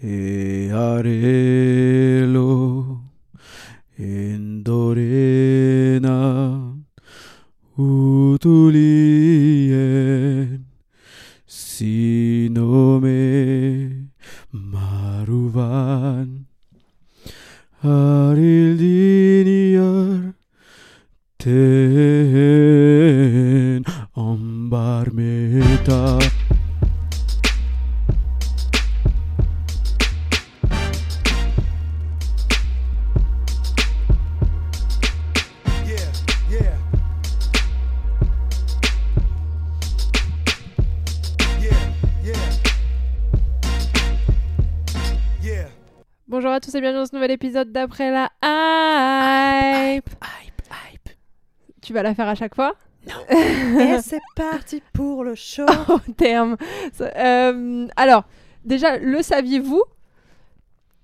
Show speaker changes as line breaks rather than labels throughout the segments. Et E arelo indorena utulien sinome maruvan arildiniar ten ambar meta
Yeah, yeah. Yeah, yeah. Yeah.
Bonjour à tous et bienvenue dans ce nouvel épisode d'après la hype.
Hype, hype.
Tu vas la faire à chaque fois
Et c'est parti pour le show.
Au terme. Ça- euh, alors, déjà, le saviez-vous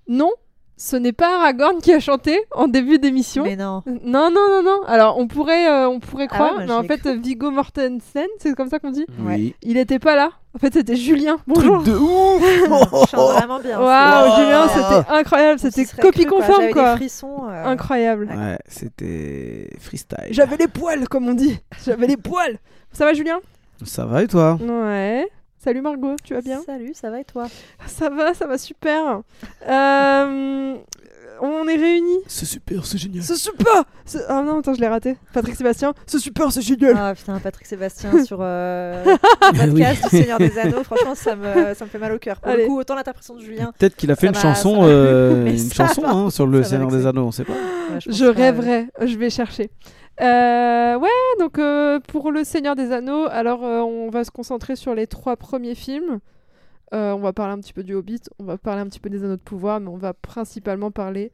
Non, ce n'est pas Aragorn qui a chanté en début d'émission.
Mais non.
Non, non, non, non. Alors, on pourrait, euh, on pourrait
Ah
croire,
ouais, moi,
mais
je
en
l'ai
fait, Vigo Mortensen, c'est comme ça qu'on dit,
Ouais.
Oui.
il n'était pas là. En fait, c'était Julien. Bonjour.
de ouf
Je chante vraiment bien.
Waouh,
Wow.
Julien, c'était incroyable.
C'est-
C'était
ce serait
copie
cru, quoi.
conforme,
J'avais
quoi.
des frissons. euh,
Incroyable.
Ouais, c'était freestyle.
J'avais les poils, comme on dit. J'avais les poils. Ça va, Julien
Ça va et
Mm.
toi
Ouais. Salut Margot, tu vas bien
Salut, ça va et toi
Ça va, ça va super. Euh, on est réunis.
C'est super, c'est génial.
C'est super ce- Ah non, attends, je l'ai raté. Patrick Sébastien, c'est super, c'est génial
Ah putain, Patrick Sébastien sur euh, podcast du Seigneur des Anneaux. Franchement, ça me, ça me fait mal au cœur. Pour
Allez.
le coup, autant l'interprétation de Julien.
Peut-être qu'il a fait
Ça
une
va,
chanson,
ça va.
euh,
Mais
une
ça
chanson
va.
hein, sur le
Ça va
Seigneur des
vexer.
Anneaux, on sait pas.
Ouais, euh, pense
Je
pas, ouais.
rêverais, je vais chercher. Euh, ouais, donc euh, pour Le Seigneur des Anneaux, alors euh, on va se concentrer sur les trois premiers films. Euh, on va parler un petit peu du Hobbit, on va parler un petit peu des Anneaux de Pouvoir, mais on va principalement parler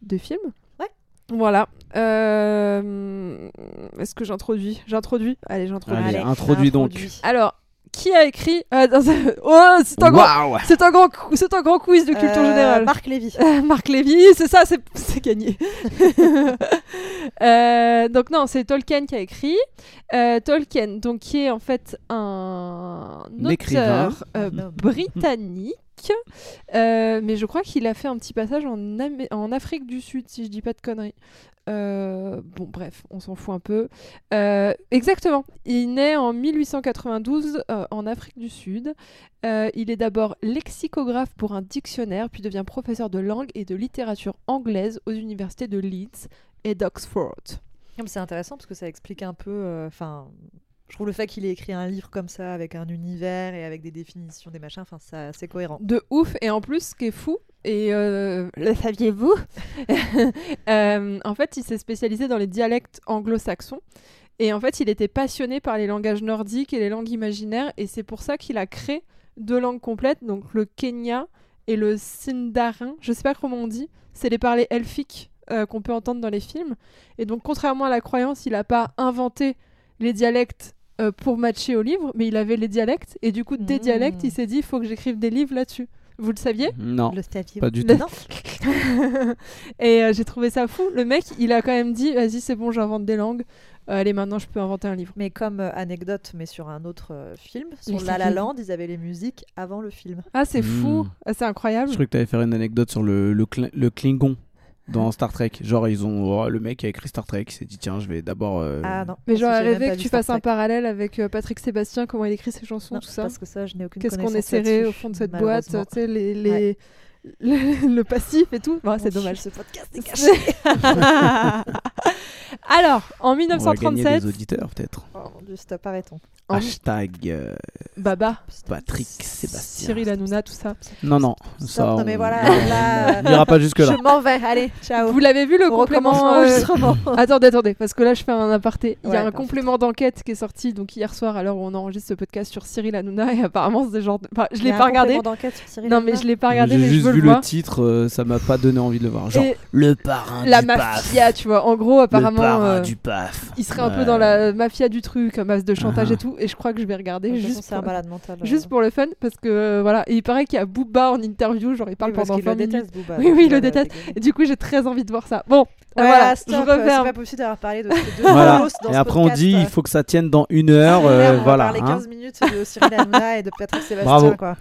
des films.
Ouais.
Voilà. Euh, Est-ce que j'introduis J'introduis Allez, j'introduis.
Allez, introduis donc.
euh, introduis.
Alors, qui a écrit Ah, dans- Oh, c'est un, grand...
Waouh
c'est un grand, cou- c'est un grand quiz de culture
Euh,
générale.
Marc Lévy.
Euh, Marc Lévy, c'est ça, c'est c'est gagné. Euh, donc non, c'est Tolkien qui a écrit. Euh, Tolkien, donc qui est en fait un auteur
L'écrivain.
euh,
Un homme.
britannique, Euh, mais je crois qu'il a fait un petit passage en, Amé- en Afrique du Sud, si je dis pas de conneries. Euh, bon, bref, on s'en fout un peu. Euh, exactement. Il naît en 1892 euh, en Afrique du Sud. Euh, il est d'abord lexicographe pour un dictionnaire, puis devient professeur de langue et de littérature anglaise aux universités de Leeds et d'Oxford.
Non, mais C'est intéressant parce que ça explique un peu. euh, Enfin, je trouve le fait qu'il ait écrit un livre comme ça avec un univers et avec des définitions, des machins. Enfin, ça, c'est cohérent.
De ouf. Et en plus, ce qui est fou, et euh, le saviez-vous Euh, En fait, il s'est spécialisé dans les dialectes anglo-saxons. Et en fait, il était passionné par les langages nordiques et les langues imaginaires. Et c'est pour ça qu'il a créé deux langues complètes, donc le Kenya et le Sindarin. Je sais pas comment on dit. C'est les parlers elfiques euh, qu'on peut entendre dans les films. Et donc, contrairement à la croyance, il n'a pas inventé les dialectes euh, pour matcher au livre, mais il avait les dialectes. Et du coup, des
Mm.
dialectes, il s'est dit, il faut que j'écrive des livres là-dessus. Vous le saviez
Non,
Le saviez
pas du
Le-
tout.
Non,
Et euh, j'ai trouvé ça fou. Le mec, il a quand même dit, vas-y, c'est bon, j'invente des langues. Euh, allez, maintenant, je peux inventer un livre.
Mais comme euh, anecdote, mais sur un autre euh, film,
Mais
sur
c'est
La La
qui
Land, ils avaient les musiques avant le film.
Ah, c'est fou.
Mm.
Ah, C'est incroyable.
Je croyais que t'allais faire une anecdote sur le, le, cli- le Klingon
Mm.
dans Star Trek. Genre, ils ont oh, le mec qui a écrit Star Trek, il s'est dit tiens, je vais d'abord. euh,
Ah non.
Mais
parce
j'aurais
j'ai même
rêvé
pas
que
vu
tu
Star
fasses un
Trek.
parallèle avec euh, Patrick Sébastien, comment il écrit ses chansons,
Non,
tout ça.
Parce que ça, je n'ai aucune
Qu'est-ce qu'on est
connaissance
serré
là-dessus,
au fond de cette boîte, euh, tu
malheureusement.
sais, les, les- le, le passif et tout. Bah, c'est
Mon
dommage.
Dieu, Ce podcast est caché.
Alors, en
on va gagner
1937,
des auditeurs, peut-être.
Oh mon Dieu, stop, arrêtons.
en-
Hashtag euh,
Baba,
Patrick Sébastien.
Cyril Hanouna, tout ça.
Non, non, ça.
Stop, non mais
on-
voilà,
non,
là,
on n'ira pas jusque-là.
je m'en vais. Allez, ciao.
Vous l'avez vu le
On recommence
complément euh,
l'enregistrement.
Attendez, attendez, parce que là je fais un aparté. Il y
Ouais,
a un
parfait.
complément d'enquête qui est sorti donc hier soir à l'heure où on enregistre ce podcast sur Cyril Hanouna et apparemment c'est genre. de- Enfin, je
Il y
l'ai
a un
pas regardé.
complément d'enquête sur Cyril
Non mais
Hanouna.
je l'ai pas regardé, mais
J'ai
je
juste
veux
vu
le
le
voir.
titre, euh, ça m'a pas donné envie de le voir. Genre,
Et
le parrain
la
du
mafia,
paf.
tu vois. En gros, apparemment.
le parrain
euh,
du paf.
Il serait un peu
Ouais.
dans la mafia du truc, un masse de chantage
Ah.
et tout, et je crois que je vais regarder
De toute façon,
juste,
c'est un
pour,
malade mental. euh,
juste pour le fun, parce que euh, voilà, et il paraît qu'il y a Booba en interview, genre il parle
oui, parce
pendant
qu'il le
20 minutes.
déteste, Booba,
Oui,
donc
oui, il
va
le déteste.
dégainer.
Et du coup, j'ai très envie de voir ça. Bon,
Voilà,
voilà,
stop, euh,
je referme.
C'est pas possible d'avoir parlé de ces deux
Voilà.
grosses dans
Et
ce
après, on
podcast. euh,
dit il faut que ça tienne dans une heure. euh,
Merde, Ah, on va
voilà.
parler
hein.
15 minutes de Cyril Hanouna et de Patrick Sébastien.
Bravo.
Quoi.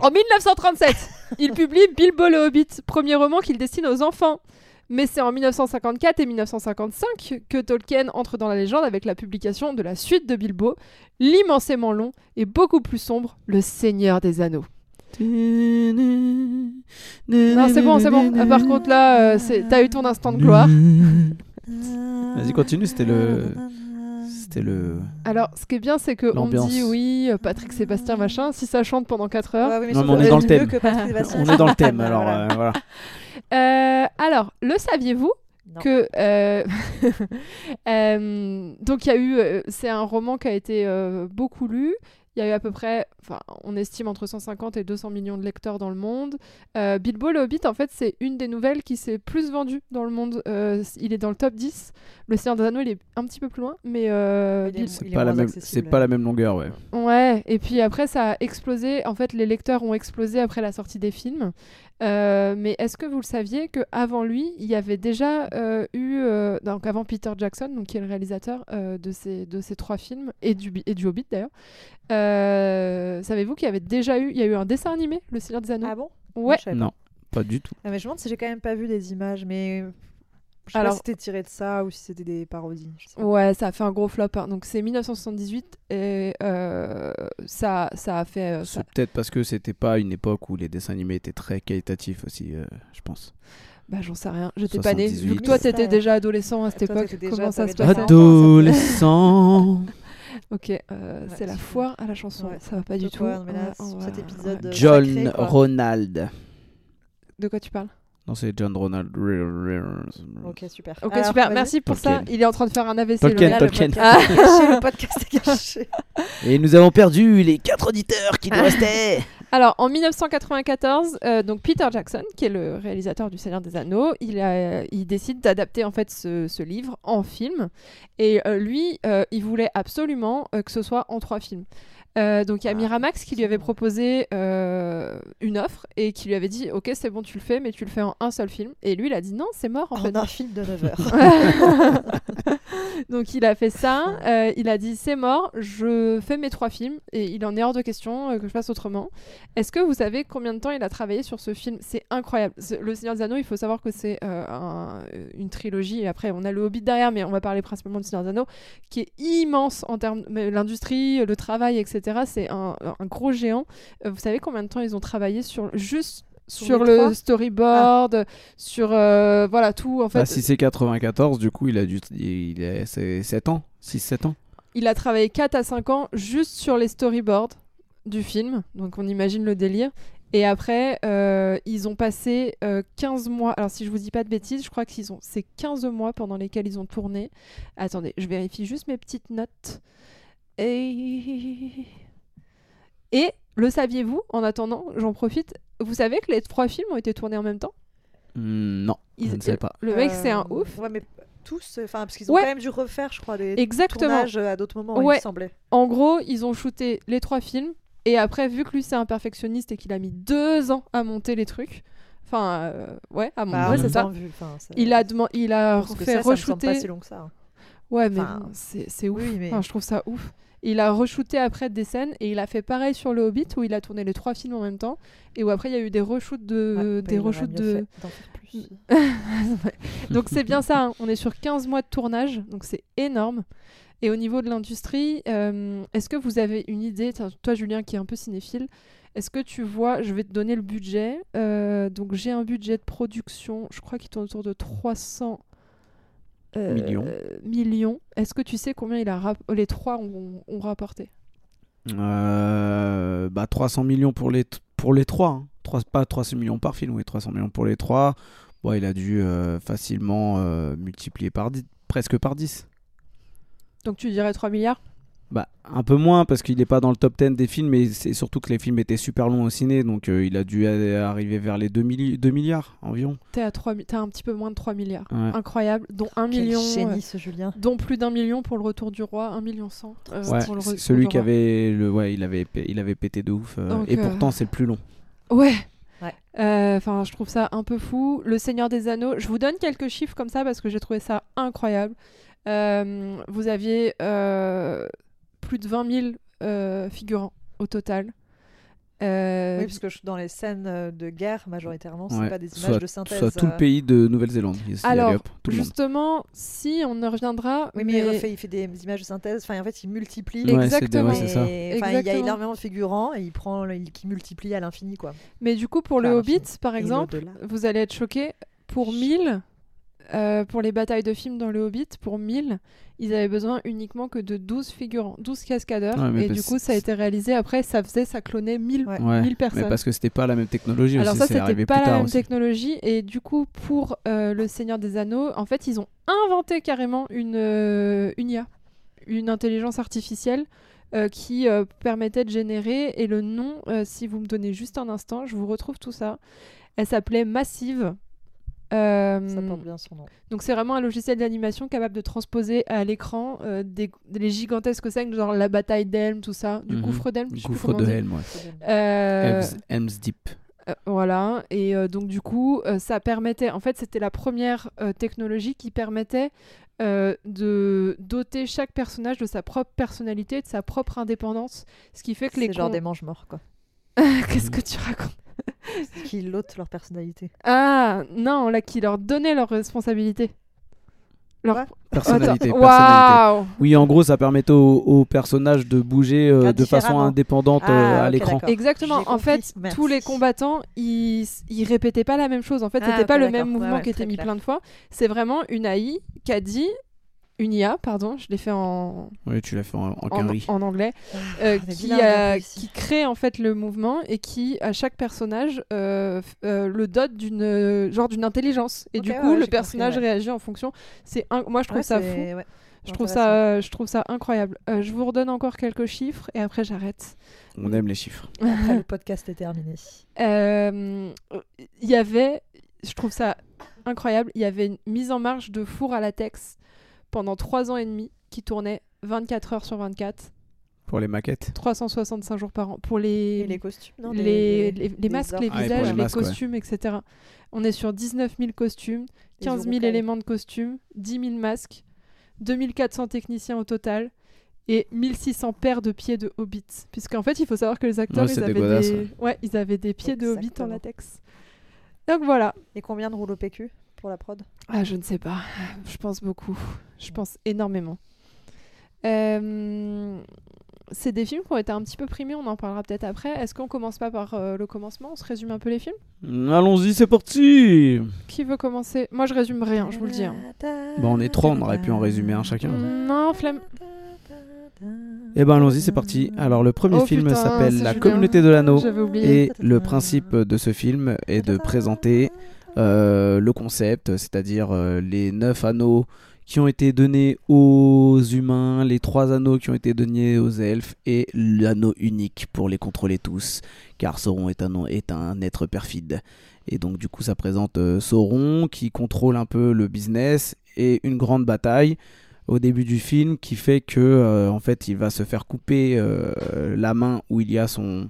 En 1937, Il publie Bilbo le Hobbit, premier roman qu'il destine aux enfants. Mais c'est en 1954 et 1955 que Tolkien entre dans la légende avec la publication de la suite de Bilbo, l'immensément long et beaucoup plus sombre Le Seigneur des Anneaux. Non,
Non,
c'est bon, c'est bon. Ah, par contre, là, euh, c'est- t'as eu ton instant de gloire.
Vas-y, continue, c'était le- C'était le.
Alors, ce qui est bien, c'est que on me
L'ambiance.
dit oui, euh, Patrick Sébastien machin, si ça chante pendant 4 heures.
Ouais, Ah oui, mais
Non,
ça
mais on
doit
est dans
être
le
mieux
thème.
que Patrick
Bah,
Sébastien.
On est dans le thème, alors
Voilà.
euh, voilà.
Euh, alors, le saviez-vous
Non.
que euh, euh, donc il y a eu euh, c'est un roman qui a été euh, beaucoup lu il y a eu à peu près enfin on estime entre 150 et 200 millions de lecteurs dans le monde Euh, Bilbo le Hobbit en fait c'est une des nouvelles qui s'est plus vendue dans le monde Euh, il est dans le top 10 le Seigneur des Anneaux il est un petit peu plus loin mais euh,
Il est
Bil-
C'est
Il
pas, la
moins
même...
accessible.
c'est pas la même longueur, ouais.
Ouais, et puis après, ça a explosé. En fait, les lecteurs ont explosé après la sortie des films. Euh, mais est-ce que vous le saviez qu'avant lui, il y avait déjà euh, eu. euh, donc, avant Peter Jackson, donc, qui est le réalisateur euh, de, ces, de ces trois films, et du, Bi- et du Hobbit d'ailleurs, euh, savez-vous qu'il y avait déjà eu. Il y a eu un dessin animé, Le Seigneur des Anneaux
Ah bon
Ouais,
Je savais pas.
Non, pas du tout.
Ah, mais je me demande si j'ai quand même pas vu des images, mais je sais
Alors-
pas si c'était tiré de ça ou si c'était des parodies. je sais pas.
Ouais, ça a fait un gros flop. hein. Donc, c'est 1978 et euh, ça, ça a fait. euh, ça-
C'est peut-être parce que c'était pas une époque où les dessins animés étaient très qualitatifs aussi, euh, je pense.
Bah, j'en sais rien. J'étais pas née. Vu
78.
que toi, t'étais déjà adolescent à cette
Toi,
époque.
t'étais déjà-
Comment ça
t'avais
se
déjà
passait
Adolescent
Ok, euh,
Ouais,
c'est la
c'est-
foire à la chanson.
ouais.
ça va pas du
Donc,
tout.
ouais, non, mais là,
Ouais,
c'est-
on
cet
va-
épisode,
ouais.
euh,
John
sacré, quoi.
Ronald.
De quoi tu parles
Non, c'est John Ronald.
Ok, super.
Ok,
Alors,
super.
vas-y.
Merci pour ça.
Tolkien.
Il est en train de faire un AVC. le
Tolkien,
gars.
Là, le
Tolkien.
podcast est gâché, le podcast est gâché.
Et nous avons perdu les quatre auditeurs qui nous restaient.
Alors, en 1994, euh, donc Peter Jackson, qui est le réalisateur du Seigneur des Anneaux, il, a- il décide d'adapter en fait ce, ce livre en film. Et euh, lui, euh, il voulait absolument euh, que ce soit en trois films. Euh, donc il y a
Ah,
Miramax qui lui avait proposé euh, une offre et qui lui avait dit ok c'est bon tu le fais mais tu le fais en un seul film et lui il a dit non c'est mort en fait
En un film de 9 heures.
Donc il a fait ça, euh, il a dit c'est mort, je fais mes trois films et il en est hors de question euh, que je fasse autrement. Est-ce que vous savez combien de temps il a travaillé sur ce film C'est incroyable. C'est- Le Seigneur des Anneaux, il faut savoir que c'est euh, un- une trilogie et après on a le Hobbit derrière, mais on va parler principalement du Seigneur des Anneaux qui est immense en termes de l'industrie, le travail, etc. C'est un, un gros géant. Euh, vous savez combien de temps ils ont travaillé sur juste sur, Ah.
Sur les
le
trois
storyboard, sur euh, voilà tout en fait.
Bah, Ah, si c'est 94, du coup, il a dû. Il a... C'est 7 ans 6-7 ans
Il a travaillé 4 à 5 ans juste sur les storyboards du film, donc on imagine le délire. Et après, euh, ils ont passé euh, 15 mois. Alors, si je vous dis pas de bêtises, je crois que ont... c'est 15 mois pendant lesquels ils ont tourné. Attendez, je vérifie juste mes petites notes. Et, Et le saviez-vous En attendant, j'en profite. Vous savez que les trois films ont été tournés en même temps
Hmm, Non,
Ils-
je ne sais pas.
Le mec, c'est un
Euh,
ouf.
Ouais, mais tous, euh, enfin, parce qu'ils ont
Ouais.
quand même dû refaire, je crois, des
Exactement.
tournages à d'autres moments, il
Ouais.
me semblait.
En gros, ils ont shooté les trois films. Et après, vu que lui, c'est un perfectionniste et qu'il a mis deux ans à monter les trucs. Enfin, euh, ouais, à monter,
Bah,
ouais,
en
c'est
même
ça.
temps, vu, enfin, ça-
Il a, deman- il a
parce que
fait
ça, ça me semble
re-shooter.
pas si long que ça. hein.
Ouais, mais
Enfin,
bon, c'est c'est ouf.
oui, mais-
Enfin, je trouve ça ouf. Il a re-shooté après des scènes et il a fait pareil sur le Hobbit où il a tourné les trois films en même temps et où après il y a eu des reshoots de
Ouais, bah,
euh, des
il aurait
reshoots
mieux
de
fait d'en faire plus.
Donc c'est bien ça, hein. on est sur 15 mois de tournage, donc c'est énorme. Et au niveau de l'industrie, euh, est-ce que vous avez une idée, tiens, toi Julien qui est un peu cinéphile, est-ce que tu vois, je vais te donner le budget, euh, donc j'ai un budget de production, je crois qu'il tourne autour de 300 euh,
Millions.
millions. Est-ce que tu sais combien il a rap- les trois ont, ont rapporté
Euh, bah 300 millions pour les, t- pour les trois. hein. Trois- pas 300 millions par film, oui, 300 millions pour les trois. Bon, il a dû euh, facilement euh, multiplier par dix- presque par 10.
Donc tu dirais 3 milliards
Bah, un peu moins parce qu'il n'est pas dans le top 10 des films, mais c'est surtout que les films étaient super longs au ciné, donc euh, il a dû a- arriver vers les 2, milliards environ.
T'es à, 3 mi- t'es à un petit peu moins de 3 milliards.
Ouais.
Incroyable, dont 1
Quel
million... euh,
génie, ce Julien.
dont plus d'un million pour le retour du roi, un million cent. euh,
Ouais,
pour le
c'est
re-
celui
pour
qui
le roi.
avait le ouais, il avait pé- il avait pété de ouf euh,
Donc,
et
euh,
pourtant c'est le plus long.
Ouais.
Ouais.
Euh, Enfin, je trouve ça un peu fou. Le Seigneur des Anneaux. Je vous donne quelques chiffres comme ça parce que j'ai trouvé ça incroyable. Euh, vous aviez euh, plus de 20 000 euh, figurants au total. Euh,
Oui, parce que je- dans les scènes euh, de guerre, majoritairement, c'est
Ouais.
pas des images
soit,
de synthèse.
soit tout le
euh.
pays de Nouvelle-Zélande. Il y a- il y a-
Alors,
allez, hop, tout le monde.
Justement, si on en reviendra,
Oui, mais, il, refait, il fait des images de synthèse. Enfin, en fait, il multiplie.
Ouais, c'est des-
exactement.
ouais, c'est ça.
Et, enfin, il y a
Exactement.
énormément de figurants et il prend, le- il, qui multiplie à l'infini, quoi.
mais du coup pour le
Enfin,
Hobbit, par
Et
exemple,
l'au-delà.
vous allez être choqués. Pour 1000, euh, pour les batailles de films dans le Hobbit, pour 1000, ils avaient besoin uniquement que de 12 figurants, 12 cascadeurs.
Ouais, mais
et
parce-
du coup, ça a été réalisé. Après, ça faisait, ça clonait 1000,
Ouais.
Ouais,
1000 euh, personnes.
mais parce que c'était pas la même technologie
Alors
aussi,
ça,
c'est arrivé
c'était
plus
pas la
tard
même
aussi.
technologie. Et du coup, pour euh, Le Seigneur des Anneaux, en fait, ils ont inventé carrément une, euh, une IA, une intelligence artificielle euh, qui euh, permettait de générer. Et le nom, euh, si vous me donnez juste un instant, je vous retrouve tout ça. Elle s'appelait Massive. Euh,
Ça porte bien son nom.
donc c'est vraiment un logiciel d'animation capable de transposer à l'écran euh, des, les gigantesques scènes, genre la bataille d'Elm, tout ça, du
Mhm.
gouffre d'Elm. je sais plus
Gouffre
comment
de
on dit.
Helm, ouais.
Très bien.
Euh,
Helm's- Helm's Deep.
euh, Voilà, et euh, donc du coup, euh, ça permettait, en fait, c'était la première euh, technologie qui permettait euh, de doter chaque personnage de sa propre personnalité, de sa propre indépendance, ce qui fait que les
C'est genre
con-
des manges morts, quoi.
Qu'est-ce que tu racontes
Qui lotent leur personnalité.
Ah, non, là, qui leur donnait leur responsabilité. Leur...
Ouais.
Personnalité,
Attends,
personnalité.
Waouh
Oui, en gros, ça permettait au, au personnage de bouger euh,
Ah,
de façon
différemment.
indépendante euh,
Ah,
à
ok,
l'écran.
d'accord.
Exactement,
J'ai
en fait,
compris,
tous les
merci.
combattants, ils, ils répétaient pas la même chose. En fait,
Ah,
c'était
ok,
pas le
d'accord.
même
Ouais,
mouvement
ouais,
qui était
très
mis
clair.
plein de fois. C'est vraiment une AI qui a dit, une IA, pardon, je l'ai fait en,
Oui, tu l'as fait en, en
en,
quinri.
en anglais,
Ah,
euh,
on est
qui,
bilingue,
euh,
un peu, ici.
qui crée en fait le mouvement et qui, à chaque personnage, euh, f- euh, le dote d'une euh, genre d'une intelligence. Et
Ok,
du
ouais,
coup,
ouais,
le
j'ai compris,
personnage
ouais.
réagit en fonction. C'est un- Moi, je trouve
Ouais,
ça
c'est-
fou.
ouais,
Je trouve
intéressant.
ça, euh, je trouve ça incroyable. Euh, je vous redonne encore quelques chiffres et après j'arrête.
On aime les chiffres.
Après, le podcast est terminé.
Euh, il y avait, je trouve ça incroyable, il y avait une mise en marche de four à latex pendant 3 ans et demi qui tournait 24 heures sur 24,
Pour les maquettes.
365 jours par an pour les,
Et les costumes, non
les,
les-
les- les masques,
or-
Ah,
les
et pour
visages,
les
les,
masques, ouais.
costumes, etc. On est sur 19 000 costumes,
les
15 000
urukai.
éléments de costumes, 10 000 masques, 2400 techniciens au total et 1600 paires de pieds de hobbits. Puisqu'en fait, il faut savoir que les acteurs,
Ouais, c'est
ils, avaient
dégueulasse,
des...
ouais.
ouais, ils avaient des pieds de hobbits en
Exactement.
latex. Donc voilà.
Et combien de rouleaux PQ pour la prod
Ah, je ne sais pas. Je pense beaucoup. Je pense énormément. Euh, C'est des films qui ont été un petit peu primés, on en parlera peut-être après. Est-ce qu'on commence pas par euh, le commencement On se résume un peu les films
Mm, Allons-y, c'est parti
Qui veut commencer Moi je résume rien, je vous le dis. hein.
Bon, Bah, on est trois, on aurait pu en résumer un chacun.
Non, flemme.
Eh ben, allons-y, c'est parti. Alors, le premier
Oh,
film
putain,
s'appelle
c'est
La
Julien.
communauté de l'anneau.
J'avais oublié.
Et le principe de ce film est de présenter euh, le concept, c'est-à-dire euh, les neuf anneaux qui ont été donnés aux humains, les trois anneaux qui ont été donnés aux elfes et l'anneau unique pour les contrôler tous, car Sauron est un, est un être perfide. Et donc du coup ça présente euh, Sauron qui contrôle un peu le business et une grande bataille au début du film qui fait que euh, en fait il va se faire couper euh, la main où il y a son,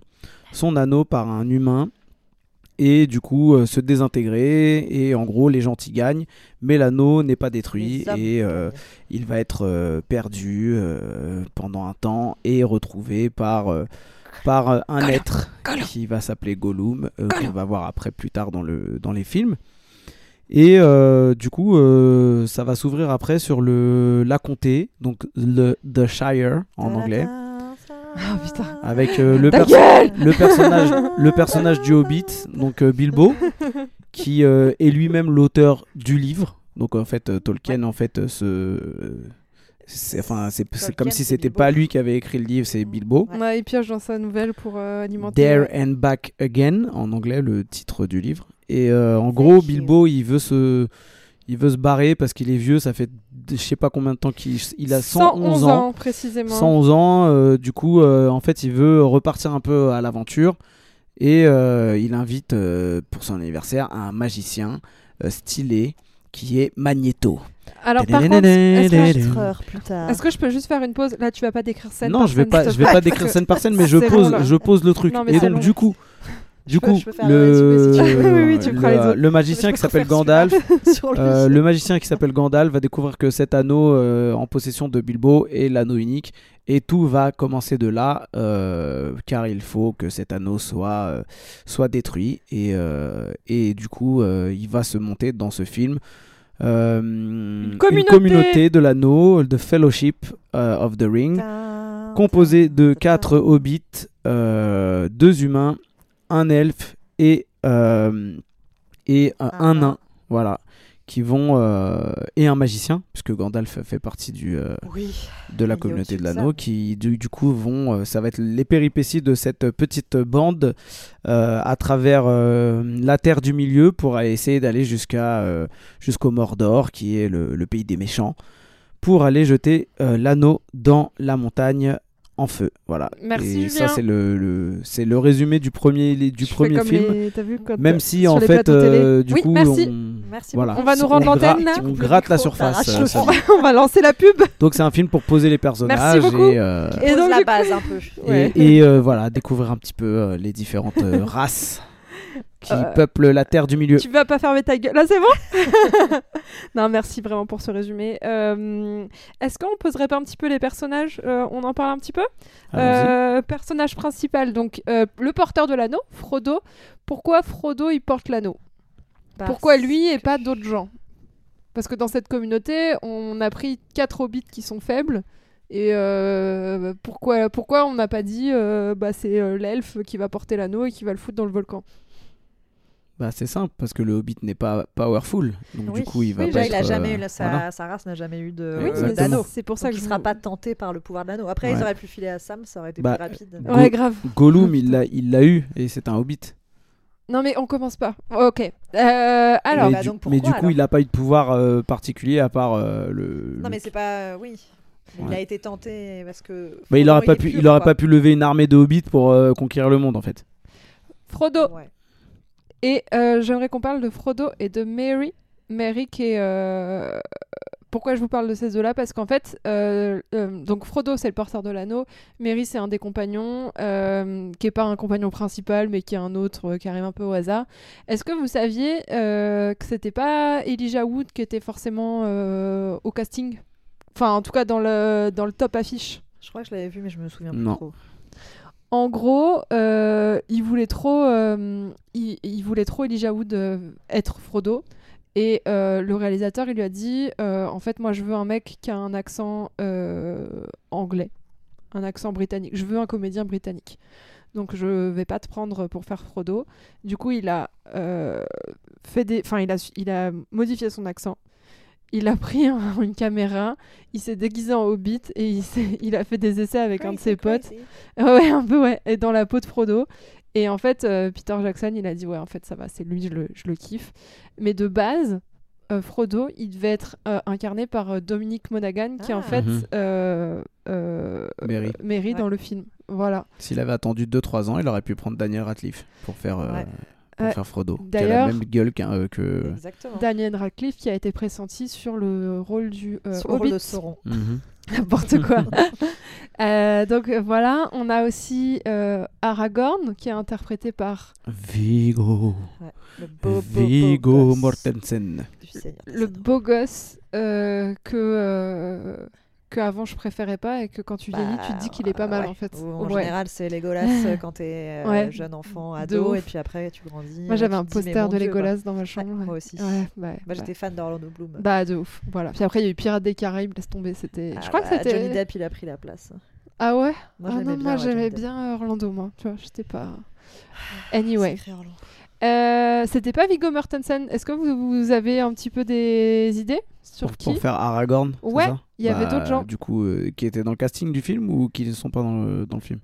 son anneau par un humain et du coup euh, se désintégrer et en gros les gentils gagnent mais l'anneau n'est pas détruit
Les hommes
et euh,
gagnent.
il va être euh, perdu euh, pendant un temps et retrouvé par, euh, par euh, un
Gollum,
être qui va s'appeler Gollum, euh, qu'on
Gollum.
va voir après plus tard dans, le, dans les films. Et euh, du coup, euh, ça va s'ouvrir après sur le la comté, donc le The Shire en anglais,
Ah
putain.
avec euh, le,
Ta
perso- le personnage le personnage du Hobbit, donc euh, Bilbo, qui euh, est lui-même l'auteur du livre. Donc en fait, euh, Tolkien, en fait, euh, se euh, c'est enfin c'est c'est comme
Tolkien,
si
c'est
c'était
Bilbo.
pas lui qui avait écrit le livre, c'est Bilbo.
Ouais.
Ouais, il pioche dans sa nouvelle pour euh, alimenter.
There and Back Again en anglais le titre du livre. Et euh, en gros,
Thank you.
Bilbo, il veut se il veut se barrer parce qu'il est vieux, ça fait je sais pas combien de temps qu'il il a 111 ans.
précisément.
111 ans, euh, du coup, euh, en fait, il veut repartir un peu à l'aventure et euh, il invite euh, pour son anniversaire un magicien euh, stylé qui est Magneto.
Alors par contre, est-ce que, je...
Quatre heures plus tard.
est-ce que je peux juste faire une pause Là, tu vas pas décrire scène
non,
par
je vais
scène,
pas,
s'il te
je vais
plaît,
pas
parce
décrire
que-
scène par scène, mais je
C'est
pose,
long, là.
je pose le truc.
Non, mais
et
c'est
donc
long.
du coup, du
Je peux-
coup,
je peux faire
le,
un résumé si tu veux.
Oui, oui, tu
le-
prends les autres.
le magicien qui s'appelle Gandalf
Sur le
Euh,
fil.
le magicien qui s'appelle Gandalf va découvrir que cet anneau euh, en possession de Bilbo est l'anneau unique Et tout va commencer de là, euh, car il faut que cet anneau soit, euh, soit détruit. Et, euh, et du coup, euh, il va se monter dans ce film euh, une,
communauté.
de l'anneau, The Fellowship euh, of the Ring, composée de quatre hobbits, euh, deux humains, un elfe et, euh, et un,
Un
un
nain.
nain. Voilà. Qui vont. euh, et un magicien, puisque Gandalf fait partie du. euh,
Oui.
de la
Il est
communauté
au-dessus
de
de ça,
l'anneau
mais-
qui du, du coup vont euh, ça va être les péripéties de cette petite bande euh, à travers euh, la terre du milieu pour aller essayer d'aller jusqu'à euh, jusqu'au Mordor qui est le, le pays des méchants pour aller jeter euh, l'anneau dans la montagne en feu voilà
Merci,
et
Julien.
ça c'est le, le- c'est le résumé du premier du
Je fais
premier
comme
film
les- t'as vu, quand-
même si
sur
en
les
fait
plateaux télé.
euh, du
Oui,
coup
merci.
on
Merci
voilà,
beaucoup. On va nous rendre
gratte-
l'antenne, là.
on gratte la
Micro,
surface
t'arraches le
ça
son.
dit.
on va lancer la pub.
donc c'est un film pour poser les personnages
beaucoup.
et euh,
Et
donc,
donc
du
la
coup-
base un peu.
et,
Ouais.
et, euh, voilà, découvrir un petit peu euh, les différentes euh, races qui
Euh,
peuplent la terre du milieu.
Tu vas pas fermer ta gueule. Là, c'est bon Non, merci vraiment pour ce résumé. Euh, Est-ce qu'on poserait pas un petit peu les personnages Euh, On en parle un petit peu
Allons-y.
Euh, Personnage principal, donc euh, le porteur de l'anneau, Frodo. Pourquoi Frodo, il porte l'anneau Pourquoi lui et pas d'autres gens Parce que dans cette communauté, on a pris quatre hobbits qui sont faibles. Et euh, pourquoi, pourquoi on n'a pas dit euh, bah, c'est euh, l'elfe qui va porter l'anneau et qui va le foutre dans le volcan
Bah, c'est simple, parce que le hobbit n'est pas powerful. Donc, du
Oui.
coup, il va
Oui,
pas
il a
être,
jamais
euh,
eu la- sa,
voilà.
sa race n'a jamais eu de
Oui,
euh,
mais
d'anneau.
c'est pour ça
Donc
que
il
je
sera
vous-
pas tenté par le pouvoir de l'anneau. Après
Ouais.
ils auraient pu filer à Sam, ça aurait été
Bah,
plus rapide.
Go-
Ouais, grave.
Gollum, il l'a, il l'a eu, et c'est un hobbit.
Non mais on commence pas. Ok. Euh, alors,
mais,
bah
du,
donc
mais du
pourquoi,
coup, il n'a pas eu de pouvoir euh, particulier à part euh, le.
Non
le-
mais c'est pas euh, oui. Il
Ouais.
a été tenté parce que.
Bah, il
Frodo,
n'aurait pas,
est
pu,
pur,
il aurait
quoi.
pas pu lever une armée de hobbits pour euh, conquérir le monde, en fait.
Frodo.
Ouais.
Et euh, j'aimerais qu'on parle de Frodo et de Mary. Mary qui est... euh, Pourquoi je vous parle de ces deux-là Parce qu'en fait, euh, euh, donc Frodo c'est le porteur de l'anneau, Mary c'est un des compagnons, euh, qui est pas un compagnon principal, mais qui est un autre euh, qui arrive un peu au hasard. Est-ce que vous saviez euh, que c'était pas Elijah Wood qui était forcément euh, au casting Enfin en tout cas dans le, dans le top affiche
Je crois que je l'avais vu mais je me souviens plus
Non.
trop.
En gros, euh, il voulait trop, euh, il, il voulait trop Elijah Wood euh, être Frodo. Et euh, le réalisateur, il lui a dit, euh, en fait, moi, je veux un mec qui a un accent euh, anglais, un accent britannique. Je veux un comédien britannique. Donc, je vais pas te prendre pour faire Frodo. Du coup, il a euh, fait des, enfin, il a, su- il a modifié son accent. Il a pris un- une caméra, il s'est déguisé en hobbit et il, s'est- il a fait des essais avec
Ah,
un de ses potes. Ah Ouais, un peu, ouais. Et dans la peau de Frodo. Et en fait, euh, Peter Jackson, il a dit, ouais, en fait, ça va, c'est lui, je le, je le kiffe. Mais de base, euh, Frodo, il devait être euh, incarné par euh, Dominic Monaghan, qui en
Ah.
fait
Mhm.
euh, euh,
Mary.
euh, Mary dans
Ouais.
le film. Voilà.
S'il avait attendu 2-3 ans, il aurait pu prendre Daniel Radcliffe pour faire, euh,
Ouais.
pour
Ouais.
faire Frodo. Qui a la
D'ailleurs-
même gueule qu'un, euh, que.
Exactement.
Daniel Radcliffe, qui a été pressenti sur le rôle du euh,
Sur le rôle de
Hobbit.
Sauron.
Mhm.
N'importe quoi. Euh, donc euh, voilà, on a aussi euh, Aragorn, qui est interprété par
Vigo.
Le beau, beau, beau
Vigo
gosse
Mortensen.
du Seigneur des
le
Anneaux.
beau gosse euh, que, euh, que avant je préférais pas et que quand tu vieillis, tu te dis qu'il est pas mal
Bah, ouais.
en fait.
Ou en
Ouais.
général, c'est Legolas euh, quand t'es euh,
Ouais.
jeune enfant,
De
ado,
ouf.
et puis après tu grandis.
Moi
euh,
j'avais
tu
un
te dis, mais
poster
mon
de
Dieu, bah,
Legolas dans ma chambre.
moi
ouais.
aussi.
Ouais, ouais,
Bah,
ouais.
j'étais fan d'Orlando Bloom.
Bah, de ouf. Voilà. Puis après il y a eu Pirates des Caraïbes, laisse tomber, c'était
Ah
Je crois
bah,
que c'était
Johnny Depp, il a pris la place.
Ah ouais. ah
Moi, j'aimais
non,
bien,
moi
ouais, Johnny
j'aimais
Depp. Ah,
bien euh, Orlando moi, tu vois, j'étais pas Anyway,
Sacré Orlando.
Euh, c'était pas Viggo Mortensen. Est-ce que vous, vous avez un petit peu des idées sur
Pour,
qui
pour faire Aragorn. c'est
Ouais,
ça
il y avait
Bah,
d'autres gens.
Du coup, euh, qui étaient dans le casting du film ou qui ne sont pas dans le, dans le film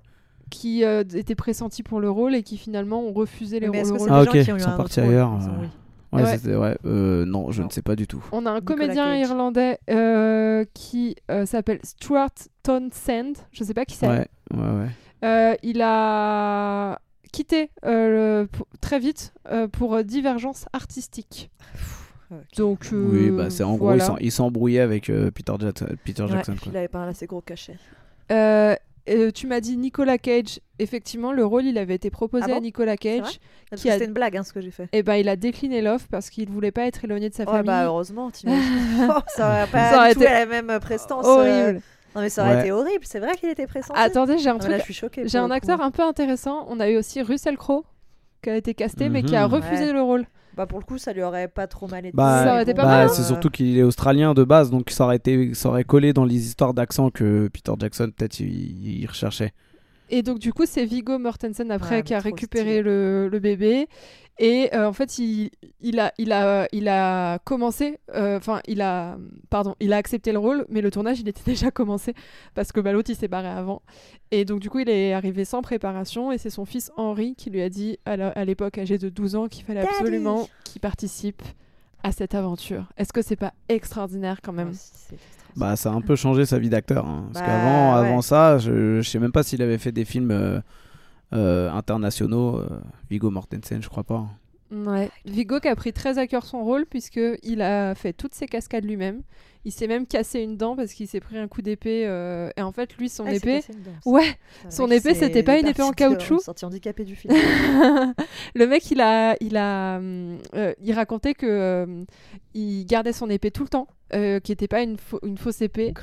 qui euh, étaient pressentis pour le rôle et qui finalement ont refusé les
Mais
le
est-ce que
rôle
c'est des
Ah,
gens
ok,
qui ont eu
ils sont
un
partis
autre rôle,
ailleurs,
ils ont-
euh,
oui.
Ouais,
Ouais.
c'était- ouais, euh, non, je
Non.
ne sais pas du tout.
On a un
Nicolas
comédien
Cage.
irlandais euh, qui euh, s'appelle Stuart Townsend. Je sais pas qui c'est.
Ouais, ouais, ouais.
Euh, il a quitté euh, le- pour- très vite euh, pour euh, divergence artistique. Donc, euh,
oui, bah, c'est en
voilà.
gros, ils s'en- ils s'embrouillaient avec euh, Peter, Jackson- Peter
Ouais,
Jackson.
puis
quoi.
il avait pas un assez gros cachet.
Euh, euh, tu m'as dit Nicolas Cage. Effectivement, le rôle, il avait été proposé
Ah bon
à Nicolas
vrai
Cage.
Parce
Qui
que
a-
C'était une blague, hein, ce que j'ai fait.
Et ben, il a décliné l'offre parce qu'il voulait pas être éloigné de sa
Ouais,
famille.
bah heureusement, t'imagines. Oh, ça aurait
Ça
pas
aurait
du tout
été-
la même prestance. euh,
Horrible.
Non, mais ça aurait
Ouais.
été horrible. C'est vrai qu'il était pressenti.
Attendez, j'ai un
Ah,
truc.
là, je suis choquée.
J'ai
pour
un
le coup.
acteur un peu intéressant. On a eu aussi Russell Crowe qui a été casté mais qui a
Mhm.
refusé
Ouais.
le rôle.
Bah, pour le coup, ça lui aurait pas trop mal été.
Bah,
Ça aurait été pas
Bah,
mal, hein.
c'est surtout qu'il est australien de base, donc ça aurait, été, ça aurait collé dans les histoires d'accent que Peter Jackson, peut-être, il, il recherchait.
Et donc du coup c'est Vigo Mortensen après
Ouais,
qui a
trop
récupéré
stylé.
le, le bébé. Et euh, en fait il, il, a, il, a, il a commencé, euh, enfin il a pardon, il a accepté le rôle mais le tournage il était déjà commencé parce que bah, l'autre il s'est barré avant. Et donc du coup il est arrivé sans préparation et c'est son fils Henri qui lui a dit à la- à l'époque âgé de 12 ans qu'il fallait
Daddy.
absolument qu'il participe à cette aventure. Est-ce que c'est pas extraordinaire quand même
Ouais, si, c'est extra-
Bah, ça a un peu changé sa vie d'acteur. hein. Parce
Bah,
qu'avant
ouais.
avant ça, je, je sais même pas s'il avait fait des films euh, euh, internationaux. euh, Viggo Mortensen, je crois pas.
Ouais. Vigo qui a pris très à cœur son rôle puisque il a fait toutes ses cascades lui-même. Il s'est même cassé une dent parce qu'il s'est pris un coup d'épée. euh, Et en fait, lui, son
Ah, il s'est
épée,
cassé une dent, ça.
ouais,
C'est
son
vrai que
épée,
c'est-
c'était pas
il est
une épée en
parti de-
caoutchouc.
sorti handicapé du film.
le mec, il a, il a, hum, euh, il racontait que euh, il gardait son épée tout le temps, euh, qui n'était pas une, fau- une fausse épée.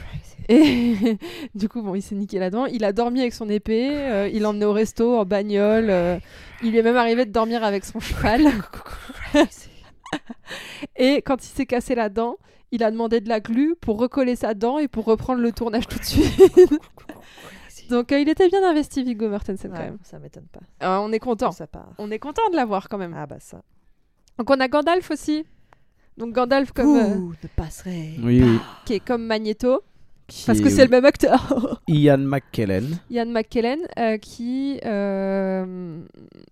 Et du coup, bon, il s'est niqué là-dedans. Il a dormi avec son épée. euh, il l'emmenait au resto en bagnole. euh, il lui est même arrivé de dormir avec son cheval. Et quand il s'est cassé la dent, il a demandé de la glu pour recoller sa dent et pour reprendre le tournage tout de suite. Donc euh, il était bien investi, Viggo Mortensen, quand
Ouais,
même.
Ça m'étonne pas.
Euh, on est content.
Ça part.
On est content de l'avoir quand même.
Ah bah ça.
Donc on a Gandalf aussi. Donc Gandalf comme, euh,
Ouh, ne passerait.
Oui, oui.
bah.
qui est comme Magneto.
Qui
Parce
est-
que c'est le même acteur.
Ian McKellen.
Ian McKellen euh, qui... euh,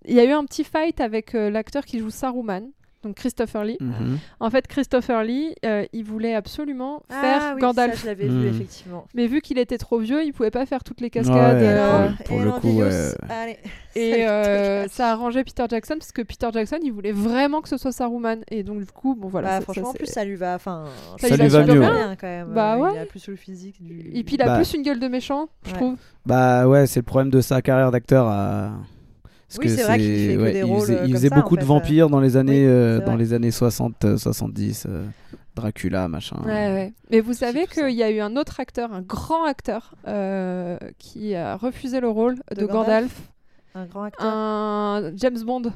Il y a eu un petit fight avec euh, l'acteur qui joue Saruman. Donc Christopher Lee.
Mhm.
En fait, Christopher Lee, euh, il voulait absolument
ah,
faire
oui,
Gandalf.
Ça, je l'avais vu
Hmm.
effectivement.
Mais vu qu'il était trop vieux, il pouvait pas faire toutes les cascades.
Ouais,
euh,
ouais. Eh, pour le coup, ouais.
Allez.
Et
Salut,
euh,
Tolkien.
ça arrangeait Peter Jackson parce que Peter Jackson, il voulait vraiment que ce soit Saruman. Et donc du coup, bon voilà.
Bah,
ça- ça,
franchement, en
c'est-
plus ça lui va. Enfin,
Ça lui va
super
mieux,
bien, quand même.
Bah
Euh, Il
ouais.
a plus le physique du.
Et puis il a
Bah.
plus une gueule de méchant, je
Ouais.
trouve.
Bah ouais, c'est le problème de sa carrière d'acteur. À...
Oui, c'est vrai qu'il fait que des
il
rôles,
faisait,
euh,
il
comme
faisait
ça,
beaucoup
en
de
fait,
vampires dans les années, euh,
c'est
dans
vrai.
les années 60, euh, 70, euh, Dracula, machin.
Ouais, ouais. Mais vous
C'est
savez
tout ça.
qu'il y a eu un autre acteur, un grand acteur, euh, qui a refusé le rôle de,
De
Gandalf.
Gandalf Un grand acteur.
Un James Bond,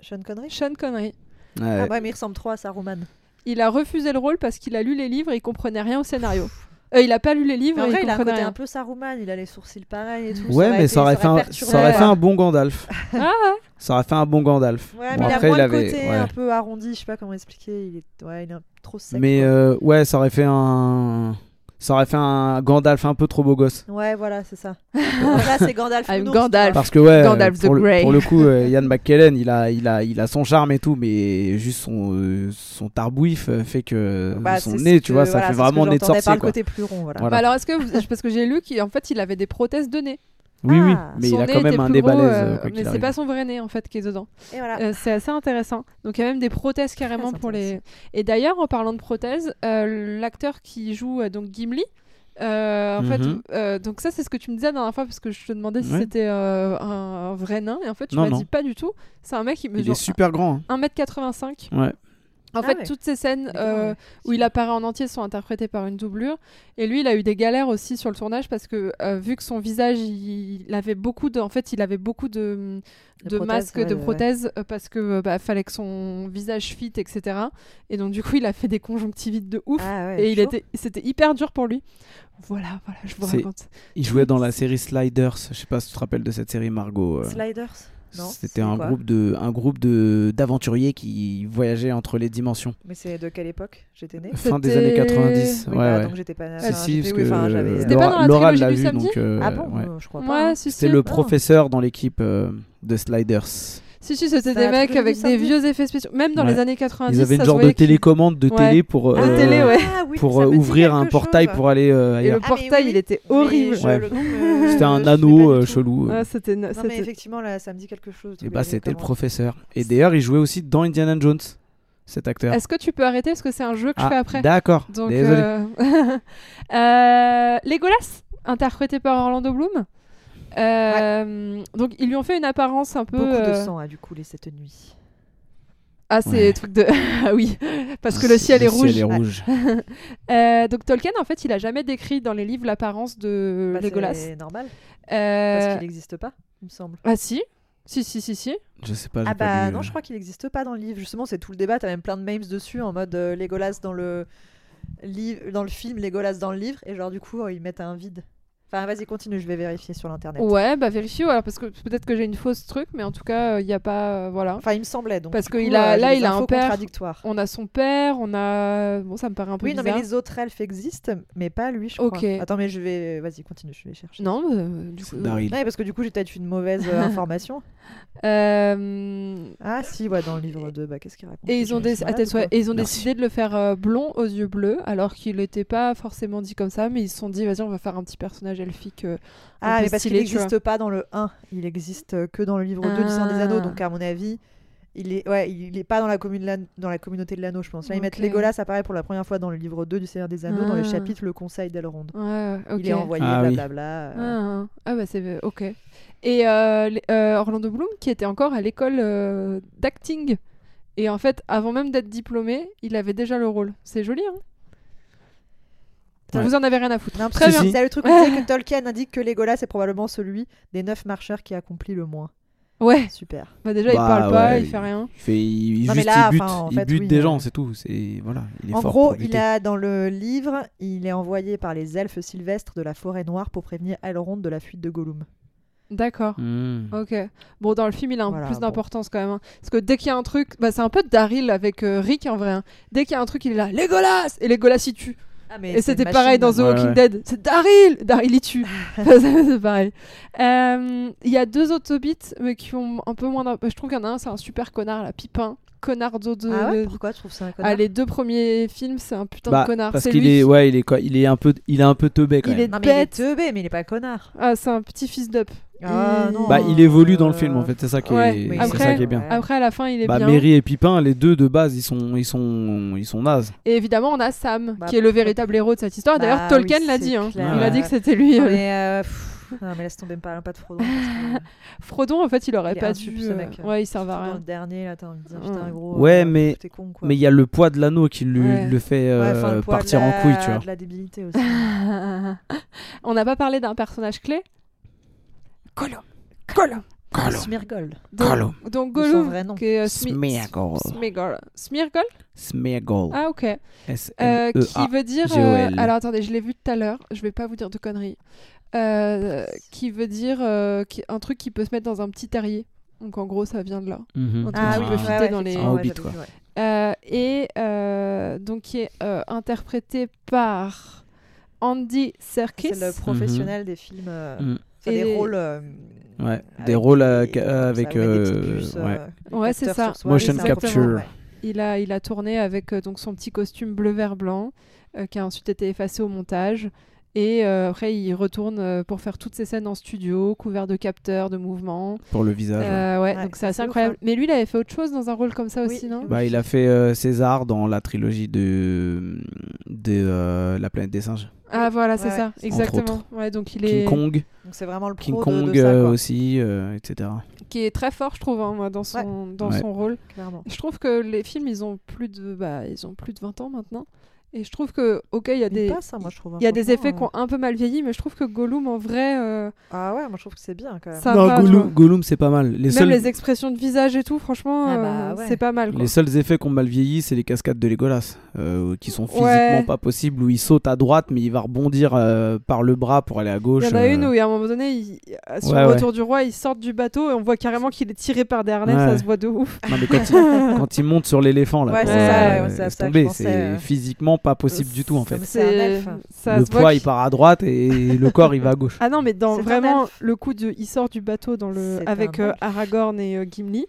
Sean Connery.
Sean Connery.
Ouais.
Ah bah, mais il ressemble trop à Saruman.
Il a refusé le rôle parce qu'il a lu les livres et il comprenait rien au scénario. Euh, il a pas lu les livres
Mais en
et
vrai,
il
il a un
comprenait
côté
rien.
un peu Saruman. Il a les sourcils pareils et tout.
Ouais, mais
été-
ça aurait fait un,
perturbé,
ça aurait
quoi.
fait un bon Gandalf.
Ah
Ça aurait fait un bon Gandalf.
Ouais,
Bon,
mais
après,
il a moins
il
le
avait-
côté euh,
ouais.
un peu arrondi, je sais pas comment expliquer. Il est, ouais, il est un- trop sec.
Mais
quoi.
euh, ouais, ça aurait fait un. Ça aurait fait un Gandalf un peu trop beau gosse.
Ouais, voilà, c'est ça. Là, c'est Gandalf.
I'm
nounours,
Gandalf.
Parce que ouais, euh,
Gandalf
pour,
the
le,
Grey.
pour le coup, euh, Ian McKellen, il a, il, a, il a son charme et tout, mais juste son, euh, son tarbouif euh, fait que
quoi. Bah,
son
c'est ce
nez, tu
que-
vois, ça
voilà,
fait
c'est ce que
vraiment nez de
j'entendais
sorcier.
par le
quoi.
côté plus rond, voilà.
Voilà.
Bah alors est-ce que vous- parce que j'ai lu qu'en fait il avait des prothèses de nez.
Oui, oui,
Ah.
mais
Son
il a
nez
quand même
était
un
plus
nez
gros,
balèze.
euh,
euh, quoi
mais
qu'il
c'est
arrive.
pas son vrai nez en fait qui est dedans.
Et voilà.
Euh, c'est assez intéressant. Donc il y a même des prothèses carrément
Très
pour les. Et d'ailleurs en parlant de prothèses, euh, l'acteur qui joue euh, donc Gimli. euh, en
Mhm.
fait, euh, donc ça c'est ce que tu me disais la dernière fois parce que je te demandais si
Ouais.
c'était euh, un vrai nain et en fait tu
Non,
m'as
non.
dit pas du tout. C'est un mec qui
Il est
mesure
super grand. hein.
1m85.
Ouais.
En
Ah
fait
ouais.
toutes ces scènes
Il est
euh,
grand, ouais.
où il apparaît en entier sont interprétés par une doublure. Et lui, il a eu des galères aussi sur le tournage parce que euh, vu que son visage, il, il avait beaucoup de, en fait, il avait beaucoup de,
De
de
prothèses,
masques,
ouais,
de
ouais, ouais.
prothèses euh, parce que euh, bah, fallait que son visage fit, etc. Et donc du coup, il a fait des conjonctivites de ouf.
Ah ouais,
et il
chaud.
était, c'était hyper dur pour lui. Voilà, voilà, je vous
C'est-
raconte.
Il jouait dans la série Sliders. Je sais pas si tu te rappelles de cette série, Margot. euh.
Sliders. Non.
C'était un
quoi
groupe de un groupe de d'aventuriers qui voyageaient entre les dimensions.
Mais c'est de quelle époque J'étais née.
Fin des
C'était-
années 90.
Oui,
ouais,
bah,
ouais.
donc j'étais pas née.
Si,
Enfin,
si,
j'étais-
parce
oui, enfin,
que
j'avais-
euh,
C'était pas dans la
Laura
trilogie
l'a
du
vu,
samedi
donc euh,
Ah bon
ouais.
Euh, Je crois pas.
Moi,
hein.
si, si.
C'est le
Non.
professeur dans l'équipe euh, de Sliders.
Si, si, c'était
C'était
des
la
mecs
trilogie
avec
du
des
samedi.
vieux effets spéciaux. Même dans
Ouais.
les années 90,
Ils avaient une
ça se
genre de
voyait qu'ils-
télécommande de
Ouais.
télé pour,
Ah,
euh,
télé, ouais.
Ah oui,
pour
ça
euh,
me dit
ouvrir un
quelque
portail
chose.
pour aller euh,
Et le
ailleurs.
Ah, mais
portail,
oui.
il était
Mais
horrible.
je-
Ouais.
le nom, euh,
C'était
je
un
sais
anneau
pas du
euh,
tout.
chelou. euh.
Ah, c'était, no-
Non, mais
c'était-
effectivement, là, ça me dit quelque chose.
et bah c'était le
professeur.
professeur. Et d'ailleurs il jouait aussi dans Indiana Jones, cet acteur.
Est-ce que tu peux arrêter parce que c'est un jeu que je
Ah,
fais après
D'accord.
Donc,
Désolé.
euh, euh, Legolas, interprété par Orlando Bloom. Euh, Donc ils lui ont fait une apparence un peu.
Beaucoup de hein,
euh,
sang a dû couler cette nuit.
Ah, c'est
Ouais.
truc de. ah oui, parce que le ciel est rouge.
ciel
ouais.
Euh, donc Tolkien, en fait, il a jamais décrit dans les livres l'apparence de
Bah,
Legolas.
C'est normal,
Euh,
parce qu'il n'existe pas, il me semble.
Ah si, si, si, si, si.
Je sais pas. j'ai
Ah
pas
bah
lu,
non,
euh.
je crois qu'il n'existe pas dans le livre. Justement, c'est tout le débat. T'as même plein de memes dessus en mode euh, Legolas dans le livre, dans le film, Legolas dans le livre, et genre du coup euh, ils mettent un vide. Enfin vas-y continue, je vais vérifier sur l'internet.
Ouais, bah vérifie, ouais, parce que peut-être que j'ai une fausse truc, mais en tout cas, il n'y a pas, euh, voilà.
Enfin il me semblait donc.
Parce
du
que
coup,
il a-
j'ai
là,
des
il a un
infos
père.
contradictoires.
On a son père, on a, bon, ça me paraît un peu
Oui non mais
bizarre.
les autres elfes existent, mais pas lui je
Ok.
crois. Attends mais je vais, vas-y continue, je vais chercher.
Non, mais, euh, du coup.
C'est Daryl.
Ouais, parce que du coup j'ai peut-être une mauvaise euh, information.
Euh,
Ah si ouais dans le livre 2, bah qu'est-ce qu'il raconte
Et ils ont,
Ils
déc-
sont
ah,
malades ou
t'as- ouais,
quoi
et ils ont
Merci.
décidé de le faire euh, blond aux yeux bleus, alors qu'il n'était pas forcément dit comme ça, mais ils se sont dit, vas-y, on va faire un petit personnage elfique. euh, un
Ah,
peu
mais parce qu'il
stylé, tu vois.
n'existe pas dans le 1. Il existe euh, que dans le livre 2 du Seigneur des Anneaux.
Ah.
Donc, à mon avis, il est, ouais, il est pas dans la, commune de l'an- dans la communauté de l'anneau, je pense. Là, ils mettent
Ok.
Legolas apparaît pour la première fois dans le livre 2 du Seigneur des Anneaux, dans le
Ah.
chapitre Le Conseil d'Elrond.
Ouais, ok.
Il est envoyé,
Ah oui.
blablabla.
Ah,
euh.
ah, ah, bah c'est ok. Et euh, les- euh, Orlando Bloom qui était encore à l'école euh, d'acting. Et en fait, avant même d'être diplômé, il avait déjà le rôle. C'est joli, hein Putain,
Ouais.
Vous en avez rien à foutre.
Non, parce
Très
que
bien.
C'est le truc qu'on disait que Tolkien indique que Legolas est probablement celui des neuf marcheurs qui accomplit le moins.
Ouais,
Super.
bah déjà, il
Bah,
parle pas,
ouais,
il fait rien.
Il fait, il, il
Non, mais
juste
là,
il bute,
enfin, en
il
fait,
bute
oui,
des
euh,
gens, c'est tout. C'est voilà, il est
En
fort
gros,
pour
il
buter.
a dans le livre, il est envoyé par les elfes sylvestres de la forêt noire pour prévenir Elrond de la fuite de Gollum.
D'accord.
Hmm.
Ok. Bon, dans le film, il a un peu
Voilà,
plus
bon.
d'importance quand même. hein. Parce que dès qu'il y a un truc, bah, c'est un peu Daryl avec euh, Rick en vrai. hein. Dès qu'il y a un truc, il est là, Legolas Et Legolas, il tue.
Ah, mais
Et
c'est une
c'était pareil
machine.
dans The
Ouais,
Walking
ouais.
Dead. C'est Daryl Daryl, il tue. c'est pareil. Euh, Il y a deux autres Hobbits, mais qui ont un peu moins. d'im- bah, Je trouve qu'il y en a un, c'est un super connard, la Pipin. Connard de. de-
Ah ouais,
de-
pourquoi tu trouves ça un
Ah,
connard
les deux premiers films, c'est un putain
Bah,
de connard.
Parce
C'est
qu'il
lui.
est, ouais, il est, quoi- il est un peu, il est un peu teubé quand
Il
même.
est-
Non, mais
bête.
il est teubé, mais il est pas connard.
Ah, c'est un petit fils d'up.
Ah,
Et-
non.
Bah, il évolue dans le
Euh,
film en fait, c'est ça qui
ouais,
est,
mais
c'est ça
après-
qui est bien.
Ouais.
Après, à la fin, il est
Bah,
bien.
Mary et Pipin, les deux de base, ils sont, ils sont, ils sont nazes.
Et évidemment, on a Sam,
Bah,
qui est le véritable héros de cette histoire. D'ailleurs,
Bah
Tolkien
oui,
l'a
c'est
dit. hein.
clair.
Il a dit
Ouais.
que c'était lui.
Non,
euh,
mais, euh, pff, non, mais laisse tomber, me parle pas de Frodon. parce que
Frodon, en fait, il aurait
Il est
pas
insup,
dû.
ce
euh,
mec. hein.
Ouais, il sert à
dans le
rien.
dernier, là, t'as envie de dire,
Mm.
putain, gros.
Ouais,
euh,
mais-
T'es con, quoi.
Mais il y a le poids de l'anneau qui lui
Ouais.
le fait euh,
Ouais, enfin, le poids de
partir
la-
en couille, tu vois.
de la débilité aussi.
on n'a pas parlé d'un personnage clé. Gollum. Gollum.
Smirgol.
Donc,
Gollum.
donc
De son
Gollum,
vrai nom.
qui est euh, Smi-
Smeagol.
Smeagol. Smeagol
Smeagol.
Ah, ok.
S
Euh,
M E
qui
A.
veut dire. euh,
G-O-L.
alors attendez, je l'ai vu tout à l'heure, je vais pas vous dire de conneries. Euh, qui veut dire euh, qui- un truc qui peut se mettre dans un petit terrier. Donc en gros, ça vient de là.
Mhm.
Ah oui,
ouais,
profiter
ouais,
dans les-
effectivement, ouais,
Hobbit,
j'avais
quoi.
vu, ouais.
Euh, et euh, donc qui est euh, interprété par Andy Serkis.
C'est le professionnel des films. euh,
Mhm.
Enfin, des
Mm. Et-
rôles. euh,
Ouais,
avec
des rôles, euh,
des-
ca-
comme ça,
avec,
ouais, des petites
euh,
puces, euh,
ouais.
des
Ouais, c'est
capteurs
ça.
sur soi,
Motion
exactement,
capture.
ouais.
Il a, il a tourné avec euh, donc son petit costume bleu vert blanc euh, qui a ensuite été effacé au montage. Et euh, après, il retourne euh, pour faire toutes ses scènes en studio, couvert de capteurs, de mouvements.
Pour le visage. ouais.
Euh, ouais,
Ouais,
donc c'est
ça,
assez
c'est ouf,
incroyable.
hein.
Mais lui, il avait fait autre chose dans un rôle comme ça
Oui.
aussi, non
Bah, il a fait euh, César dans la trilogie de, de euh, La planète des singes.
Ah voilà, c'est
Ouais,
ça, exactement. Ouais, donc il
King
est
Kong,
Donc c'est vraiment le pro
King
de-
Kong
de, ça,
euh,
quoi,
aussi, euh, etc.
qui est très fort, je trouve, hein, moi, dans son dans
Ouais.
son rôle.
clairement.
Je trouve que les films, ils ont plus de, bah, ils ont plus de 20 ans maintenant. Et je trouve que, ok, il y a
Il
des,
passe, hein, moi, je trouve, hein,
il y a des
franchement,
effets
euh,
qui ont un peu mal vieilli, mais je trouve que Gollum, en vrai, euh,
Ah ouais, moi je trouve que c'est bien quand même.
ça
non,
va. tu vois.
Gollum, Gollum, c'est pas mal. Les
Même
seuls,
les expressions de visage et tout, franchement,
Ah
euh,
bah ouais.
c'est pas mal. quoi.
les seuls effets qu'on mal vieilli, c'est les cascades de Legolas, euh, qui sont physiquement
Ouais.
pas possibles, où il saute à droite, mais il va rebondir euh, par le bras pour aller à
Il
gauche.
y en a
euh.
une où, à un moment donné, il- euh, sur
Ouais,
le
ouais.
retour du roi, ils sortent du bateau et on voit carrément qu'il est tiré par des harnais,
Ouais.
ça se voit de ouf.
Ah,
Non, mais quand, il, quand il monte sur l'éléphant, là,
Ouais,
pour,
c'est ça,
euh,
ouais, ouais, c'est à
laisse
ça que
tomber,
je pensais,
c'est
euh.
physiquement pas possible du tout, en fait.
Mais c'est un elfe.
ça
le
se voit
poids,
qu'il-
il part à droite et le corps, il va à gauche.
Ah non, mais dans
C'est un
vraiment
elfe.
le coup de il sort du bateau dans le
C'est
avec
un
euh,
elfe.
Aragorn et euh, Gimli.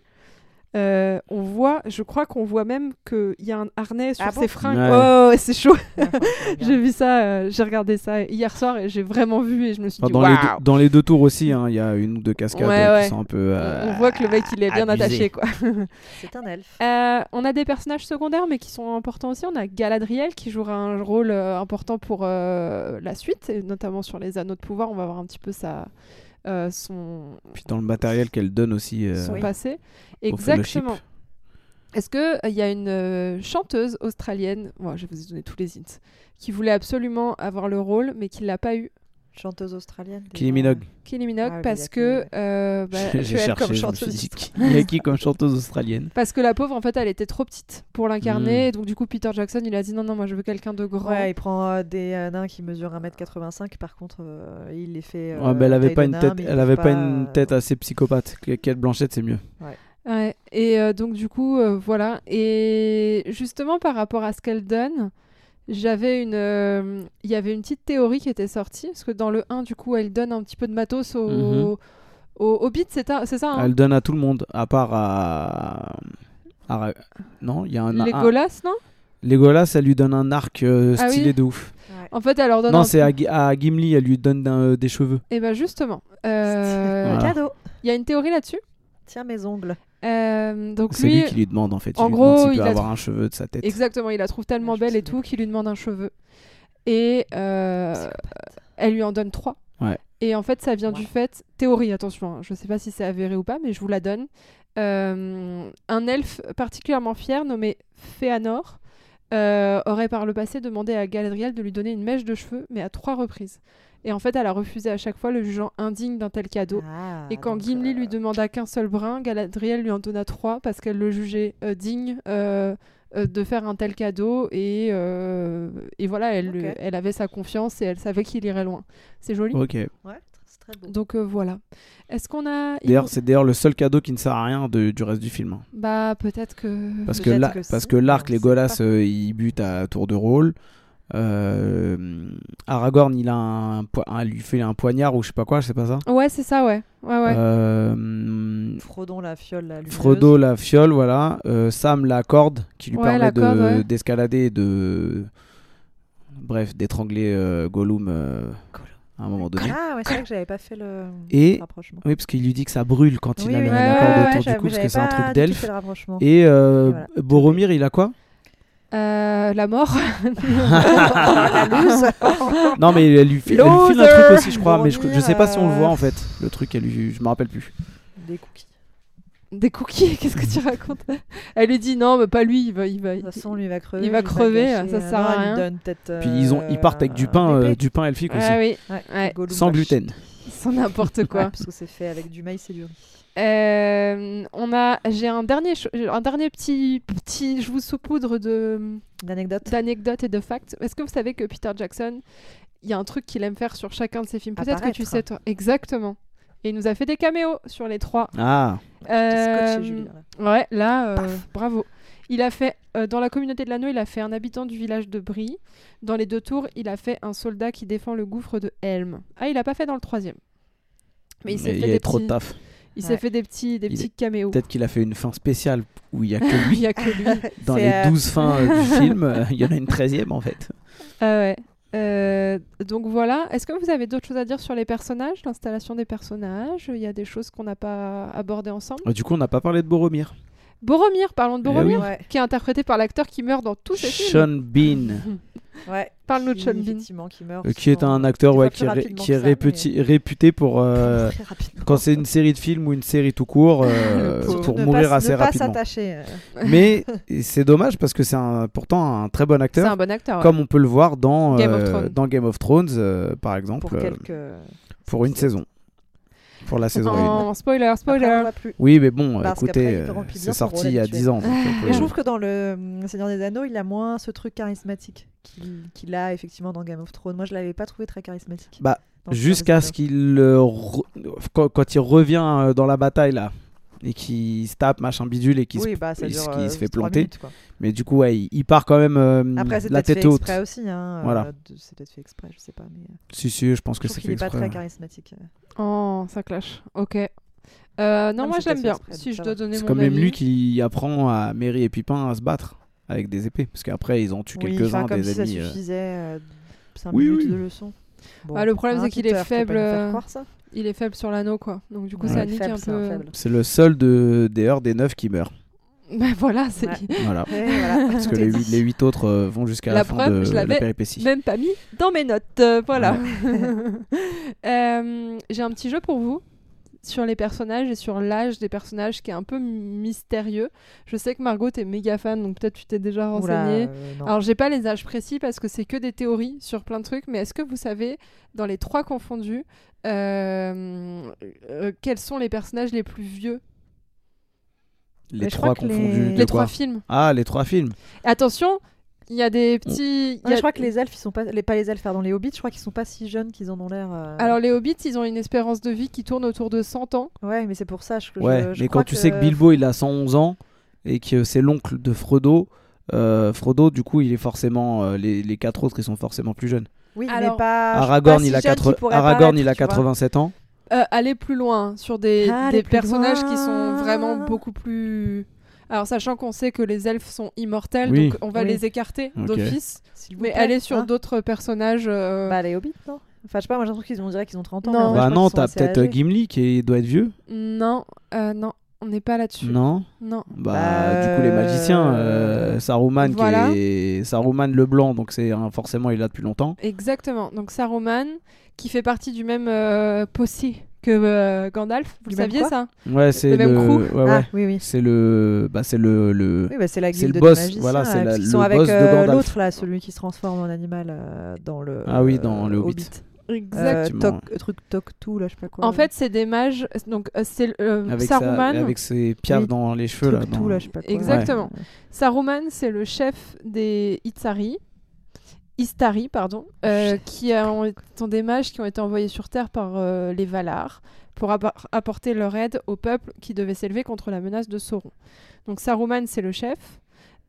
euh, on voit, je crois qu'on voit même qu'il y a un harnais sur
Ah
ses
bon
fringues.
Ouais.
Oh, ouais, c'est chaud.
Ouais, faut que je regarde.
j'ai vu ça, euh, j'ai regardé ça hier soir et j'ai vraiment vu et je me suis
Enfin,
dit
dans,
waouh.
les deux, dans les deux tours aussi, hein, il y a une ou deux cascades
Ouais,
euh,
ouais.
qui sont un peu. euh,
On voit que le mec il est bien
abusé.
attaché quoi.
C'est un elfe.
Euh, on a des personnages secondaires mais qui sont importants aussi. On a Galadriel qui jouera un rôle euh, important pour euh, la suite, et notamment sur les anneaux de pouvoir. On va voir un petit peu sa, euh, son,
Puis dans le matériel qu'elle donne aussi. euh,
son
au
passé.
fellowship.
Exactement. Est-ce qu'il il y a une euh, chanteuse australienne, moi je vous ai donné tous les hints, qui voulait absolument avoir le rôle mais qui l'a pas eu,
Chanteuse australienne. déjà.
Kylie Minogue.
Kylie Minogue,
Ah oui,
parce
il y a
que euh, bah,
J'ai
je l'aime
cherché,
comme
je me suis
chanteuse.
dit, qui- il y a qui comme chanteuse australienne
Parce que la pauvre, en fait, elle était trop petite pour l'incarner.
Mm.
Et donc, du coup, Peter Jackson, il a dit non, non, moi, je veux quelqu'un de grand.
Ouais, il prend euh, des euh, nains qui mesurent 1m85, par contre, euh, il les fait. euh,
Ouais, mais elle
en
avait
taille
pas
de
une
nain,
tête,
mais ils
elle avait
peuvent
pas une
euh,
tête assez psychopathe. Kate Blanchette, c'est mieux.
Ouais. Et euh, donc, du coup, euh, voilà. Et justement, par rapport à ce qu'elle donne, j'avais une. euh, Il y avait une petite théorie qui était sortie. Parce que dans le 1, du coup, elle donne un petit peu de matos au.
Mhm.
au Hobbit, c'est ta- c'est ça hein
Elle donne à tout le monde, à part à. à Ra- Non, il y a un. un-
Legolas, non
Legolas, elle lui donne un arc euh,
Ah oui.
stylé de ouf.
ouais.
En fait, elle leur donne.
non,
un-
c'est à, Gi- à Gimli, elle lui donne d'un- euh, des cheveux.
Et ben justement,
Un
euh, il
Voilà.
Cadeau.
y a une théorie là-dessus.
Tiens mes ongles.
Euh, donc
C'est lui qui lui demande en fait. Il
en
lui demande
gros,
s'il
il
peut
a
avoir un cheveu de sa tête.
Exactement, il la trouve tellement
Ouais, Ah, je me
belle et tout
souviens.
qu'il lui demande un cheveu. Et euh, elle lui en donne trois.
Ouais.
Et en fait, ça vient
Ouais.
du fait, théorie, attention, hein, je sais pas si c'est avéré ou pas, mais je vous la donne. Euh, un elfe particulièrement fier nommé Féanor euh, aurait par le passé demandé à Galadriel de lui donner une mèche de cheveux, mais à trois reprises. Et en fait, elle a refusé à chaque fois, le jugeant indigne d'un tel cadeau.
Ah,
Et quand
donc,
Gimli
euh,
lui demanda qu'un seul brin, Galadriel lui en donna trois parce qu'elle le jugeait euh, digne euh, euh, de faire un tel cadeau. Et, euh, et voilà, elle,
Ok.
elle avait sa confiance et elle savait qu'il irait loin. C'est joli.
Ok.
Ouais, c'est très beau.
Donc euh, voilà. Est-ce qu'on a.
D'ailleurs, c'est d'ailleurs le seul cadeau qui ne sert à rien de- du reste du film. hein.
Bah, peut-être que.
Parce que
Peut-être
là,
que si,
parce que
mais on
l'arc,
sait
Legolas,
pas.
euh, il bute à tour de rôle. Euh, Aragorn, il a un, po- un- lui fait un poignard ou je sais pas quoi, je sais pas ça.
Ouais, c'est ça, ouais. Ouais, ouais.
Euh,
Frodon la fiole la lumineuse.
Frodo la fiole, voilà. Euh, Sam la corde qui lui
Ouais,
permet
la
de-
corde, ouais.
d'escalader et de. Bref, d'étrangler euh, Gollum euh,
Gollum.
à un moment donné.
Ah ouais, c'est vrai que j'avais pas fait le
Et-
rapprochement.
Oui, parce qu'il lui dit que ça brûle quand il
Oui,
a
oui,
la,
oui,
la
oui,
corde
oui,
autour
j'avais-
du cou, parce que
j'avais
c'est un
pas du
truc
tout
d'elfe.
fait le rapprochement.
Et euh,
Voilà.
Boromir, il a quoi
Euh, la mort.
Oh, la loose.
Non, mais elle lui, fait- elle lui file un truc
Loser
aussi, je crois, mais je, je sais pas si on le voit
Boromir,
en fait. Le truc, elle lui, je me rappelle plus.
Des cookies.
Des cookies, qu'est-ce que tu racontes Elle lui dit non, mais pas lui, il va. Il va
De toute façon, lui il va euh, crever.
va crever, ça sert à rien.
Puis ils, ont, ils partent avec du pain, euh, du pain elfique aussi,
Ah oui,
Ouais.
ouais.
Gollum bah,
sans
va chier.
gluten.
sans n'importe quoi.
Ouais, parce que c'est fait avec du maïs et du riz.
Euh, on a, j'ai un dernier, cho- un dernier petit, petit, je vous saupoudre de
L'anecdote.
d'anecdotes et de facts. Est-ce que vous savez que Peter Jackson, il y a un truc qu'il aime faire sur chacun de ses films. Peut-être que tu
Apparaître.
sais toi. Exactement. Et il nous a fait des caméos sur les trois.
Ah,
Euh,
Scotch et Julien, là.
ouais, là, euh,
Paf.
bravo. Il a fait euh, dans la communauté de l'anneau, il a fait un habitant du village de Brie. Dans les deux tours, il a fait un soldat qui défend le gouffre de Helm. Ah, il a pas fait dans le troisième. Mais il s'est fait
y
des
a trop de
petits-
taf.
il s'est
Ouais.
fait des petits, des
Il est-
petits caméos.
Peut-être qu'il a fait une fin spéciale où il y a que
Il
lui.
n'y a que lui.
Dans
C'est,
les
euh,
12 fins euh, du film, euh, il y en a une 13 e en fait.
Ah ouais. Euh, donc voilà. Est-ce que vous avez d'autres choses à dire sur les personnages, l'installation des personnages Il y a des choses qu'on n'a pas abordées ensemble.
Euh, Du coup, on n'a pas parlé de Boromir.
Boromir, parlons de
Eh oui.
Boromir,
Ouais,
qui est interprété par l'acteur qui meurt dans tous ses films.
Sean Bean,
ouais.
Parle-nous de
Qui,
Sean Bean.
Effectivement, qui meurt.
euh, qui est
souvent.
un acteur
Des
ouais,
fois
qui
plus
est, ré-
rapidement
qui est
que ça, mais-
réputi- réputé pour. euh,
Très rapidement.
quand c'est une série de films ou une série tout court, euh,
Le pauvre.
pour
Ne
mourir
pas-
assez
ne
rapidement.
Pas s'attacher. euh.
Mais c'est dommage parce que c'est un- pourtant un très bon
C'est
acteur,
un bon acteur. ouais.
comme on peut le voir dans
Game
euh,
of Thrones.
dans Game of Thrones, euh, par exemple,
pour
euh,
quelques.
pour une saison. Pour la saison 1.
En Oh, spoiler,
Après,
spoiler.
on voit plus.
Oui, mais bon,
Parce
écoutez,
qu'après, il peut
euh,
remplir
c'est
son
sorti
rôle
il y a
habituel.
10 ans. donc euh, on peut-
Mais Ah, je trouve que dans le hum, Seigneur des Anneaux, il a moins ce truc charismatique qu'il qu'il a effectivement dans Game of Thrones. Moi, je l'avais pas trouvé très charismatique.
Bah,
dans le Seigneur
Jusqu'à
des
ce qu'il. euh, re- Quand, quand il revient euh, dans la bataille, là, et qu'il se tape, machin bidule, et qu'il
Anneaux.
se.
oui, bah, ça
il se-
dure,
qu'il
euh,
se fait
trois
planter.
minutes, quoi.
Mais du coup, ouais, il, il part quand même euh,
Après, c'est
la
peut-être
tête
fait
haute.
exprès aussi. Hein,
Voilà.
euh, de- c'est peut-être fait exprès, je sais pas. Mais euh,
Si, si, je pense que
je trouve
c'est
qu'il
fait
est pas
exprès. hein.
très
ouais.
charismatique. euh.
Oh, ça clash. Ok. Euh, non,
Non, mais
moi
c'est
je l'aime
peut-être
bien.
fait exprès,
Si
donc
je
ça
dois
va.
donner
C'est
mon
quand même
avis.
lui qui apprend à Merry et Pipin à se battre avec des épées. Parce qu'après, ils ont tué
Oui,
quelques-uns
enfin, comme
des
si
ennemis.
ça
euh.
suffisait. euh, cinq
Oui,
minutes
oui.
de leçon. Bon,
Ah, le problème,
hein,
c'est qu'il est
Peter, faut pas
faible,
nous faire
euh,
croire ça.
Il est faible sur l'anneau, quoi. Donc du coup,
Ouais.
ça
Ouais,
nique
faible,
un
c'est
peu.
faible.
C'est le seul de, des heures des neuf qui meurt.
Bah voilà, c'est
Ouais.
Voilà.
Et voilà.
Parce que les huit, les huit autres euh, vont jusqu'à la,
La
fin
preuve,
de
je
la
l'avais
péripétie.
même pas mis
Ah.
dans mes notes. euh, voilà. Euh, J'ai un petit jeu pour vous. sur les personnages et sur l'âge des personnages qui est un peu mystérieux. Je sais que Margot, t'es méga fan, donc peut-être tu t'es déjà renseignée.
euh,
Alors, j'ai pas les âges précis parce que c'est que des théories sur plein de trucs, mais est-ce que vous savez, dans les trois confondus, euh, euh, quels sont les personnages les plus vieux
Les
Mais je
trois
crois que les-
confondus. de
Les trois
quoi
films.
Ah, les trois films.
Attention, il y a des petits. il y a-
Mm. je crois que les elfes, ils sont pas, les, pas les elfes, pardon, les hobbits, je crois qu'ils sont pas si jeunes qu'ils en ont l'air. euh,
Alors, les hobbits, ils ont une espérance de vie qui tourne autour de 100 ans.
ouais, mais c'est pour ça. Je, je-
Ouais,
je
mais
crois
quand tu sais que Bilbo il a 111 ans et que c'est l'oncle de Frodo, euh, Frodo du coup il est forcément euh, les, les quatre autres ils sont forcément plus jeunes.
oui,
Alors-
mais pas. Ah, je sais
Aragorn
pas si
il a
jeune qu'il
quatre-
pourrait
Aragorn il a
paraître, tu vois.
87 ans.
Euh, aller plus loin sur des,
Ah,
des
aller plus
personnages qui
loin.
sont vraiment beaucoup plus. Alors, sachant qu'on sait que les elfes sont immortels,
Oui.
donc on va
Oui.
les écarter
Ok.
d'office.
S'il vous
Mais
plaît,
aller sur
hein.
d'autres personnages. euh,
Bah, les hobbits, non Enfin, je sais pas, moi j'ai l'impression qu'ils ont on dirait qu'ils ont 30 ans.
Non.
mais en vrai,
bah
je crois
non,
qu'ils sont
t'as
assez
peut-être
âgés.
euh, Gimli qui doit être vieux.
Non, euh, non, on n'est pas là-dessus.
Non.
Non.
Bah,
Bah,
du coup les magiciens euh,
euh,
Saruman
voilà.
qui est Saruman le blanc donc c'est hein, forcément il est là depuis longtemps.
Exactement. Donc, Saruman, qui fait partie du même euh, posse que euh, Gandalf. Vous
Du
le
même
saviez,
quoi
ça
Ouais, c'est
même
le
crew.
ouais,
Ah,
ouais.
oui, oui.
c'est le bah c'est le, le...
Oui, bah, c'est
C'est
la guilde
le
des
boss,
magiciens,
voilà, c'est
euh,
la-
puisqu'ils
le
sont avec
boss de
euh,
Gandalf.
l'autre là, celui qui se transforme en animal euh, dans le
Ah oui, dans le
euh,
Hobbit.
Exact.
Euh,
Exactement.
toc- truc toc tout là, je sais pas quoi.
En fait, c'est des mages. Donc, euh, c'est euh,
avec sa-
Saruman.
avec ses piafs
Oui,
dans les cheveux
truc
là. dans-
tout là, je sais pas quoi.
Exactement.
Ouais.
Saruman, c'est le chef des Itzari. Istari, pardon, euh,
Chef.
qui a- ont- sont des mages qui ont été envoyés sur Terre par euh, les Valar pour appar- apporter leur aide au peuple qui devait s'élever contre la menace de Sauron. Donc Saruman, c'est le chef.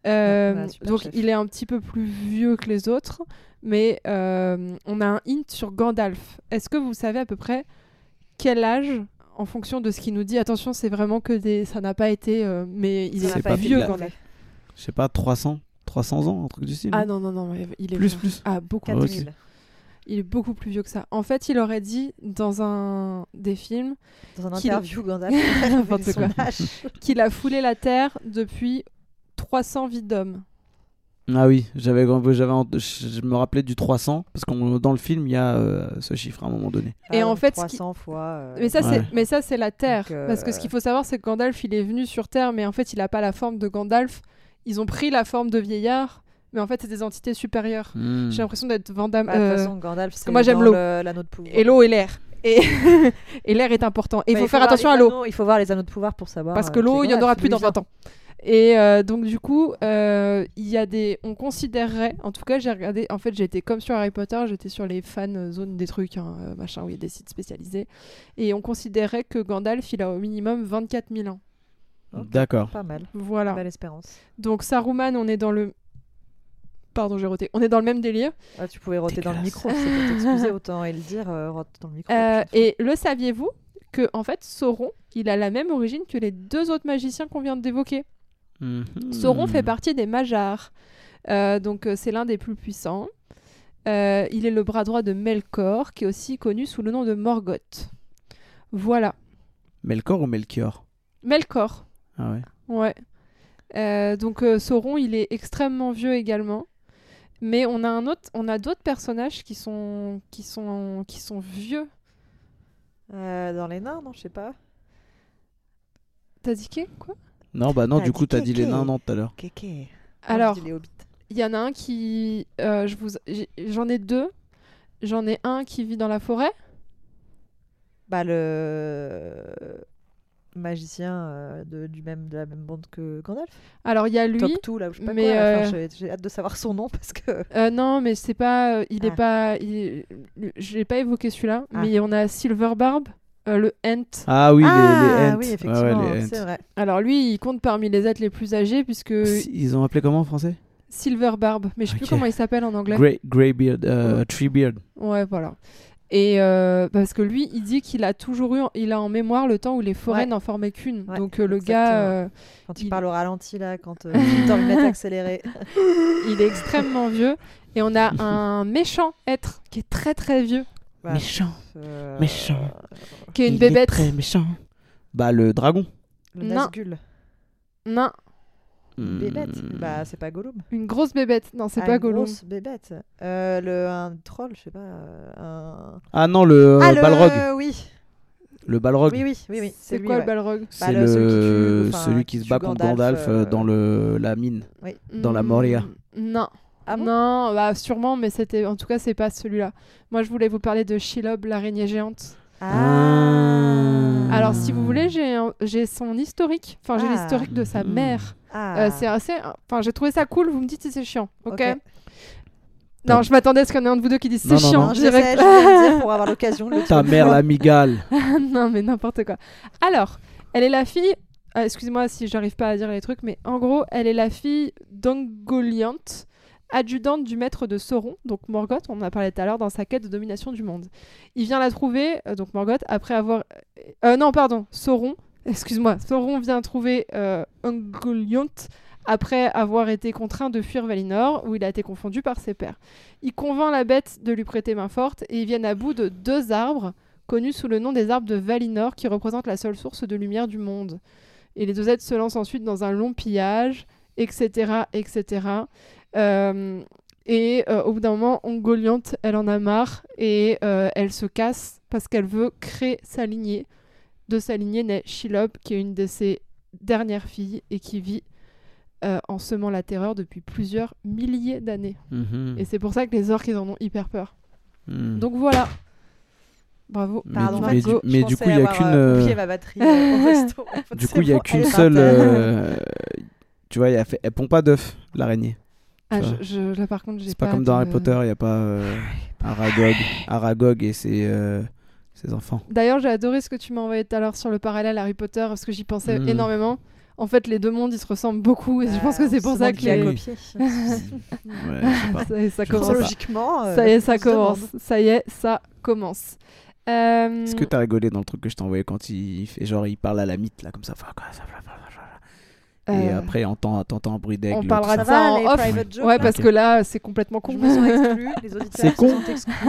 Euh,
Ouais, voilà, super
donc
chef.
il est un petit peu plus vieux que les autres, mais euh, on a un hint sur Gandalf. Est-ce que vous savez à peu près quel âge en fonction de ce qu'il nous dit, attention, c'est vraiment que des. Ça n'a pas été. euh, mais il
Ça
est,
n'a
C'est
pas
pas
été
vieux,
la-
Gandalf.
Je sais pas 300 300 ans un truc du style.
Ah non, non, non, mais il est
Plus,
vieux.
plus.
Ah, beaucoup
Ouais,
plus.
4000.
Il est beaucoup plus vieux que ça. En fait, il aurait dit dans un des films
Dans un
Qu'il-
interview Gandalf
N'importe
avec son
quoi.
âge.
qu'il a foulé la Terre depuis 300 vies d'hommes.
Ah oui, j'avais, j'avais, je me rappelais du 300 parce qu'on dans le film il y a euh, ce chiffre à un moment donné.
Et
Ah,
en
donc
fait, ce qui-
300 fois euh,
Mais ça, c'est
Ouais.
mais ça, c'est la Terre.
Donc, euh,
Parce que ce qu'il faut savoir, c'est que Gandalf, il est venu sur Terre, mais en fait, il n'a pas la forme de Gandalf. Ils ont pris la forme de vieillard, mais en fait, c'est des entités supérieures.
Hmm.
J'ai l'impression d'être Vandame.
Bah, de
euh,
toute façon, Gandalf, c'est
moi, j'aime
dans
l'eau.
le- l'anneau de pouvoir.
et l'eau et l'air. Et, et l'air est important. Et il
Bah,
faut faire
voir
attention
les
à l'eau.
anneaux- Il faut voir les anneaux de pouvoir pour savoir.
Parce
euh,
que
qui
l'eau,
est
il n'y en
Gandalf,
aura
d'où
plus
il
dans
vient.
20 ans. Et euh, donc, du coup, euh, il y a des. On considérerait. En tout cas, j'ai regardé. En fait, j'étais comme sur Harry Potter, j'étais sur les fan zones des trucs, hein, euh, machin, où il y a des sites spécialisés. Et on considérait que Gandalf, il a au minimum 24 000 ans.
Ok.
D'accord.
Pas mal.
Voilà.
Belle espérance.
Donc, Saruman, on est dans le. Pardon, j'ai roté. On est dans le même délire.
Ah, tu pouvais roter dans le
Dégueulasse.
micro, c'est pour t'excuser, autant et le dire, euh, rote dans le micro.
Euh,
puis-
et le saviez-vous que, en fait, Sauron, il a la même origine que les deux autres magiciens qu'on vient d'évoquer
Mhm.
Sauron fait partie des Magyars. Euh, donc, euh, c'est l'un des plus puissants. Euh, il est le bras droit de Melkor, qui est aussi connu sous le nom de Morgoth. Voilà.
Melkor ou Melchior
Melkor,
Ah ouais.
ouais. Euh, donc, euh, Sauron, il est extrêmement vieux également. Mais on a, un autre, on a d'autres personnages qui sont, qui, sont, qui sont vieux.
Euh, dans les nains, non, je sais pas.
T'as dit qui, quoi
Non bah non
T'as
du
dit
coup t'as dit les
Kéké.
nains non tout à l'heure.
Kéké.
Alors,
Il est hobbit.
Il y en a un qui. euh, je vous, j'ai- j'en ai deux. J'en ai un qui vit dans la forêt.
Bah, le magicien euh, de, du même, de la même bande que Gandalf.
Alors il y a lui.
Top 2, là, ou je sais pas
mais,
quoi. là. Enfin,
euh,
j'ai- J'ai hâte de savoir son nom parce que.
Euh, non, mais c'est pas. euh, Il est
Ah.
pas. il est- le- je l'ai pas évoqué celui-là.
Ah.
Mais on a Silverbarb, euh, le Ent.
Ah oui les, les
ah,
Ents.
oui,
Ouais,
effectivement,
ouais, les
c'est
Ents.
vrai.
Alors lui, il compte parmi les êtres les plus âgés puisque
Si- Ils ont appelé comment en français
Silverbarb. Mais je sais plus
Ok.
comment il s'appelle en anglais.
Grey Greybeard euh, Treebeard.
Ouais, voilà. Et euh, parce que lui, il dit qu'il a toujours eu, il a en mémoire le temps où les forêts
Ouais.
n'en formaient qu'une.
Ouais,
Donc euh, le gars,
exactement.
euh,
Quand il,
Il-
parle au ralenti, là, quand
Hmm.
euh, il est dans le mettre accéléré.
euh, il est extrêmement vieux. Et on a un méchant être qui est très très vieux,
Bah,
Méchant.
euh,
Méchant.
qui est une
Il est
bébête.
très méchant. Bah le dragon.
Le
Non.
Nazgûl.
Non,
Hmm.
Bébête. Bah, c'est pas Gollum.
une grosse bébête. Non, c'est
Ah,
pas
une
Gollum.
grosse bébête. Euh, le, un troll, je sais pas. euh, Un...
Ah non le euh,
ah, le...
Balrog.
Oui.
Le Balrog,
Oui, oui, oui, oui.
C'est
lui,
quoi
ouais.
le Balrog
c'est
le- celui qui
le-
tue- enfin,
celui
qui
qui se
tue
bat contre
Gandalf,
Gandalf, euh,
euh,
dans le, la mine. Dans la
Hmm,
Moria.
Non.
Ah bon
non, bah sûrement, mais c'était en tout cas c'est pas celui-là. Moi je voulais vous parler de Shelob, l'araignée géante.
Ah.
Alors si vous voulez, j'ai un- j'ai son historique. Enfin j'ai
Ah.
l'historique de sa
Mhm.
mère.
Ah.
Euh, c'est assez. Enfin j'ai trouvé ça cool. Vous me dites si c'est chiant, ok,
Ok.
Non, je m'attendais à ce qu'il y en ait un de vous deux qui dise
Non,
c'est
non,
chiant.
Non, je
direct.
sais, je voulais le dire pour avoir l'occasion. de le dire.
Ta mère, la migale.
non, mais n'importe quoi. Alors, elle est la fille. ah, Excusez-moi si j'arrive pas à dire les trucs, mais en gros, elle est la fille d'Angoliant, adjudante du maître de Sauron, donc Morgoth, on en a parlé tout à l'heure, dans sa quête de domination du monde. Il vient la trouver, euh, donc Morgoth, après avoir. euh, non, pardon, Sauron, excuse-moi, Sauron vient trouver euh, Ungoliant après avoir été contraint de fuir Valinor, où il a été confondu par ses pères. Il convainc la bête de lui prêter main forte et ils viennent à bout de deux arbres connus sous le nom des arbres de Valinor, qui représentent la seule source de lumière du monde. Et les deux êtres se lancent ensuite dans un long pillage, etc., etc. Euh, et euh, au bout d'un moment, Ongoliant, elle en a marre et euh, elle se casse parce qu'elle veut créer sa lignée. De sa lignée naît Shelob, qui est une de ses dernières filles et qui vit euh, en semant la terreur depuis plusieurs milliers d'années.
Mhm.
Et c'est pour ça que les orques, ils en ont hyper peur.
Mhm.
Donc voilà. Bravo.
Mais-
Pardon,
mais,
Margot,
du, mais
je
du coup,
pensais
il y a
avoir,
qu'une.
euh,
euh,
oublié ma batterie euh, au resto.
Du
C'est
coup, il n'y a
bon, elle
qu'une
est
seule.
partie.
euh, tu vois, il y a fait- elle pond pas d'œuf, l'araignée.
Ah,
Ça.
je, je- là, par contre, j'ai
C'est pas, comme dans
de-
Harry Potter, il n'y a pas euh, Aragog, Aragog et ses, euh, ses enfants.
D'ailleurs, j'ai adoré ce que tu m'as envoyé tout à l'heure sur le parallèle Harry Potter parce que j'y pensais
Mm.
énormément. En fait, les deux mondes, ils se ressemblent beaucoup et je
Bah,
pense que c'est
on
pour
se
ça
demande
que
qui a
les-
copié.
Ouais, je sais pas.
ça, y est, ça
Je pense
commence.
pas.
Chronologiquement, euh,
Ça y est,
on
ça
se demande.
commence. Ça y est, ça commence. Euh,
Est-ce que t'as rigolé dans le truc que je t'ai envoyé quand il fait genre il parle à la mythe là comme ça fa- quoi, ça, fa- fa- fa- fa- fa- Et
euh,
après entend- t'entends un bruit d'aigle.
on
tout
parlera
ça.
Ça
de ça
va,
en
les
off.
private jokes,
Ouais,
là
parce que là, c'est complètement con.
Je me sens exclue, les auditeurs
C'est
se
con.
sentent exclus.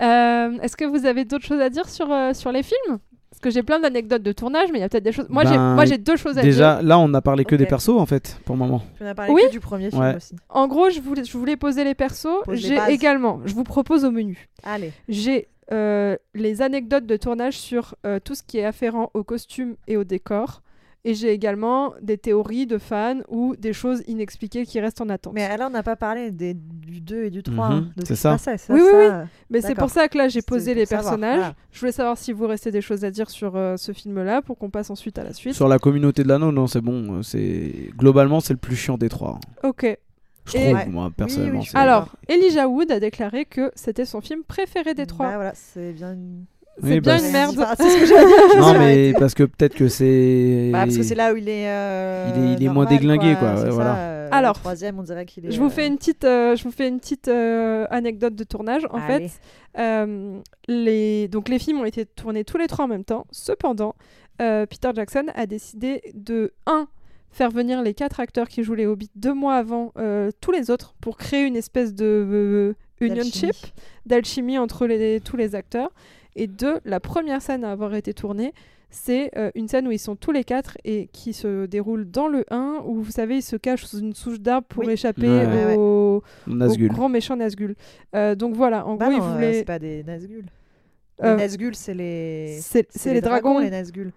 Euh, Est-ce que vous avez d'autres choses à dire sur, euh, sur les films Parce que j'ai plein d'anecdotes de tournage, mais il y a peut-être des choses. Moi, j'ai-
Ben,
moi, j'ai deux choses à dire.
Déjà, là, on a parlé que
Ok.
des persos en fait pour le moment.
Tu n'as parlé
Oui.
que du premier film
Ouais.
aussi.
En gros, je voulais, je voulais poser les persos.
Pose les
J'ai
bases.
également, je vous propose au menu,
Allez.
j'ai euh, les anecdotes de tournage sur euh, tout ce qui est afférent aux costumes et aux décors. Et j'ai également des théories de fans ou des choses inexpliquées qui restent en attente.
Mais alors, on n'a pas parlé des, du 2 et du 3,
Mhm,
de ce
c'est
qui se
ça.
passait. Ça,
Oui, oui,
ça,
oui.
euh,
Mais c'est
D'accord.
pour ça que là, j'ai
C'était
posé
pour
les
savoir,
personnages.
voilà.
Je voulais savoir si vous restez des choses à dire sur euh, ce film-là pour qu'on passe ensuite à la suite.
Sur la communauté de l'anneau, non, c'est bon. euh, C'est globalement c'est le plus chiant des trois. hein.
Ok.
Je
Et-
trouve
Ouais.
moi
oui,
personnellement.
je suis
c'est-
Alors, Elijah Wood a déclaré que c'était son film préféré des trois.
Bah, voilà, c'est bien une...
c'est
Oui,
bien
bah,
une merde.
Enfin, c'est ce que j'allais dire, je me
Non
suis
mais
arrêtée.
parce que peut-être que c'est.
Bah, parce que c'est là où il est. euh,
Il est- il est moins
normal,
déglingué, quoi,
c'est
ouais,
ça,
voilà.
euh,
Alors,
le troisième, on dirait qu'il est.
Je vous
euh,
fais une petite, euh, je vous fais une petite euh, anecdote de tournage. En
allez.
fait, euh, les, donc les films ont été tournés tous les trois en même temps. Cependant, euh, Peter Jackson a décidé de 1. faire venir les quatre acteurs qui jouent les Hobbits deux mois avant euh, tous les autres pour créer une espèce de euh, union
D'alchimie.
ship, d'alchimie entre les- tous les acteurs. Et deux, la première scène à avoir été tournée, c'est euh, une scène où ils sont tous les quatre et qui se déroule dans le 1, où vous savez, ils se cachent sous une souche d'arbre pour
Oui.
échapper
Ouais,
ouais.
au, au
Nazgul.
grand méchant Nazgul. Euh, donc voilà, en
Bah
gros,
non,
ils
euh,
voulaient.
c'est pas des Nazgul.
Euh,
les Nazgul, c'est les.
C'est c'est les, dragons,
les Nazgul.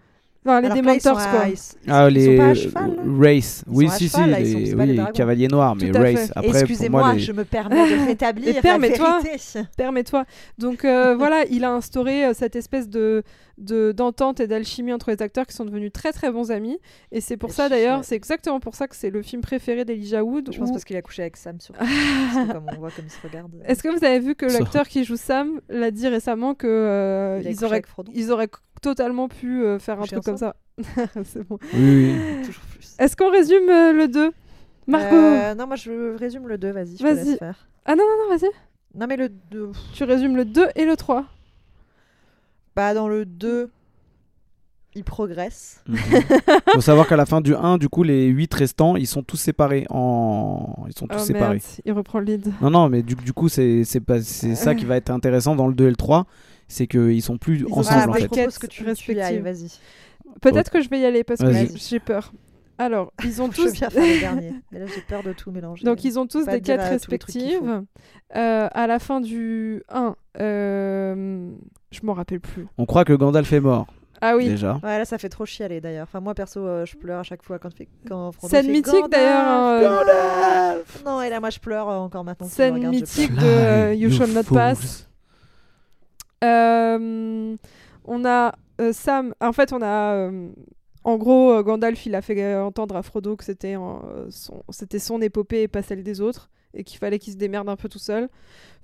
enfin, les
Alors que là, ils sont
Dementors,
à-
quoi.
ils s- ils
Ah
sont- ils
les euh,
sont pas à cheval, hein. là
race.
Ils
oui
sont à
si
cheval, là, ils
si
sont-
les
c'est pas les
oui,
dragons.
cavalier noir mais
Tout à
race.
fait.
Après pour
Excusez-moi,
moi les-
je me permets de rétablir la
permets-toi.
vérité.
Permets-toi. Donc euh, voilà, il a instauré euh, cette espèce de de- d'entente et d'alchimie entre les acteurs qui sont devenus très très bons amis. Et c'est pour ça
Alchimie,
d'ailleurs,
ouais.
c'est exactement pour ça que c'est le film préféré d'Elijah Wood.
Je pense
où-
parce qu'il a couché avec Sam surtout. parce que comme on voit comme il se regarde.
Est-ce que vous avez vu que
Ça.
l'acteur qui joue Sam l'a dit récemment que euh,
Il a
ils
couché
auraient
avec Frodon.
ils auraient totalement pu euh, faire un
Coucher
truc comme ça. c'est bon.
Oui, oui.
Toujours plus.
Est-ce qu'on résume euh, le 2 Margot,
Euh, non, moi je résume le 2, vas-y. je te
Vas-y. Ah
laisse faire.
non, vas-y.
Non, mais le 2.
Tu résumes le 2 et le 3.
Bah, dans le 2, il progresse.
Faut savoir qu'à la fin du 1, du coup, les 8 restants, ils sont tous séparés. En... Ils sont tous
oh
séparés.
merde, il reprend le lead.
Non, non, mais du, du coup, c'est c'est pas- c'est ça qui va être intéressant dans le 2 et le 3. C'est qu'ils sont plus
ont
ensemble
pas
en
moi, je
fait.
compris.
propose que tu, tu y ailles,
Respective.
vas-y.
Peut-être que je vais y aller parce que
Vas-y.
j- j'ai peur. Alors, ils ont
Je veux
tous
bien faire le dernier. Mais là, j'ai peur de tout mélanger.
Donc ils ont tous
pas
des
dire
quêtes
à tous les trucs qu'il faut.
respectives. Euh, à la fin du 1, euh, Je m'en rappelle plus.
On croit que Gandalf est mort
Ah oui.
déjà.
Ouais, là, ça fait trop chialer d'ailleurs. Enfin, moi, perso, euh, je pleure à chaque fois quand, fait- quand Frodo
Scène
fait
mythique d'ailleurs. hein, euh,
Gandalf Non, et là, moi, je pleure euh, encore maintenant. si je le
Scène
regarde, je pleure.
mythique de euh, You Shall Not Pass. Euh, on a euh, Sam. En fait, on a. euh, en gros, euh, Gandalf, il a fait euh, entendre à Frodo que c'était en- euh, son, c'était son épopée et pas celle des autres, et qu'il fallait qu'il se démerde un peu tout seul.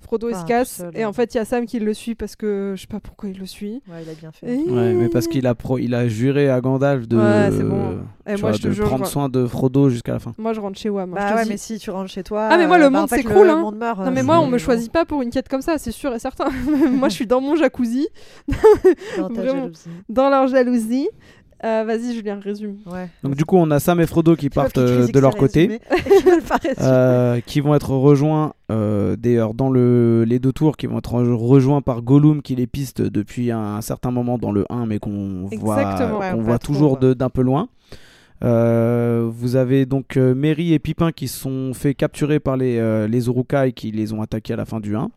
Frodo, il
Enfin,
se
tout
casse,
seul,
et en
ouais.
fait, il y a Sam qui le suit parce que je sais pas pourquoi il le suit.
Ouais, il a bien fait.
Et...
Ouais, mais parce qu'il a, pro- il a juré à Gandalf de,
Ouais, c'est bon.
tu
Et moi,
vois,
je te
de
jure,
prendre
moi-
soin de Frodo jusqu'à la fin.
moi, je rentre chez WAM. hein, je
Bah
te
ouais,
dis.
mais si tu rentres chez toi.
Ah, mais moi, le
euh, bah,
monde
en fait,
s'écroule,
le
hein.
monde meurt,
Non mais
euh,
moi on
c'est-
me choisit pas pour une quête comme ça, c'est sûr et certain. moi je suis dans mon jacuzzi,
Dans ta
Vraiment.
jalousie.
dans leur jalousie. Euh, Vas-y Julien, résume.
Ouais.
Donc du coup, on a Sam et Frodo qui
C'est pas
partent
parce qu'ils
euh, de
disent que
leur
c'est
côté,
résumé et qu'ils veulent pas résumer.
euh, qui vont être rejoints euh, d'ailleurs dans le, les deux tours, qui vont être re- rejoints par Gollum qui les piste depuis un, certain moment dans le 1, mais qu'on voit,
Exactement,
ouais,
qu'on
on
voit
voit trop,
toujours
quoi.
de- d'un peu loin. Euh, vous avez donc euh, Merry et Pipin qui se sont fait capturer par les, euh, les Urukai qui les ont attaqués à la fin du 1.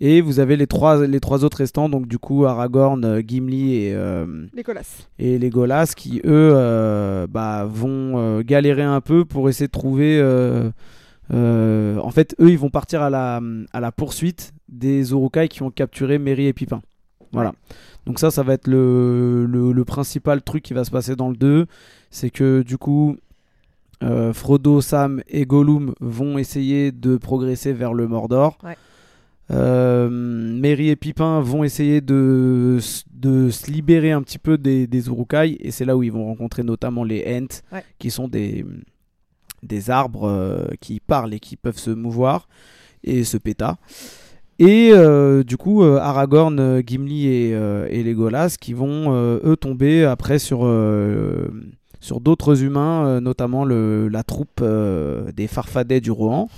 Et vous avez les trois, les trois autres restants, donc du coup Aragorn, euh, Gimli et, euh,
Nicolas.
et les Golas qui eux euh, bah, vont euh, galérer un peu pour essayer de trouver euh, euh, en fait eux ils vont partir à la, à la poursuite des Urukai qui ont capturé Merry et Pipin voilà donc ça ça va être le, le, le principal truc qui va se passer dans le 2 c'est que du coup euh, Frodo, Sam et Gollum vont essayer de progresser vers le Mordor.
Ouais.
Euh, Merry et Pipin vont essayer de, s- de se libérer un petit peu des, des Urukai et c'est là où ils vont rencontrer notamment les Ents
Ouais.
qui sont des, des arbres euh, qui parlent et qui peuvent se mouvoir et se péta. Et euh, du coup, euh, Aragorn, euh, Gimli et, euh, et Legolas qui vont euh, eux tomber après sur, euh, sur d'autres humains, euh, notamment le, la troupe euh, des Farfadets du Rohan.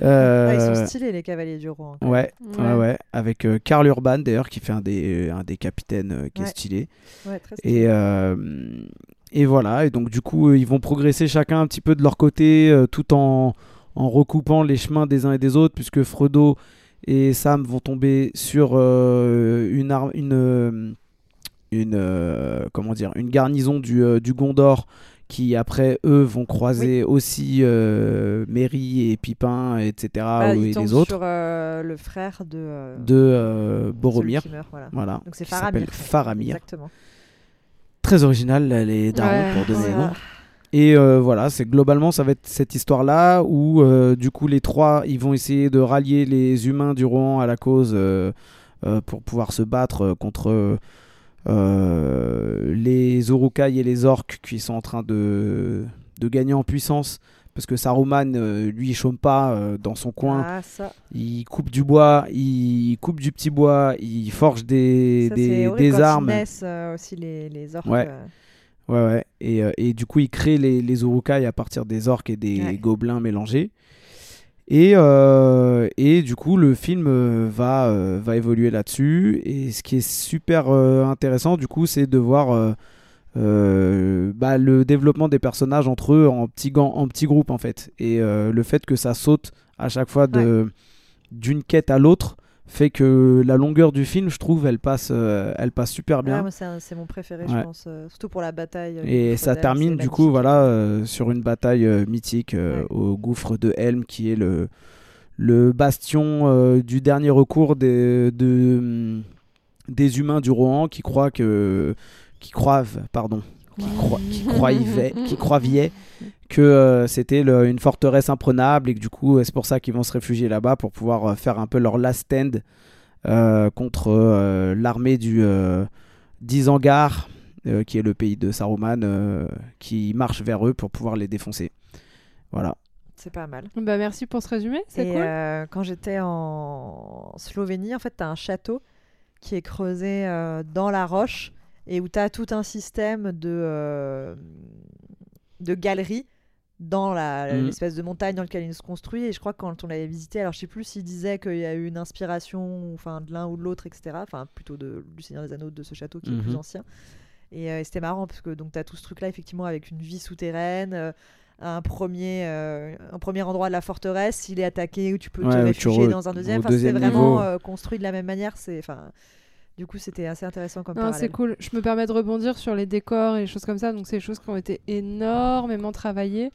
Ah, ils
Euh,
sont stylés, les cavaliers du roi.
ouais,
Ouais.
ouais, ouais, avec euh, Karl Urban d'ailleurs qui fait un des, un des capitaines euh, qui est
Ouais.
stylé.
Ouais, très stylés.
Et, euh, et voilà, et donc du coup, euh, ils vont progresser chacun un petit peu de leur côté, euh, tout en, en recoupant les chemins des uns et des autres, puisque Frodo et Sam vont tomber sur euh, une, ar- une, euh, une, euh, comment dire, une garnison du, euh, du Gondor, qui après eux vont croiser aussi euh, Merry et Pipin, etc.,
Bah,
ah et
ils tombent
les autres,
sur euh, le frère de, euh,
de euh,
celui
Boromir.
qui meurt, voilà.
Voilà,
Donc c'est
qui s'appelle
Faramir.
Faramir.
Exactement.
Très original, là, les darons,
Ouais,
pour donner les
Voilà.
noms. Et euh, voilà, c'est globalement ça va être cette histoire là où euh, du coup les trois ils vont essayer de rallier les humains du Rohan à la cause euh, euh, pour pouvoir se battre euh, contre euh, les Urukai et les orques qui sont en train de, de gagner en puissance parce que Saruman euh, lui il chôme pas euh, dans son coin,
Ah, ça.
il coupe du bois, il coupe du petit bois, il forge des,
Ça,
des-
c'est horrible
des
quand ils
armes.
naissent, euh, aussi les, les orques.
Ouais.
euh.
Ouais, ouais. Et, euh, et du coup, il crée les, les Urukai à partir des orques et des
Ouais.
gobelins mélangés. Et, euh, et du coup, le film euh, va, euh, va évoluer là-dessus. Et ce qui est super euh, intéressant, du coup, c'est de voir euh, euh, bah, le développement des personnages entre eux en petits, gants- en petits groupes, en fait. Et euh, le fait que ça saute à chaque fois de- d'une quête à l'autre fait que la longueur du film, je trouve, elle passe, euh, elle passe super bien.
Ouais, Ah, moi, c'est un- c'est mon préféré,
Ouais.
je pense. euh, surtout pour la bataille. euh,
Et
contre
ça
Frodel,
termine
c'est
du coup
magnifique.
voilà euh, sur une bataille euh, mythique euh,
Ouais.
au gouffre de Helm qui est le, le bastion euh, du dernier recours des, de, mm, des humains du Rohan qui croient que qui croivent pardon qui, croient qui croivaient- qui croyaient que euh, c'était le- une forteresse imprenable et que du coup euh, c'est pour ça qu'ils vont se réfugier là-bas pour pouvoir euh, faire un peu leur last stand euh, contre euh, l'armée du euh, d'Isangar, euh, qui est le pays de Saruman, euh, qui marche vers eux pour pouvoir les défoncer. Voilà.
C'est pas mal.
Bah merci pour ce résumé, c'est
Et
cool.
euh, quand j'étais en Slovénie, en fait, t'as un château qui est creusé euh, dans la roche et où t'as tout un système de, euh, de galeries dans la-
Mhm.
l'espèce de montagne dans laquelle il se construit. Et je crois que quand on l'avait visité, alors je sais plus s'il disait qu'il y a eu une inspiration enfin, de l'un ou de l'autre, etc. Enfin, plutôt de, du Seigneur des Anneaux, de ce château qui est le plus
Mhm.
ancien. Et euh, c'était marrant parce que donc as tout ce truc là effectivement avec une vie souterraine, euh, un premier, euh, un premier endroit de la forteresse. Il est attaqué où tu peux
Ouais,
te
où tu
réfugier
re-
dans un deuxième.
au
Enfin, c'est
deuxième
vraiment
niveau.
euh, construit de la même manière. C'est, enfin, du coup, c'était assez intéressant comme
Non, c'est
parallèle.
cool. Je me permets de rebondir sur les décors et les choses comme ça. Donc, c'est des choses qui ont été énormément travaillées.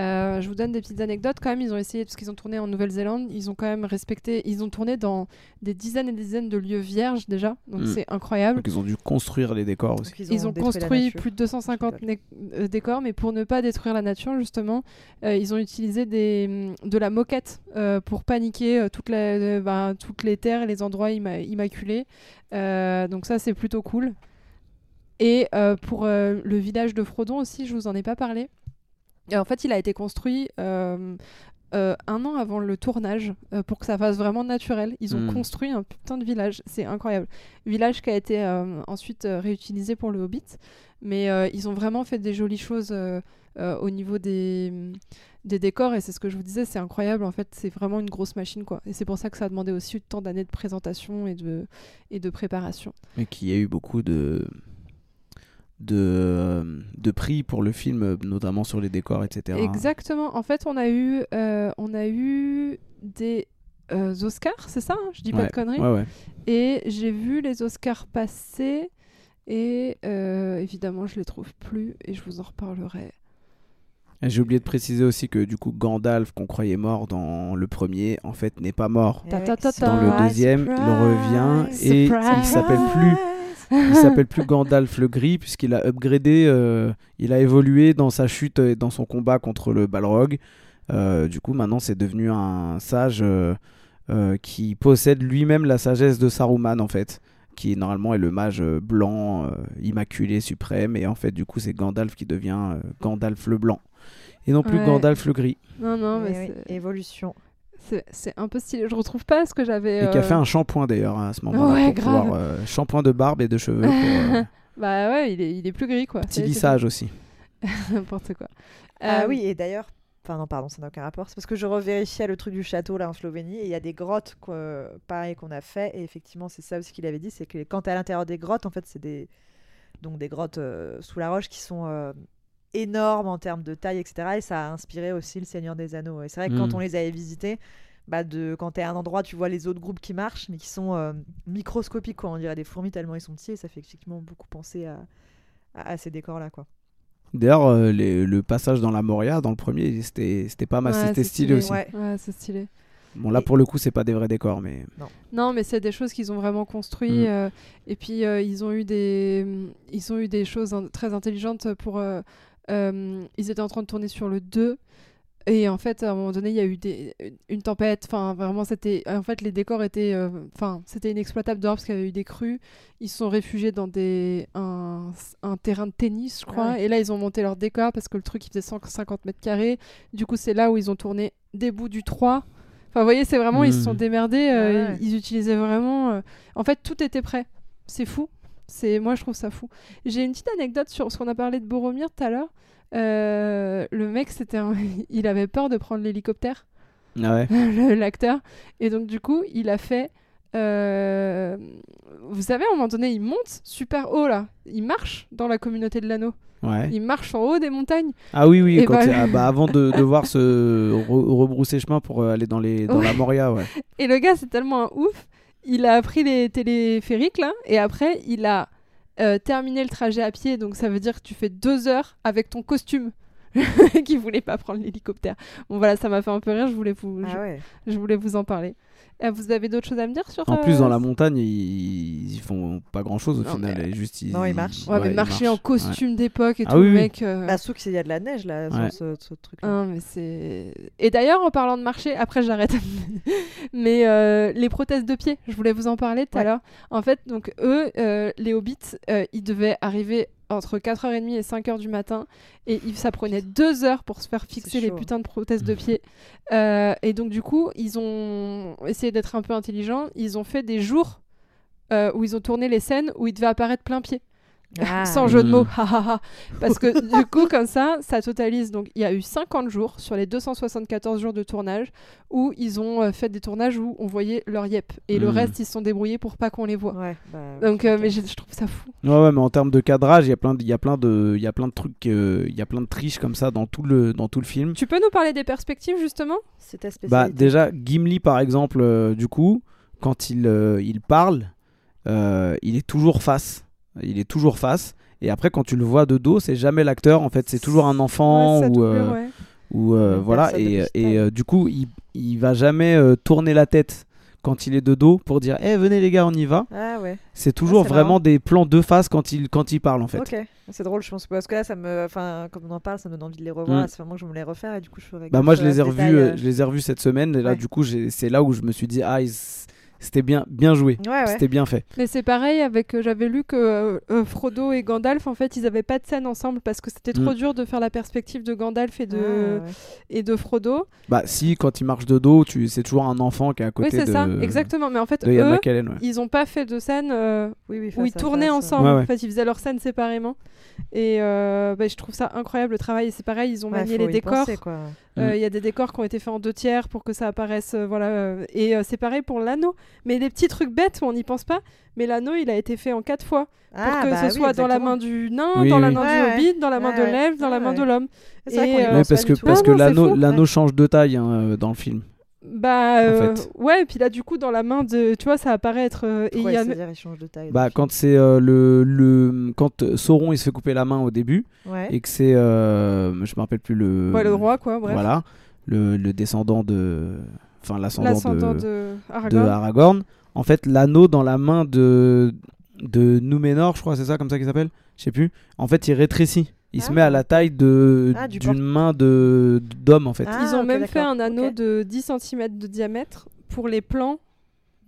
Euh, je vous donne des petites anecdotes quand même. Ils ont essayé, parce qu'ils ont tourné en Nouvelle-Zélande, ils ont quand même respecté. Ils ont tourné dans des dizaines et des dizaines de lieux vierges déjà. Donc,
Mm.
c'est incroyable.
Donc ils ont dû construire les décors aussi.
Donc,
Ils ont,
détruit la
construit
nature.
plus de 250 né- euh, décors, mais pour ne pas détruire la nature, justement, euh, ils ont utilisé des, mm, de la moquette euh, pour paniquer euh, toute la- euh, ben, toutes les terres et les endroits imma- immaculés. Euh, donc ça, c'est plutôt cool. Et euh, pour euh, le village de Frodon aussi, je vous en ai pas parlé. Et en fait, il a été construit euh, euh, un an avant le tournage euh, pour que ça fasse vraiment naturel. Ils ont
Mm.
construit un putain de village, c'est incroyable. Village qui a été euh, ensuite euh, réutilisé pour le Hobbit, mais euh, ils ont vraiment fait des jolies choses euh, euh, au niveau des, des décors et c'est ce que je vous disais, c'est incroyable en fait, c'est vraiment une grosse machine quoi. Et c'est pour ça que ça a demandé aussi tant d'années de présentation et de, et de préparation.
et qu'il y a eu beaucoup de de, euh, de prix pour le film, notamment sur les décors, etc.
Exactement. En fait, on a eu, euh, on a eu des euh, Oscars, c'est ça hein Je dis pas de conneries.
Ouais, ouais.
Et j'ai vu les Oscars passer. Et euh, évidemment, je les trouve plus. Et je vous en reparlerai.
Et J'ai oublié de préciser aussi que du coup Gandalf, qu'on croyait mort dans le premier, en fait n'est pas mort.
Eh
Ta
ouais,
ta ta
c'est
ta.
Dans le
Surprise,
deuxième, il revient et il
surprise.
s'appelle
Ah,
plus il s'appelle plus Gandalf le Gris puisqu'il a upgradé, euh, il a évolué dans sa chute et dans son combat contre le Balrog. Euh, du coup, maintenant, c'est devenu un sage euh, euh, qui possède lui-même la sagesse de Saruman, en fait, qui normalement est le mage euh, blanc, euh, immaculé, suprême. Et en fait, du coup, c'est Gandalf qui devient euh, Gandalf le Blanc. Et non plus
Ouais.
Gandalf le Gris.
Non, non, mais,
Eh oui, Évolution.
c'est- c'est c'est un peu stylé. Je retrouve pas ce que j'avais.
Et qui a
euh,
fait un shampoing d'ailleurs hein, à ce moment-là.
Ouais,
pour
grave.
pouvoir, euh, shampoing de barbe et de cheveux. Pour, euh,
Bah ouais, il est, il est plus gris quoi.
petit
C'est- c'est-
lissage aussi.
N'importe quoi.
Ah
Euh,
oui, et d'ailleurs, enfin non, pardon, ça n'a aucun rapport. C'est parce que je revérifiais le truc du château là en Slovénie et il y a des grottes, quoi, pareil qu'on a fait. Et effectivement, c'est ça aussi qu'il avait dit, c'est que quand t'es à l'intérieur des grottes, en fait, c'est des donc des grottes euh, sous la roche qui sont euh, énormes en termes de taille, etc. Et ça a inspiré aussi le Seigneur des Anneaux. Et c'est vrai que quand
Mm.
on les avait visités. Bah de, quand t'es à un endroit, tu vois les autres groupes qui marchent, mais qui sont euh, microscopiques, quoi. on dirait des fourmis tellement ils sont petits, et ça fait effectivement beaucoup penser à, à- à ces décors-là. quoi.
D'ailleurs, euh, les- le passage dans la Moria, dans le premier, c'était c'était pas mal,
Ouais,
Ah, c'était
c'est stylé.
stylé aussi.
Ouais.
Ouais, c'est stylé.
Bon, là, pour le coup, c'est pas des vrais décors, mais
Non, mais c'est des choses qu'ils ont vraiment construit.
Mm.
euh, et puis euh, ils ont eu des, hum, ils ont eu des choses in- très intelligentes pour. euh, euh, ils étaient en train de tourner sur le 2. Et en fait, à un moment donné, il y a eu des, une tempête. Enfin, vraiment, c'était. En fait, les décors étaient. euh, Enfin, c'était inexploitable dehors parce qu'il y avait eu des crues. Ils se sont réfugiés dans des un, un terrain de tennis, je crois.
ouais.
Et là, ils ont monté leur décor parce que le truc, il faisait 150 mètres carrés. Du coup, c'est là où ils ont tourné des bouts du 3. Enfin, vous voyez, c'est vraiment, ils se sont
Mm.
démerdés. euh,
Ouais, ouais.
ils, ils utilisaient vraiment. euh, En fait, tout était prêt. C'est fou. C'est moi, je trouve ça fou. J'ai une petite anecdote sur ce qu'on a parlé de Boromir tout à l'heure. Euh, le mec, c'était un- il avait peur de prendre l'hélicoptère,
Ah ouais.
le- l'acteur, et donc du coup, il a fait. euh, Vous savez, à un moment donné, il monte super haut là. Il marche dans la communauté de l'anneau.
ouais.
Il marche en haut des montagnes.
Ah oui, oui,
Et
quand
bah-
il- ah, bah, avant de devoir se re- rebrousser chemin pour euh, aller dans, les, dans la
Ouais.
Moria, ouais.
Et le gars, c'est tellement un ouf. Il a pris les téléphériques, là, et après, il a euh, terminé le trajet à pied. Donc, ça veut dire que tu fais deux heures avec ton costume. qui voulait pas prendre l'hélicoptère. Bon, voilà, ça m'a fait un peu rire. Je voulais vous, je,
Ah ouais.
je voulais vous en parler. Euh, vous avez d'autres choses à me dire sur.
En plus,
euh,
dans la montagne, ils, ils font pas grand chose au
Non,
final. et Juste, ils,
Non, ils marchent.
Ouais, mais marcher en
marchent.
costume d'époque et
Ah
tout,
oui,
le
oui.
mec. euh,
Bah, surtout qu'il y a de la neige là
Ouais.
sur ce, ce truc.
Ah, mais c'est. Et d'ailleurs, en parlant de marché, après j'arrête. mais euh, les prothèses de pied, je voulais vous en parler tout à
Ouais.
l'heure. En fait, donc eux, euh, les hobbits, euh, ils devaient arriver entre 4h30 et 5h du matin et ils- ça prenait 2 heures pour se faire fixer les
chaud, hein.
putains de prothèses de pied. Euh, et donc du coup, ils ont essayé d'être un peu intelligents, ils ont fait des jours euh, où ils ont tourné les scènes où ils devaient apparaître plein pied.
Ah,
Sans jeu de mots,
Hmm.
ha, ha, ha. parce que du coup, comme ça, ça totalise. Donc, il y a eu 50 jours sur les 274 jours de tournage où ils ont euh, fait des tournages où on voyait leur yep. Et le
Hmm.
reste, ils se sont débrouillés pour pas qu'on les voit.
Ouais, bah,
Donc, euh,
ok.
mais je, je trouve ça fou.
Ouais, ouais, mais en termes de cadrage, il y a plein de, il y a plein de, il y a plein de trucs, euh, il y a plein de triches comme ça dans tout le, dans tout le film.
Tu peux nous parler des perspectives, justement
c'est ta
Bah
spécialité.
déjà, Gimli par exemple, euh, du coup, quand il, euh, il parle, euh, il est toujours face, il est toujours face. Et après, quand tu le vois de dos, c'est jamais l'acteur. En fait, c'est toujours un enfant
Ouais, ça
ou,
double,
euh,
ouais.
ou euh,
Une
voilà.
personne
Et,
de
et,
cristal.
euh, du coup, il, il va jamais euh, tourner la tête quand il est de dos pour dire, eh venez les gars, on y va.
Ah ouais,
C'est toujours
c'est marrant.
vraiment des plans de face quand il, quand il parle en fait.
ok. C'est drôle, je pense. Parce que là, ça me... enfin, comme on en parle, ça me donne envie de les revoir.
Mm.
C'est vraiment que je me les refaire et du coup, je ferais
Bah
gaffe
moi je
à
les
ce
ai revus,
détail,
euh,
euh.
je les ai revus cette semaine et là
Ouais.
du coup j'ai- c'est là où je me suis dit ah ils- c'était bien bien joué,
Ouais, ouais.
c'était bien fait.
Mais c'est pareil avec. euh, J'avais lu que euh, euh, Frodo et Gandalf, en fait, ils avaient pas de scène ensemble parce que c'était trop
Mm.
dur de faire la perspective de Gandalf et
Ah,
de,
ouais.
et de Frodo.
Bah si quand il marche de dos, tu c'est toujours un enfant qui est à
Oui,
côté
c'est
de
ça, exactement. Mais en fait,
de Ian
eux,
McKellen. ouais.
ils ont pas fait de scène euh,
Oui, oui,
où ils
face à
tournaient
face, euh.
ensemble.
Ouais, ouais.
En fait, ils faisaient leurs scènes séparément. Et euh, bah, je trouve ça incroyable le travail. Et c'est pareil, ils ont
Ouais,
manié
faut
les
y
décors.
penser, quoi.
Euh, Il
Mm.
y a des décors qui ont été faits en deux tiers pour que ça apparaisse. euh, voilà. euh, Et euh, c'est pareil pour l'anneau. Mais les petits trucs bêtes, on n'y pense pas. Mais l'anneau, il a été fait en quatre fois. Pour
Ah,
que
bah
ce
oui,
soit dans la
exactement.
main du nain,
Oui,
dans la
oui.
main
Ouais, ouais.
du hobbit, dans la main
Ouais,
de
ouais.
l'elfe, dans la
Ouais,
main de
ouais.
l'homme.
C'est vrai
Et,
qu'on y
euh,
Ouais,
pense
parce
pas
que
du tout.
parce
Ah
que
non, c'est
l'anneau
fou.
l'anneau
Ouais.
change de taille hein, euh, dans le film.
Bah euh,
fait.
ouais, et puis là du coup dans la main de, tu vois, ça apparaît être. euh, et il
Ouais,
y a
c'est-à-dire, ils changent de taille.
Bah
donc.
quand c'est euh, le, le quand euh, Sauron il se fait couper la main au début
Ouais.
et que c'est euh, je me rappelle plus le
ouais, le roi quoi, bref.
Euh, voilà, le, le descendant de enfin
L'ascendant
l'ascendant
de,
de de
Aragorn.
Aragorn. En fait, l'anneau dans la main de, de Númenor, je crois, c'est ça comme ça qu'il s'appelle Je sais plus. En fait, il rétrécit. Il se
Ah.
met à la taille de
Ah, du
d'une
porte-
main de d'homme en fait.
Ah,
Ils ont
ok,
même fait
d'accord.
un anneau
Ok.
de 10 cm de diamètre pour les plans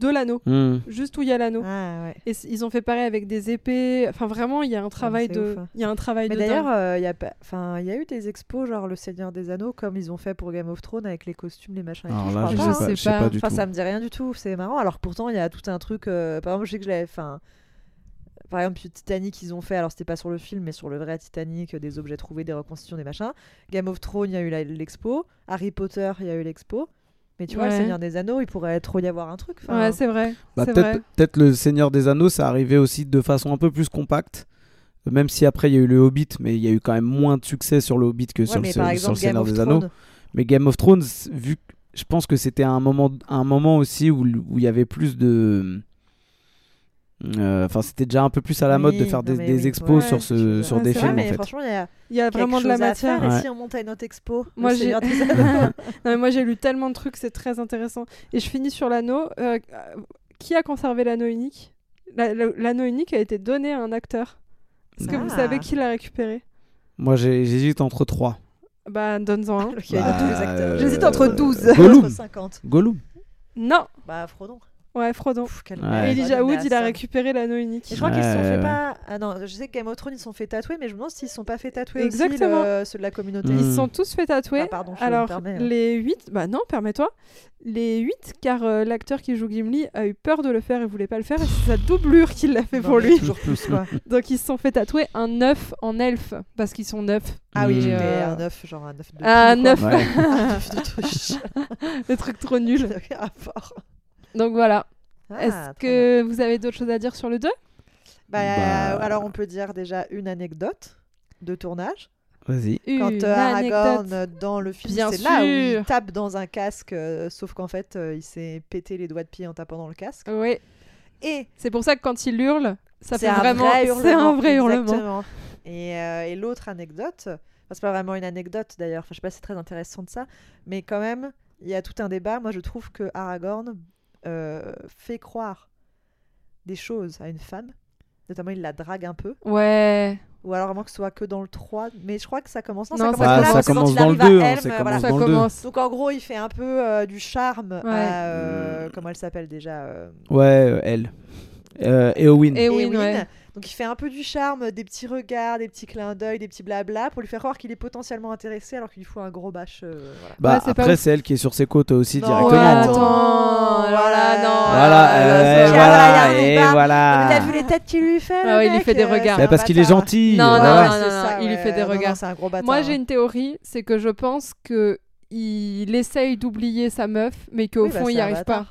de l'anneau,
Hmm.
juste où il y a l'anneau.
Ah, ouais.
Et c- ils ont fait pareil avec des épées. Enfin vraiment, il y a un travail
c'est
de,
ouf, hein.
il y a un travail
Mais
de.
d'ailleurs,
dingue.
euh, il y a pas- enfin, il y a eu des expos genre Le Seigneur des Anneaux, comme ils ont fait pour Game of Thrones avec les costumes, les machins. Et
Alors
tout,
là, je
je
sais
crois pas,
pas,
hein.
je sais
pas-
pas du
Enfin,
tout.
ça me dit rien du tout. C'est marrant. Alors pourtant, il y a tout un truc. euh, Par exemple, je sais que je l'avais. Enfin, par exemple, Titanic, ils ont fait. Alors c'était pas sur le film, mais sur le vrai Titanic, euh, des objets trouvés, des reconstitutions, des machins. Game of Thrones, il y a eu la- l'expo. Harry Potter, il y a eu l'expo. Mais tu vois, Le
Ouais.
Seigneur des Anneaux, il pourrait trop y avoir un truc. enfin,
Ouais, c'est vrai.
Bah,
c'est
peut-être
vrai.
peut-être le Seigneur des Anneaux, ça arrivait aussi de façon un peu plus compacte. Même si après il y a eu le Hobbit, mais il y a eu quand même moins de succès sur le Hobbit que
ouais,
sur, le,
mais
sur
par
le
exemple, Game
Seigneur
of
des Anneaux.
Thrones,
Mais Game of Thrones, vu que je pense que c'était un moment, un moment aussi où l- où il y avait plus de. euh, Enfin, c'était déjà un peu plus à la mode de
Oui,
faire
non,
des,
mais
des
oui,
expos
ouais,
sur,
je
ce,
suis
sur
Ouais,
des
c'est
films,
ouais,
en
mais
fait.
franchement, il y a
Il y a vraiment de la matière.
faire.
Et
Ouais.
si on montait une autre expo,
Moi,
Le
j'ai-
Seigneur des Anneaux.
Non, mais moi j'ai lu tellement de trucs, c'est très intéressant. Et je finis sur l'anneau. Euh, euh, qui a conservé l'anneau unique La- la- L'anneau unique a été donné à un acteur. Est-ce que vous
Ah.
savez qui l'a récupéré
Moi, j'ai- j'hésite entre trois.
Bah, donne-en un.
Il y a
Bah,
tous les acteurs.
euh,
J'hésite entre 12
Gollum.
entre 50.
Gollum.
Non
Bah, Frodon.
Ouais, Frodon.
Ouf, quel
Ouais.
merde.
Elijah
Oh,
Wood, il a
Nassim.
récupéré l'anneau unique.
Et je crois qu'ils se sont
Ouais, ouais.
fait pas. Ah non, je sais que Game of Thrones, ils se sont fait tatouer, mais je me demande s'ils se sont pas fait tatouer
Exactement.
aussi, le- ceux de la communauté.
Ils
Mm.
se sont tous fait tatouer.
Ah, pardon, je me
Alors,
permets, hein.
les 8, bah non, permets-toi. Les 8, car euh, l'acteur qui joue Gimli a eu peur de le faire et voulait pas le faire, et c'est sa doublure qui l'a fait
Non,
pour
mais
lui.
Toujours plus, quoi.
Donc, ils se sont fait tatouer un œuf en elfe, parce qu'ils sont neufs.
Ah oui,
Mm.
j'étais
euh,
un œuf, genre un œuf de.
Ah, Un
poule, quoi.
œuf.
Ouais.
Un œuf de truche.
Le truc trop nul.
Aucun rapport.
Donc voilà.
Ah,
Est-ce
très bien.
que vous avez d'autres choses à dire sur le 2
Bah,
Bah.
alors, on peut dire déjà une anecdote de tournage.
Vas-y.
Quand
Une
euh, Aragorn,
anecdote.
euh, dans le film,
Bien
c'est là où il
sûr.
tape dans un casque, euh, sauf qu'en fait, euh, il s'est pété les doigts de pied en tapant dans le casque.
Oui,
Et
c'est pour ça que quand il hurle, ça fait
c'est un
vraiment.
vrai
C'est un
hurlement.
vrai hurlement.
exactement. Et, euh, et l'autre anecdote, enfin, c'est pas vraiment une anecdote d'ailleurs, enfin, je sais pas si c'est très intéressant de ça, mais quand même, il y a tout un débat. Moi, je trouve que Aragorn euh, fait croire des choses à une femme, notamment il la drague un peu.
Ouais.
Ou alors vraiment que ce soit que dans le 3. Mais je crois que ça commence.
Non,
ça
ça
commence,
Bah,
là,
ça
c'est quand
commence
il
dans le
arrive à
2.
Helm,
ça
euh,
commence
voilà.
Ça
dans le
commence.
Donc en gros, il fait un peu euh, du charme à. euh,
Mm.
comment elle s'appelle déjà euh,
deux. Ouais, euh, elle. Euh, Eowyn.
Et
Éowyn.
Eh ouais.
Donc il fait un peu du charme, des petits regards, des petits clins d'œil, des petits blabla pour lui faire croire qu'il est potentiellement intéressé alors qu'il lui faut un gros bâche. euh, voilà.
Bah,
Ouais, c'est pas
après,
ouf.
c'est elle qui est sur ses côtes aussi
Non,
directement.
Ouais,
Exactement.
attends, voilà, non.
Voilà,
Ah,
euh,
ouais,
et
c'est- Ah,
voilà,
ouais,
et
il est pas-
voilà.
Mais T'as vu les têtes qu'il lui fait le
Ah ouais, il lui
mec,
fait des
euh,
regards.
c'est
Mais
un
parce qu'il est
bâtard.
gentil.
Non,
ouais,
non,
ouais.
non.
c'est ça,
il lui
ouais,
fait des
non, non,
regards.
C'est un gros bâtard.
Moi, j'ai
hein.
une théorie, c'est que je pense que il essaye d'oublier sa meuf, mais qu'au
Oui, bah,
fond, il
c'est
n'y
un
arrive pas.
bâtard.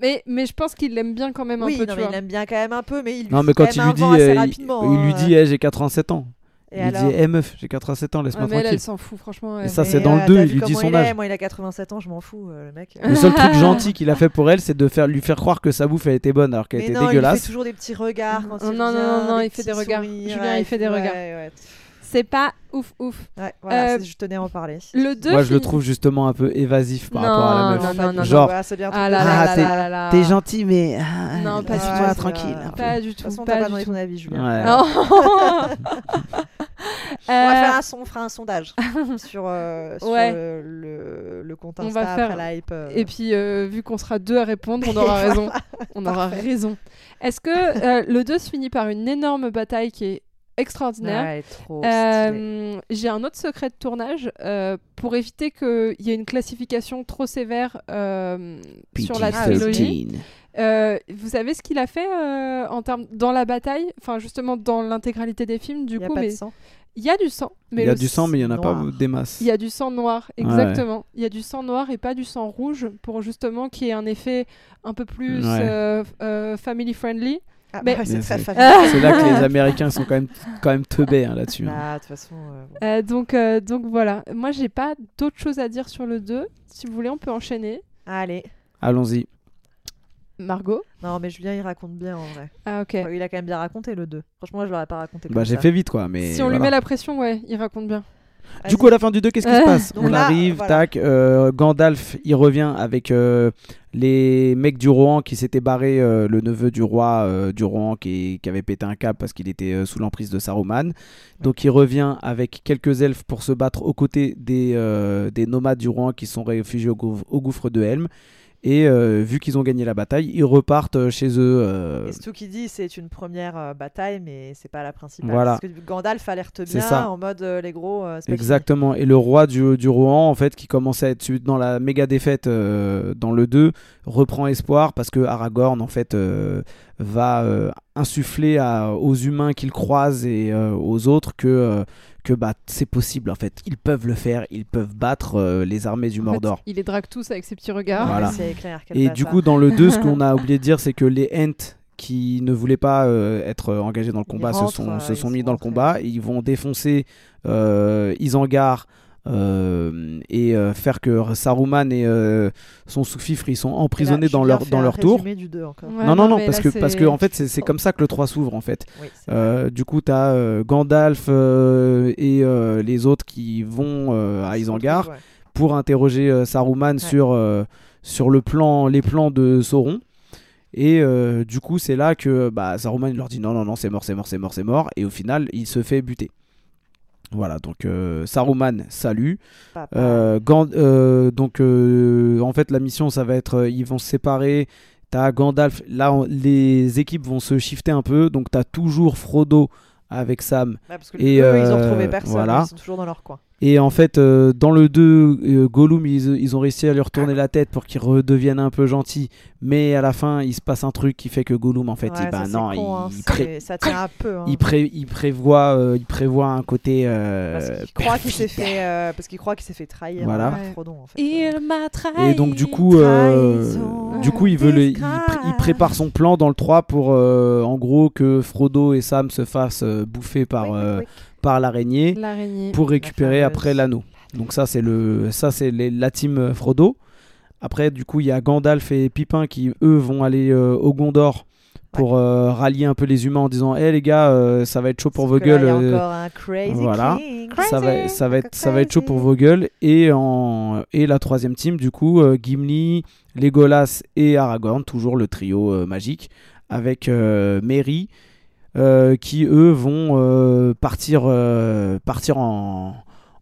Mais, mais je pense qu'il l'aime bien quand même
Oui,
un peu,
non,
tu
mais
vois.
il aime bien quand même un peu, mais il lui
Non, mais
fout
quand
quand
il
même
lui
un
dit,
vent assez
euh, il,
rapidement,
il lui
hein.
dit, Eh, j'ai 87 ans.
Et
il
alors
lui dit, eh meuf, j'ai 87 ans,
Ouais,
laisse-moi
mais elle, elle
tranquille.
s'en fout, franchement.
Et
elle.
ça,
Mais,
c'est dans le
euh,
2,
t'as
il
vu
lui dit
comment
son
il est
âge.
Moi, il a 87 ans, je m'en fous, euh, le mec.
Le seul truc gentil qu'il a fait pour elle, c'est de faire, lui faire croire que sa bouffe a été bonne alors qu'elle
Mais
était
non, Il lui fait
dégueulasse.
toujours des petits regards quand
Non,
il
non,
vient,
non, non,
des
il fait des
petits
regards.
sourires,
Julien, il fait des
ouais,
regards.
ouais,
C'est pas ouf, ouf.
ouais. Ouais, voilà,
Euh,
c'est- je tenais à en parler.
Le 2.
Moi, je le trouve justement un peu évasif par
Non,
rapport à Oh, la meuf.
non, non, non,
Genre,
Ouais, c'est bien.
Ah là
Ah,
là là
t'es-
là là là.
gentil, mais.
Non, pas du
laisse-moi
tout.
c'est ah, tranquille, un peu.
Pas du
De
tout.
toute façon, t'as
pas
pas
du
donné
tout.
ton avis, Julien.
Ouais.
Non.
On va
Euh,
faire un son, on fera un sondage sur, euh, sur
Ouais.
le, le, le compte
On
Insta
va faire-
après la hype. euh.
Et puis, euh, vu qu'on sera deux à répondre, on aura raison. On aura raison. Est-ce que euh, le 2 se finit par une énorme bataille qui est extraordinaire
Ouais, trop Oh, stylé.
Euh, J'ai un autre secret de tournage euh, pour éviter qu'il y ait une classification trop sévère euh, sur la
PG-13.
trilogie. Euh, vous savez ce qu'il a fait euh, en termes dans la bataille, enfin justement dans l'intégralité des films du
Il y a
coup,
pas de
mais
sang.
il y a du sang. Mais
Il y a
le
du sang, mais il n'y en a pas
noir.
des masses.
il y a du sang noir,
Ouais.
exactement. Il y a du sang noir et pas du sang rouge pour justement qu'il y ait un effet un peu plus
Ouais.
euh, euh, family friendly.
Ah,
Mais-
bah ouais, c'est
Bien
très
sûr.
familial.
C'est là que les Américains sont quand même, quand même teubés hein, là-dessus. hein.
Ah, de toute façon. euh, bon.
Euh, donc, euh, donc voilà. Moi, j'ai pas d'autre chose à dire sur le 2. Si vous voulez, on peut enchaîner.
Allez.
Bah,
Allons-y.
Margot.
Non, mais Julien, il raconte bien en vrai.
Ah, ok.
Il a quand même bien raconté le 2. Franchement, moi, je l'aurais pas raconté.
Bah,
comme
j'ai
ça.
fait vite, quoi. Mais
si on lui
voilà.
met la pression, ouais, il raconte bien.
Du coup, à la fin du 2, qu'est-ce qui se passe
Euh, Donc
On
là,
arrive,
voilà.
tac, euh, Gandalf, il revient avec euh, les mecs du Rohan qui s'étaient barrés, euh, le neveu du roi euh, du Rohan qui, qui avait pété un câble parce qu'il était euh, sous l'emprise de Saruman. Donc il revient avec quelques elfes pour se battre aux côtés des, euh, des nomades du Rohan qui sont réfugiés au gouffre, au gouffre de Helm. Et euh, vu qu'ils ont gagné la bataille, ils repartent euh, chez eux. euh,
Et c'est tout qui dit, c'est une première euh, bataille, mais c'est pas la principale.
Voilà.
Parce que Gandalf alerte
C'est
bien
ça.
en mode euh, les gros. euh, c'est pas
Exactement. Et le roi du, du Rohan, en fait, qui commençait à être su- dans la méga défaite euh, dans le 2, reprend espoir parce que Aragorn, en fait, euh, va euh, insuffler à- aux humains qu'il croise et euh, aux autres que, euh, que bah, c'est possible, en fait. Ils peuvent le faire, ils peuvent battre euh, les armées du
En fait,
Mordor.
il les drague tous avec ses petits
fini.
regards.
Ouais,
Voilà.
Ah, C'est clair. quel
Et du
bâtard.
coup, dans le 2, ce qu'on a oublié de dire, c'est que les Ents qui ne voulaient pas euh, être euh, engagés dans le
Ils
combat se
rentrent,
sont,
euh,
se
ils
sont
sont
mis dans le
rentrés.
combat. Ils vont défoncer euh, Isengard euh, et euh, faire que Saruman et euh, son sous-fifre ils sont
Et là,
emprisonnés
je
dans
viens
leur,
faire
dans
un
leur tour. Mm.
résumé du 2 encore.
Ouais,
non, non, non,
mais
parce
là,
que,
c'est-
parce que en fait, c'est c'est comme ça que le 3 s'ouvre en fait.
Oui, c'est vrai.
Euh, du coup, tu as Gandalf euh, et euh, les autres qui vont euh, à
Ils se
Isengard
retrouvent, ouais.
pour interroger euh, Saruman sur, euh, sur le plan, les plans de Sauron. Et euh, du coup, c'est là que bah, Saruman il leur dit non, non, non, c'est mort, c'est mort, c'est mort, c'est mort. Et au final, il se fait buter. Voilà, donc euh, Saruman salue.
Papa.
Euh, Gan- euh, donc, euh, en fait, la mission, ça va être euh, ils vont se séparer. T'as Gandalf. Là, on- les équipes vont se shifter un peu. Donc, t'as toujours Frodo avec Sam
Ouais, parce que
et,
eux, ils ont
euh,
retrouvé personne.
voilà.
Ils sont toujours dans leur coin.
et en fait, euh, dans le 2, euh, Gollum, ils, ils ont réussi à lui retourner la tête pour qu'il redevienne un peu gentil. Mais à la fin, il se passe un truc qui fait que Gollum, en fait,
Ouais,
il, bah
ça, c'est
non,
con, hein,
il,
c'est-
pré-
ça tient à peu. hein.
il, pré- il prévoit, euh, il prévoit un côté. euh,
Parce qu'il croit qu'il
perfide.
s'est fait, euh, parce qu'il croit qu'il s'est fait trahir
Voilà.
par
Ouais. euh,
Frodon en fait.
Il m'a trahi.
Et donc, du coup, euh,
Trahison,
du coup il, veut le- il,
disgrâce.
pr- il prépare son plan dans le 3 pour, euh, en gros, que Frodo et Sam se fassent euh, bouffer par,
Quick, quick,
euh,
quick.
par l'araignée.
L'araignée.
pour récupérer
fameuse.
après l'anneau. Donc ça c'est le ça c'est les- la team euh, Frodo. Après du coup il y a Gandalf et Pipin qui eux vont aller euh, au Gondor pour euh, rallier un peu les humains en disant "Eh les gars, euh, ça va être chaud pour
Sauf
vos
que là,
gueules."
il y a
euh,
encore un crazy
voilà.
king.
ça va, ça va être ça va être chaud pour
Crazy.
vos gueules et en et la troisième team du coup euh, Gimli, Legolas et Aragorn, toujours le trio euh, magique avec euh, Merry euh, qui eux vont euh, partir euh, partir en,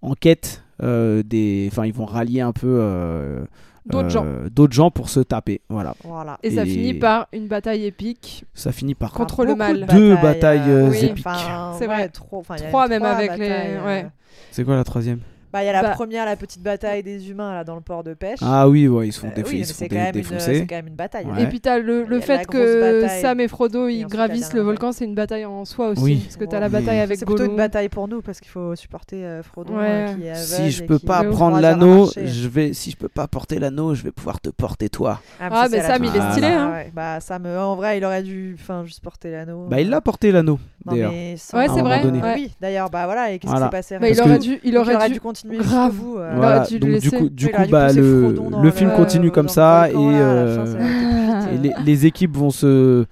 en quête euh, des enfin ils vont rallier un peu euh,
D'autres gens.
d'autres gens pour se taper. Voilà.
Voilà.
Et, ça
Et-
finit par une bataille épique.
Ça finit par
Contre
Enfin,
le
beaucoup
mal.
de
Deux batailles, euh,
oui,
épiques.
enfin,
C'est
ouais,
vrai.
Trois, enfin, il y a eu
Trois, même
trois
avec les-
batailles,
ouais.
euh.
C'est quoi la troisième
Bah, il y a la
Bah.
première, la petite bataille des humains là, dans le port de pêche.
Ah oui, ouais, ils se font,
Euh,
déf-
oui, mais
ils se font
c'est quand,
dé-
même une-
défoncer.
c'est quand même une bataille.
Ouais.
Et puis t'as le,
Il y
le
a la
fait
grosse
que
bataille.
Sam et Frodo ils
ensuite, la
gravissent le
dernière
volcan, c'est une bataille en soi aussi.
Oui.
Parce que t'as la
Ouais.
bataille
Mais
avec
C'est plutôt
Gollum.
une bataille pour nous parce qu'il faut supporter euh, Frodo
Ouais.
hein, qui est aveugle
Si je
et
peux
qui
pas
est
prendre
trois heures à
l'anneau,
marcher.
je vais. Si je peux pas porter l'anneau, je vais pouvoir te porter toi.
Ah,
ça,
mais
c'est la
Sam, il
est
fin.
stylé,
hein.
Ah ouais, Bah Sam, euh, en vrai, il aurait dû, enfin, juste porter l'anneau.
Bah il l'a porté l'anneau.
Non,
D'ailleurs.
mais sans-
Ouais,
c'est À un vrai, moment donné.
ouais.
Oui, d'ailleurs, bah voilà. Et qu'est-ce
Voilà.
qui s'est passé
Bah, il
Parce
aurait
que-
dû, il
Donc,
aurait dû.
continuer
grave.
jusqu'au bout, euh,
Ouais.
Voilà.
dû le
Donc du
laisser.
coup, du
Ouais, il aurait
coup,
dû
bah
pousser
le,
Frodo dans
le film
le-
continue
dans
comme
le
ça et,
volcan, là, à la fin,
euh,
ça va être
et
vite,
les, les équipes vont se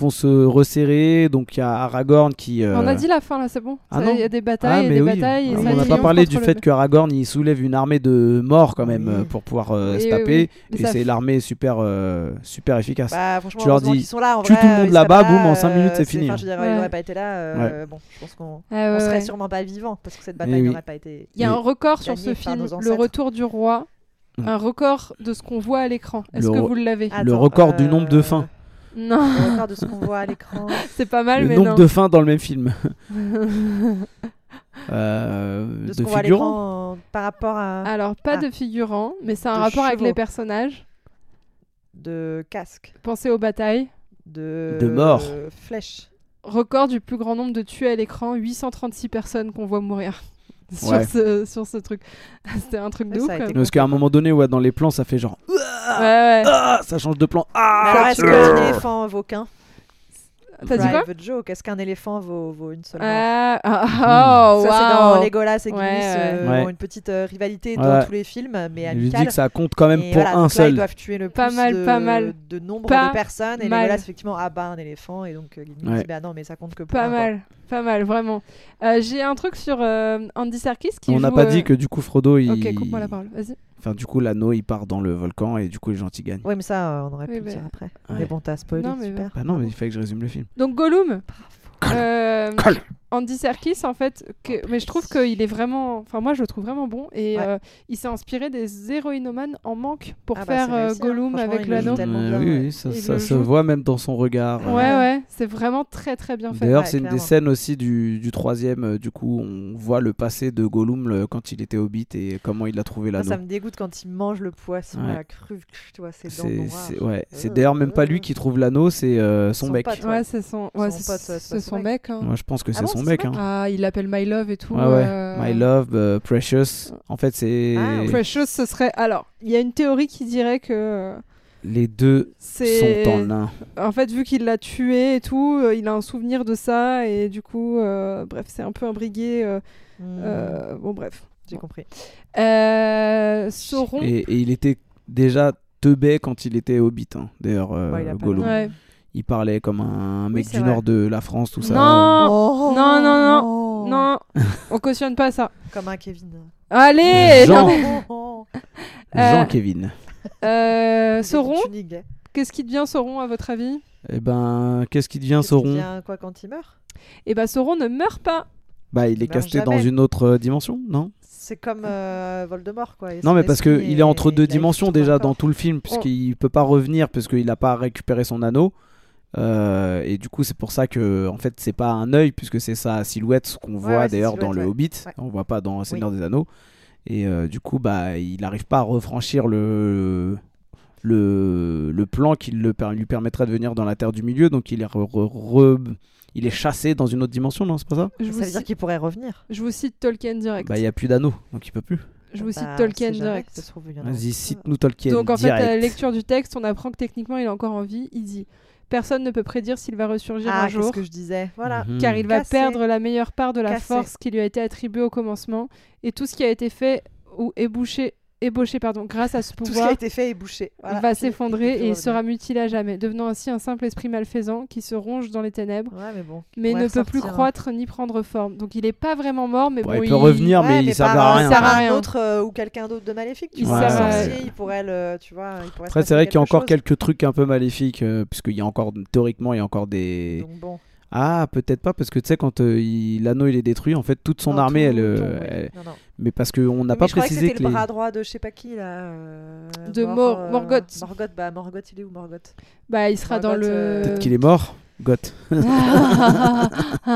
vont se resserrer. Donc il y a Aragorn qui. euh,
On a dit la fin là, c'est bon.
Ah
Ça,
non.
Il y a des
Ah,
batailles et
mais
des
oui.
batailles.
on
et ça
n'a pas
triomphe
parlé
contre
du
le-
fait que Aragorn il soulève une armée de morts quand même
Oui.
euh, pour pouvoir euh,
Eh Oui,
se
oui,
taper.
oui. Mais
Et
ça-
c'est l'armée super euh, super efficace.
Bah, franchement,
Tu leur
heureusement
dis,
qu'ils sont là, en
tue
vrai,
tout le monde
ils seraient
là-bas,
pas
boum,
là,
en cinq
euh,
minutes, c'est
enfin,
fini.
je veux dire,
Ouais.
Ils n'auraient pas été là. euh, Bon, je pense qu'on
Ah, ouais,
on serait
ouais.
sûrement pas vivants parce que cette
Eh
bataille
oui.
n'aurait pas été.
Il y a un record
Gagné
sur ce
par nos
film, Le
ancêtres.
Retour du Roi.
Mm.
Un record de ce qu'on voit à l'écran. Est-ce
Le
que
re-
vous l'avez
Ah.
Le record du nombre de fins.
Non,
euh, Le record de ce qu'on voit à l'écran.
c'est pas
Ah,
mal,
le
mais
nombre
non.
de fins dans le même film. Euh,
De ce
de
qu'on voit à
figurants.
l'écran euh, par rapport à.
Alors, pas
Ah.
de figurants, mais c'est un
De
rapport avec
chevaux.
les personnages.
De casque.
Pensez aux batailles.
De.
De mort.
euh, Flèche.
Record du plus grand nombre de tués à l'écran 836 personnes qu'on voit mourir. Sur,
Ouais.
ce, sur ce truc. C'était un truc de
Ouais,
ouf.
ça a
quand
été
même.
Parce qu'à un moment donné, ouais, dans les plans, ça fait genre
Ouais, ouais.
ah, ça change de plan.
Mais alors,
Ah,
est-ce qu'un éléphant vaut qu'un
T'as dit quoi
Private Joke. Est-ce qu'un éléphant vaut, vaut une seule mort
Ah, ah, oh,
Ça, c'est
waouh.
dans Legolas et Guinness
Ouais, ouais.
euh, ont
Ouais.
une petite euh, rivalité
Voilà.
dans tous les films, mais
Il lui dit
amicale.
que ça compte quand même
Et
pour
voilà,
un
donc là, ils
seul.
doivent tuer le
Pas
plus
mal,
de,
pas mal.
de nombre
Pas
de personnes. Et
mal.
Legolas, effectivement, abat un éléphant. Et donc, euh, Gimli
Ouais.
dit Bah non, mais ça compte que pour
Pas
un, quoi.
mal, pas mal, vraiment. Euh, J'ai un truc sur euh, Andy Serkis qui
On n'a
joue,
pas
euh,
dit que du coup Frodo il.
Ok, coupe-moi la parole, vas-y.
Enfin, du coup, l'anneau il part dans le volcan et du coup, les gentils gagnent.
Oui, mais ça, euh, on aurait pu
Oui,
le
bah.
dire après.
Ouais.
Mais bon, t'as spoilé,
Non, mais
super.
Bah non, mais il fallait que je résume le film.
Donc Gollum,
Gollum.
euh,
Gollum.
Andy Serkis en fait, que- mais je trouve qu'il est vraiment, enfin moi je le trouve vraiment bon et
Ouais.
euh, il s'est inspiré des héroïnomanes en manque pour
Ah bah,
faire
c'est
euh,
réussi, hein.
Gollum
Franchement,
avec
il le joue
l'anneau.
tellement.
Euh,
bien,
oui,
ouais.
oui, ça,
Il
ça
le
se
joue.
voit même dans son regard.
Ouais
euh.
ouais,
Ouais.
c'est vraiment très très bien fait.
D'ailleurs,
Ouais,
c'est une des
clairement.
scènes aussi du, du troisième. euh, Du coup, on voit le passé de Gollum le- quand il était hobbit et comment il a trouvé
Moi,
l'anneau.
Ah, ça me dégoûte quand il mange le poisson
Ouais.
la crue, tu vois, ses dents
C'est
noires.
c'est- ouais. C'est
Euh,
d'ailleurs même pas
euh,
lui qui trouve l'anneau, c'est euh, son,
Son
mec.
pote.
Ouais,
Ouais.
c'est son, ouais,
Son
c'est-
pote, ouais, c'est
c'est
pas
son
son
mec. hein.
Moi, je pense que c'est
bon,
son
c'est
mec.
son
hein.
Ah, il l'appelle My Love et tout.
Ah Ouais, ouais.
euh,
My Love, euh, Precious. En fait, c'est
Ah, ouais.
Precious, ce serait. Alors, il y a une théorie qui dirait que euh,
les deux
c'est.
sont en un.
En fait, vu qu'il l'a tué et tout, euh, il a un souvenir de ça et du coup, euh, bref, c'est un peu imbrigué. euh,
Mmh,
euh, bon, bref.
J'ai compris.
Euh, Sauron.
Et, et il était déjà teubé quand il était hobbit. hein. D'ailleurs, euh,
Bah, il a pas
Gollum.
le-
Ouais.
Il parlait comme un mec
Oui,
du
c'est vrai.
nord de la France, tout ça.
Non,
Oh,
non, non,
non,
non, on cautionne pas ça.
Comme un Kevin.
Allez,
Jean.
Eh, non,
Oh, oh, oh.
Euh,
Jean-Kevin.
euh,
Des
Sauron,
tuniques, hein.
qu'est-ce qui devient Sauron à votre avis
Eh ben, qu'est-ce qui devient
Qu'est-ce qu'il
Sauron
devient, quoi quand il meurt
Eh ben, Sauron ne meurt pas.
Bah, il est
Il meurt
casté dans
Ben, jamais.
une autre euh, dimension, non
C'est comme euh, Voldemort, quoi.
Non, mais parce que il est entre deux dimensions déjà dans tout le film, puisqu'il peut pas revenir parce qu'il a pas récupéré son anneau. Euh, et du coup, c'est pour ça que en fait, c'est pas un œil puisque c'est sa silhouette ce qu'on voit
ouais, c'est
d'ailleurs dans
silhouette,
le
ouais.
Hobbit.
Ouais.
On voit pas dans Seigneur des Anneaux. Et euh, du coup, bah, il n'arrive pas à refranchir le le, le plan qui le, per- lui permettrait de venir dans la Terre du Milieu. Donc, il est re- re- re- il est chassé dans une autre dimension, non C'est pas ça
Je vous,
Ça veut dire
cite,
qu'il pourrait revenir.
je vous cite Tolkien direct.
Bah, il y a plus d'anneau, donc il peut plus.
je vous cite
Bah, on
Tolkien
sait jamais,
direct.
ça se trouve, il y en a
Vas-y,
encore.
cite-nous Tolkien
Donc en
direct.
fait, à la lecture du texte, on apprend que techniquement, il est encore en vie. Il dit Personne ne peut prédire s'il va ressurgir
Ah,
un
qu'est-ce
jour,
que je disais Voilà.
Mhm.
car il va
Cassé.
perdre la meilleure part de la
Cassé.
force qui lui a été attribuée au commencement, et tout ce qui a été fait ou ébouché, ébauché pardon, grâce à ce
Tout ce qui a
pouvoir
été fait est bouché. Voilà.
va
C'est-
s'effondrer
peut
et il
revenir.
sera mutilé à jamais, devenant ainsi un simple esprit malfaisant qui se ronge dans les ténèbres,
Ouais, mais bon.
mais
Ouais,
ne peut plus
ressortir, hein.
croître ni prendre forme. Donc il n'est pas vraiment mort, mais
Ouais,
bon,
il peut revenir, mais
Ouais,
il
mais
sert
par-
à rien.
il sert à
par
rien.
un autre euh, ou quelqu'un d'autre de maléfique. Tu
Il
vois,
sert
un
à-
sorcier, il pourrait le, tu vois, il pourrait se
Après,
passer
c'est vrai qu'il y a
quelque
encore
chose.
quelques trucs un peu maléfiques, euh, puisqu'il y a encore, théoriquement, il y a encore des.
Donc bon.
Ah, peut-être pas, parce que tu sais, quand euh, il- l'anneau il est détruit, en fait, toute son
Non,
armée,
tout-
elle, euh,
tout, ouais.
elle-
Non, non.
Mais parce qu'on n'a
Mais
pas
je croyais que
précisé
c'était
que
le
les-
bras droit de je sais pas qui là. euh,
De Mor-
euh,
Morgoth.
Morgoth, bah Morgoth, il est où Morgoth
Bah, il sera
Ouais,
dans
bah,
le.
t'es-
Peut-être qu'il est mort, Goth.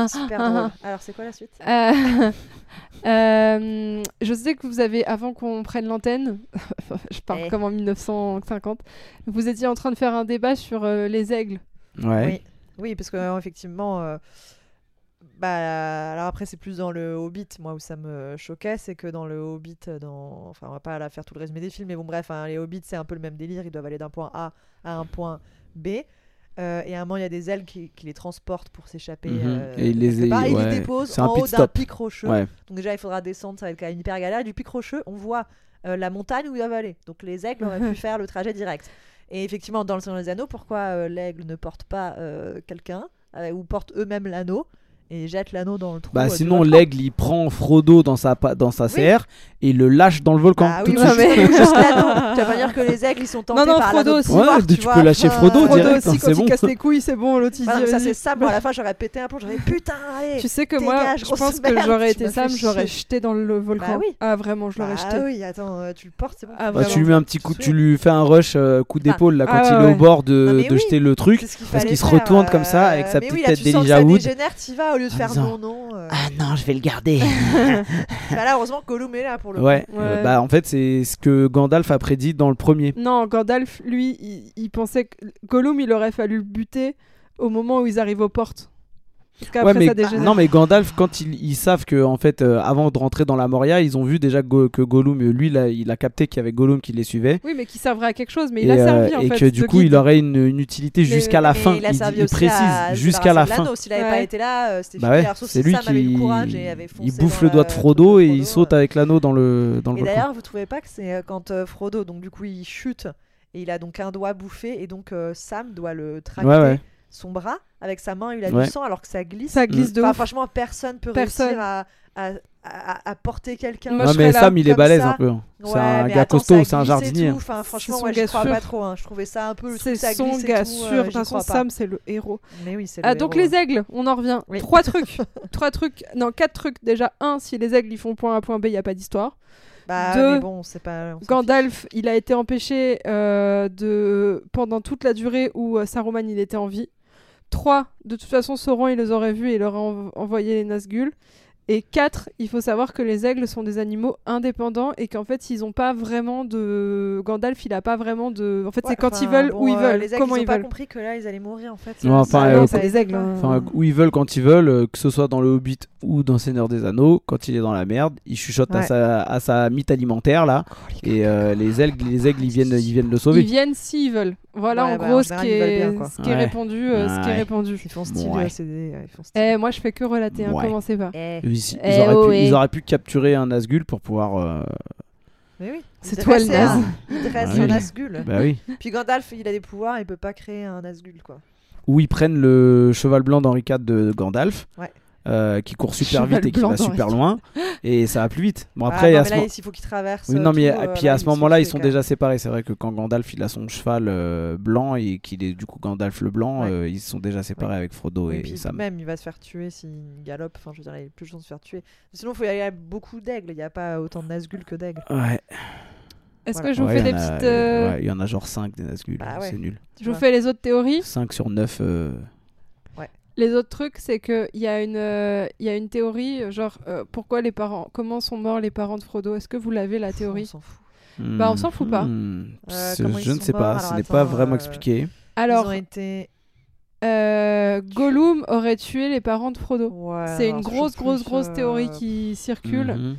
Super drôle. Alors c'est quoi la suite
Euh, euh, je sais que vous avez, avant qu'on prenne l'antenne, je parle
Eh.
comme en 1950, vous étiez en train de faire un débat sur euh, les aigles.
Ouais.
Oui, parce que euh, effectivement, euh, bah alors après c'est plus dans le Hobbit, moi où ça me choquait, c'est que dans le Hobbit, euh, dans, enfin on va pas là faire tout le résumé des films, mais bon bref, hein, les Hobbits c'est un peu le même délire, ils doivent aller d'un point A à un point B. euh, et à un moment, il y a des ailes qui, qui les transportent pour s'échapper.
Mhm.
euh,
Et il les-
quelque part, et il
ouais.
les dépose
C'est un
en
pit
haut d'un
stop.
pic rocheux.
Ouais.
Donc déjà, il faudra descendre, ça va être quand même hyper galère. Et du pic rocheux, on voit euh, la montagne où ils doivent aller. Donc les aigles auraient pu faire le trajet direct. Et effectivement, dans le Seigneur des Anneaux, pourquoi euh, l'aigle ne porte pas euh, quelqu'un euh, ou porte eux-mêmes l'anneau et jette l'anneau dans le trou euh,
Bah
du
sinon
volcan
l'aigle il prend Frodo dans sa pa- dans sa
Oui.
serre et il le lâche dans le volcan
Bah
tout
oui,
de
ouais,
suite.
mais
suite.
juste l'anneau. Tu vas pas dire que les aigles ils sont tentés
Non, non,
par
Frodo
l'anneau de
aussi.
pouvoir,
Ouais, tu
vois,
peux lâcher
enfin,
Frodo
Frodo
direct, hein,
aussi, quand
c'est
il
bon.
casse les couilles, c'est bon, l'autre il
Voilà,
dit,
donc ça
vas-y.
c'est Sam, moi, à la fin j'aurais pété un plomb, j'aurais putain, allez
Tu sais que moi,
Dégage,
je
grosse
pense que
merde,
j'aurais été
tu m'as fait
Sam, j'aurais
chier. Bah
jeté dans le volcan.
oui.
Ah vraiment, je l'aurais
Bah
jeté.
oui, attends, euh, tu le portes, c'est bon.
Ah,
tu
Bah,
le
tu lui
portes.
mets un petit coup, tu lui fais un rush euh, coup d'épaule là quand
Ah,
il
ouais,
est
ouais.
au bord de,
Non, mais
de
oui.
jeter le truc
C'est ce qu'il
parce
fallait
qu'il se
faire,
retourne comme ça,
euh,
avec sa
mais
petite
oui, là,
tête
tu sens que
d'Elijah Wood. Ah,
Ça dégénère, t'y vas au lieu de
En
faire
disant,
non, non. euh.
Ah non, je vais le garder.
Bah là, heureusement, Gollum est là pour le coup.
ouais. euh,
Ouais.
bah en fait c'est ce que Gandalf a prédit dans le premier.
Non, Gandalf, lui, il, il pensait que Gollum, il aurait fallu le buter au moment où ils arrivent aux portes. Parce qu'après
ouais, mais,
ça dégénère.
non mais Gandalf quand ils, ils savent que en fait euh, avant de rentrer dans la Moria ils ont vu déjà Go- que Gollum euh, lui là, il a capté qu'il y avait Gollum qui les suivait
Oui, mais qui servirait à quelque chose, mais
et,
il a
euh,
servi en
et
fait.
que du
ce
coup
guide.
il aurait une, une utilité jusqu'à la
Mais
fin.
il a servi
il
aussi à
précise
se
jusqu'à la
débarrasser de
fin.
l'anneau. S'il avait pas
Ouais.
été là, euh, c'était
Bah
fini.
ouais,
Alors, sauf
c'est
si
lui
Sam avait eu
qui
le courage et avait foncé
il bouffe
dans
le doigt de
la-
Frodo et il
Frodo,
saute
euh.
avec l'anneau dans le dans le
Et
volcan.
d'ailleurs, vous trouvez pas que c'est euh, quand euh, Frodo, donc du coup, il chute et il a donc un doigt bouffé et donc euh, Sam doit le tracter
Ouais ouais.
son bras avec sa main, il a
Ouais.
du sang alors que ça glisse.
Ça glisse de
Enfin,
ouf.
franchement, personne peut
Personne.
réussir à, à, à- à porter quelqu'un.
Ouais,
Moi, je
mais
serais là
Sam il est
comme
balèze hein.
ça.
un peu. c'est
Ouais,
un
mais
gars
attends,
costaud,
ça
c'est un
glisse et
jardinier.
tout. Enfin, franchement,
son
moi, j'y
gars
crois
sûr.
pas trop. hein. Je trouvais ça un peu le
C'est
truc, ça
son
glisse et
gars
tout, euh,
sûr. De
j'y
toute façon,
crois pas.
Sam, c'est le héros.
Mais oui, c'est le
Ah, donc
héros, hein.
les aigles, on en revient.
Oui.
Trois trucs. Trois trucs. Non, quatre trucs. Déjà, un, si les aigles ils font point A, point B, il n'y a pas d'histoire.
Bah,
Deux.
mais bon, c'est pas. on s'en
Gandalf, il a été empêché euh, de pendant toute la durée où euh, Saruman il était en vie. 3. De toute façon, Sauron, il les aurait vus et il leur aurait env- envoyé les Nazgûl. Et 4. Il faut savoir que les aigles sont des animaux indépendants et qu'en fait, ils n'ont pas vraiment de. Gandalf, il a pas vraiment de. En fait,
Ouais,
c'est quand
enfin,
ils veulent,
bon,
où ils
euh,
veulent,
les aigles,
comment
ils, ont
ils
pas
veulent.
compris que là, ils allaient mourir en fait.
Non, enfin,
Ça,
euh,
ça,
non,
ça
c'est les
existe
aigles.
pas.
hein.
Enfin, où ils veulent quand ils veulent, euh, que ce soit dans le Hobbit ou dans Seigneur des Anneaux, quand il est dans la merde, il chuchote à,
Ouais.
sa, à sa mythe alimentaire là, et euh, les aigles, les aigles, ils viennent, ils viennent le
Ils
sauver.
viennent s'ils veulent. Voilà
Ouais,
en
bah,
gros
en
ce
général,
qui
ils veulent
est
bien, quoi.
ce qui est
Ouais.
répandu. euh, Ce qui est
Ouais.
répandu.
Ils font style,
Ouais.
euh, c'est des. ouais, ils font style.
Eh, moi, je fais que relater. hein,
Ouais.
Commencez pas.
Eh.
Ils, ils
Eh
auraient
oh,
pu,
eh.
ils auraient pu capturer un Nazgûl pour pouvoir. euh,
Mais oui.
Eh, C'est
Ils
toi le
dressent un-
naze.
Ils dressent
Ah oui.
un Nazgûl.
Bah oui.
Puis Gandalf, il a des pouvoirs, il peut pas créer un Nazgûl quoi.
Où ils prennent le cheval blanc d'Henri IV de de Gandalf.
Ouais.
euh, qui court super
Cheval
vite et qui
blanc
va
d'Henri
super
IV.
loin et ça va plus vite bon
Ah,
après
non,
à
mais
ce
là,
moment-
il faut qu'il traverse.
Oui,
euh,
non, mais
tout,
et
euh,
puis
voilà,
à ce
il
moment-là, ils
suffit,
sont
quand même.
déjà séparés. C'est vrai que quand Gandalf il a son cheval euh, blanc et qu'il est du coup Gandalf le blanc,
Ouais.
euh, ils sont déjà séparés avec Frodo et,
Et puis
Sam.
même, il va se faire tuer s'il galope. Enfin, je veux dire, il a plus de chance de se faire tuer. Sinon, il faut y aller à beaucoup d'aigles. Il n'y a pas autant de Nazgûl que d'aigles.
Ouais.
Est-ce que
Voilà.
je vous
Ouais,
fais
il y
des
en a,
petites.
euh,
euh,
ouais, il y en a genre 5 des Nazgûl.
Bah ouais.
C'est nul.
tu
Je vous
vois.
fais les autres théories.
5 sur euh, 9.
Les autres trucs, c'est qu'il y, a une, euh, il y a une théorie, euh, genre, euh, pourquoi les parents. Comment sont morts les parents de Frodo Est-ce que vous l'avez, la
On
théorie
s'en fout.
Bah, on s'en fout pas.
Euh, comment ils
hmm, je ne
sont
sais pas.
morts
Ce
Alors,
n'est pas
attends,
vraiment
euh,
expliqué.
Ils
Alors,
ont été.
euh, Gollum aurait tué les parents de Frodo.
Ouais,
c'est
alors,
une
c'est
grosse,
toujours
grosse,
plus,
grosse
euh,
théorie qui circule.
Mhm.
ouais.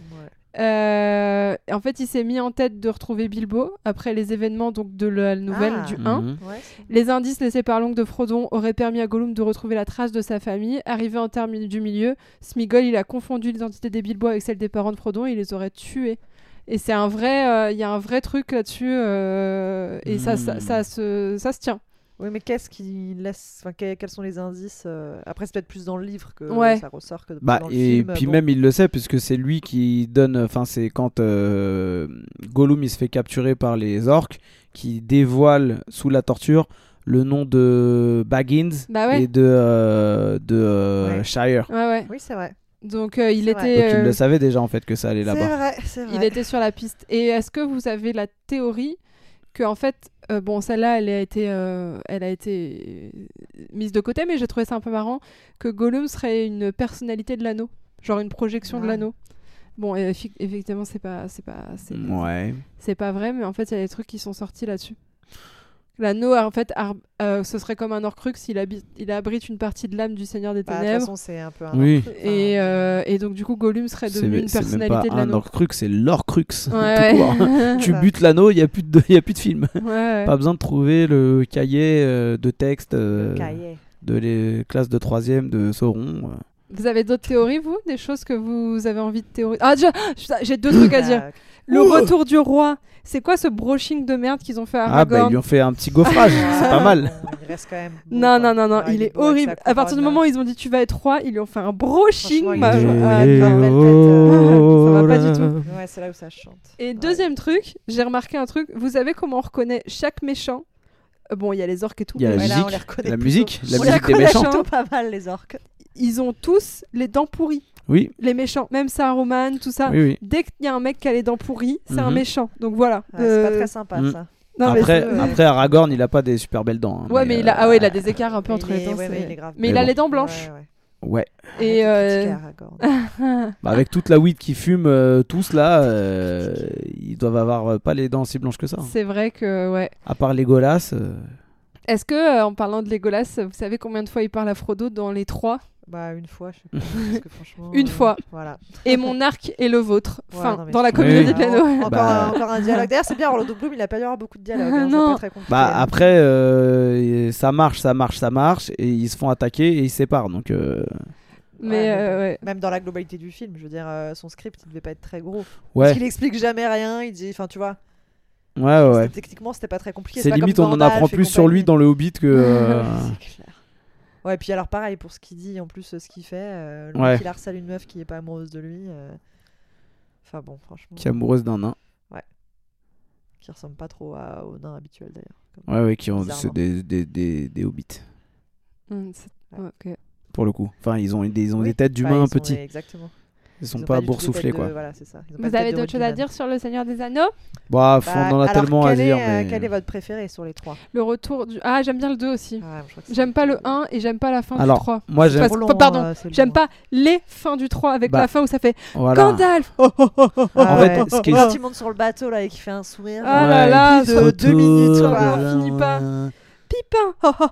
Euh, en fait, il s'est mis en tête de retrouver Bilbo après les événements donc, de la nouvelle
Ah.
du 1.
Mhm.
Ouais, c'est-
Les indices laissés par l'oncle de Frodon auraient permis à Gollum de retrouver la trace de sa famille. Arrivé en terme du milieu, Smigol il a confondu l'identité des Bilbo avec celle des parents de Frodon et il les aurait tués. Et c'est un vrai, euh, il y a un vrai truc là-dessus euh, et ça, ça,
Hmm.
ça se, ça se tient.
Oui, mais qu'est-ce qui laisse. Enfin, que- quels sont les indices euh, Après, c'est peut-être plus dans le livre que
Ouais.
ça ressort que
Bah,
dans le
et
film.
puis
bon.
même il le sait puisque c'est lui qui donne enfin c'est quand euh, Gollum il se fait capturer par les orques qui dévoile sous la torture le nom de Baggins
Bah ouais.
et de, euh, de euh,
Ouais.
Shire.
Ouais, ouais.
Oui, c'est vrai.
Donc euh, il
C'est
était.
vrai.
Donc, tu
euh,
le savais déjà en fait que ça allait
C'est
là-bas.
vrai, c'est vrai.
Il était sur la piste. Et est-ce que vous avez la théorie que en fait, euh, bon, celle-là, elle a été, euh, elle a été euh, mise de côté, mais j'ai trouvé ça un peu marrant que Gollum serait une personnalité de l'anneau, genre une projection de
Ah.
l'anneau. Bon, et effi- effectivement, c'est pas, c'est pas, c'est
Ouais.
c'est pas vrai, mais en fait, il y a des trucs qui sont sortis là-dessus. L'anneau, en fait, ar- euh, ce serait comme un Horcrux, il, habite- il abrite une partie de l'âme du Seigneur des
Bah, de toute
Ténèbres.
façon, c'est un peu un
Oui.
enfin,
et, euh, et donc, du coup, Gollum serait
C'est
devenu une
c'est même
personnalité
pas
de
un
l'anneau.
Horcrux, c'est l'Horcrux.
Ouais,
Tout
ouais.
court. tu butes l'anneau, il n'y a, plus de- y a plus de film.
Ouais, ouais.
Pas besoin de trouver le cahier euh, de texte euh,
le cahier.
de les classes de 3 de Sauron. euh.
Vous avez d'autres théories, vous Des choses que vous avez envie de théoriser Ah, déjà, putain, j'ai deux trucs à dire.
Bah,
Le
Ouh
retour du roi, c'est quoi ce broching de merde qu'ils ont fait à
Ah, bah ils
Aragorn
lui ont fait un petit gaufrage, c'est pas mal.
euh, bon, Il reste quand même. beau,
Non,
quoi.
non, non, non,
Ah,
il, est
beau avec sa
horrible. À partir du
couronne, hein.
moment où ils ont dit tu vas être roi, ils lui ont fait un
Franchement,
broching.
il
ma-
est-
Ah,
Eh,
il est-
non.
belle
oh
tête, euh. Ça va pas du
là.
là. Ouais, c'est là où ça chante.
Et
Ouais.
deuxième truc, j'ai remarqué un truc. Vous savez comment on reconnaît chaque méchant Euh, Bon, il y a les orques et tout.
Il y a
mais
la
Ouais, là, on
musique,
les reconnaît
la
plutôt.
musique, la
On les
musique des
reconnaît
méchants.
chante.
plutôt pas mal les orques.
Ils ont tous les dents pourries,
Oui,
les méchants. Même Saruman, tout ça.
oui, oui.
Dès qu'il y a un mec qui a les dents pourries, c'est un
Mhm.
méchant. Donc voilà.
Ouais, C'est pas
Euh,
très sympa
Mm.
ça.
non, mais
après,
c'est- euh,
après, Aragorn, il a pas des super belles dents. hein,
Ouais, mais, il a,
euh,
ah ouais, il a des écarts un peu
Mais
entre
il
les
est-
dents.
ouais,
c'est-
mais il est grave.
mais il
Mais
a
bon.
les dents blanches.
Ouais, ouais.
euh, Ouais.
Et
Arrête de
euh,
critiquer Aragorn.
Bah, avec toute la weed qui fume euh, tous là, euh, ils doivent avoir euh, pas les dents si blanches que ça.
c'est vrai que ouais.
À part les golasses. euh,
Est-ce que euh, en parlant de Legolas, vous savez combien de fois il parle à Frodo dans les trois
Bah, une fois, je sais pas. parce que franchement,
Une
euh,
fois.
Voilà.
Et mon arc et le vôtre.
Ouais,
Enfin,
non, mais
dans la
c'est-
communauté
Oui.
de l'anneau.
Encore,
Bah-
un- encore un dialogue. D'ailleurs, c'est bien, Orlando Bloom, il a pas dû avoir beaucoup de dialogues.
Ah,
hein, c'est
non.
pas très compliqué.
Bah après, euh, ça marche, ça marche, ça marche, et ils se font attaquer et ils se séparent. Donc euh,
Mais
mais bon.
euh, ouais.
Même dans la globalité du film, je veux dire, euh, son script, il devait pas être très gros. Parce
ouais,
qu'il explique jamais rien, il dit. Enfin, tu vois,
ouais, Ah, ouais.
c'était-
ouais.
techniquement, c'était pas très compliqué.
C'est
pas
limite, on
comme
en
Gandalf
apprend
et
plus sur lui
compagnie.
dans le Hobbit que. euh,
Ah, C'est clair. Ouais, puis alors, pareil, pour ce qu'il dit, en plus, euh, ce qu'il fait, euh, le
Ouais.
mec, il harcèle une meuf qui est pas amoureuse de lui. euh, Enfin, bon, franchement.
qui est amoureuse d'un nain.
qui ressemble pas trop à, au nain habituel d'ailleurs.
Ouais, ouais, qui ont
Bizarrement.
c'est des, des, des, des hobbits,
Mm, c'est- ouais, ok.
pour le coup. Enfin, ils ont, des, ils ont
Oui,
des têtes
Bah,
d'humains
ils sont
petits.
les- exactement.
Ils sont
Ils ont
pas
du tout des
boursouflés,
têtes
quoi.
de- voilà, c'est ça. Ils ont pas
Vous
de
avez
tête de
d'autres choses à
Robin.
dire sur le Seigneur des Anneaux
Bah,
Bah,
on en a
alors,
tellement à
quel est,
dire.
euh,
mais-
Quel est votre préféré sur les trois
Le retour du Ah, j'aime bien le 2 aussi.
Ah, je crois que c'est-
J'aime pas le 1 et j'aime pas la fin
Alors,
du 3.
Moi,
C'est
j'aime.
trop
parce- pardon,
euh, c'est
J'aime
long.
pas les fins du 3 avec
Bah,
la fin où ça fait
Voilà.
Gandalf.
En
Ah
fait,
ouais.
ce qui est-
Quand il monte sur le bateau là et qu'il fait un sourire.
Ah
Ouais,
là là,
il
de
saute
deux minutes,
autour,
quoi,
de
on finit
là,
pas.
ouais.
Pipin.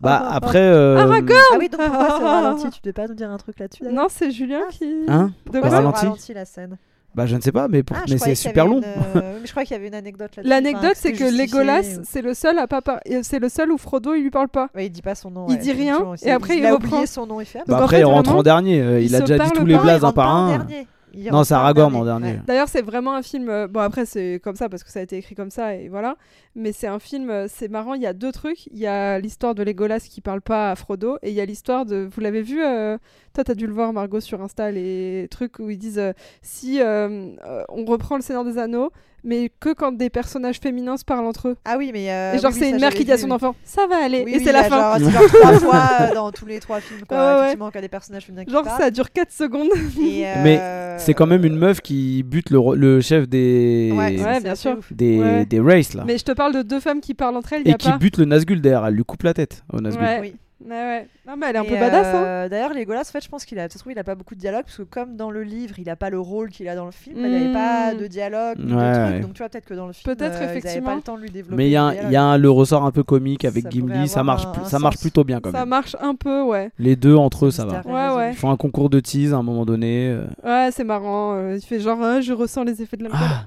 Bah, après. euh,
Aragorn
Ah oui, donc pourquoi c'est au ralenti Tu devais pas nous dire un truc là-dessus d'ailleurs
Non, c'est
Ah.
Julien qui
Hein
De
Au
Pourquoi c'est
quoi
ralenti
la scène
Bah, je ne sais pas, mais, pour-
Ah, je
mais
croyais
c'est
qu'il y
super
avait
long.
une, euh, mais je crois qu'il y avait une anecdote là-dessus. enfin,
L'anecdote,
que
c'est
c'était
que
justifié,
Legolas,
ou-
c'est le seul à pas par- euh, c'est le seul où Frodo il lui parle pas.
Ouais, euh, il dit pas son nom.
Il
ouais,
dit rien,
effectivement,
et
c'est-
après, il
a
reprend.
oublié son nom, il fait. ah,
Bah,
Donc, en
après,
fait,
il rentre
vraiment,
en dernier. euh,
ils
Il a
se
déjà dit
parlent
tous les
pas,
blazes
il
un
rentre
par
pas en
un.
dernier. Il
Non,
rentre
c'est
pas
Aragorn en dernier.
Ouais.
D'ailleurs, c'est vraiment un film. euh, Bon, après, c'est comme ça parce que ça a été écrit comme ça, et voilà. Mais c'est un film, euh, c'est marrant. Il y a deux trucs. Il y a l'histoire de Legolas qui parle pas à Frodo, et il y a l'histoire de. Vous l'avez vu euh, Toi, t'as dû le voir, Margot, sur Insta, les trucs où ils disent euh, si euh, euh, on reprend le Seigneur des Anneaux, mais que quand des personnages féminins se parlent entre eux.
Ah oui, mais. euh,
et genre,
oui, oui,
c'est
ça,
une mère
j'avais
qui dit à
vu,
son
oui.
enfant ça va aller,
Oui,
et
oui,
c'est
il
la
a
fin.
Genre, c'est genre trois fois euh, dans tous les trois films, quoi.
Ouais, ouais.
Effectivement, qu'il y a des personnages féminins qui
Genre,
parlent.
ça dure 4 secondes.
Et, euh,
Mais C'est quand même une meuf qui bute le, ro- le chef des.
Ouais,
Ouais,
c'est
bien
assez
sûr.
ouf.
Des,
Ouais.
des races là.
Mais je te parle de deux femmes qui parlent entre elles, il
Ah.
y
Et
a
qui
pas.
bute le Nazgul derrière. Elle lui coupe la tête au Nazgul.
Ouais.
Oui.
Ouais, ouais. Non, mais elle est un
Et,
peu badass, hein.
euh, D'ailleurs, Legolas, en fait, je pense qu'il a, ça se trouve, il a pas beaucoup de dialogue parce que comme dans le livre, il a pas le rôle qu'il a dans le film, il
Mm.
avait pas de dialogue, ni de
Ouais,
truc.
ouais.
Donc tu vois, peut-être que dans le film,
Peut-être,
euh, ils avaient
effectivement.
pas le temps de lui développer.
Mais il y a,
le
un- il
dialogue.
y a un- le ressort un peu comique avec
Ça pourrait
Gimli. Ça
avoir
marche,
un-
plus-
un
ça marche
sens.
plutôt bien Ah, quand
Ça
même.
marche un peu, ouais.
Les deux entre eux, ça va.
Mystère
Ouais,
résolu.
ouais.
Ils font un concours de tease à un moment donné. euh,
Ouais, c'est marrant. euh, il fait genre, Ah, je ressens les effets de l'alcool.
Ah.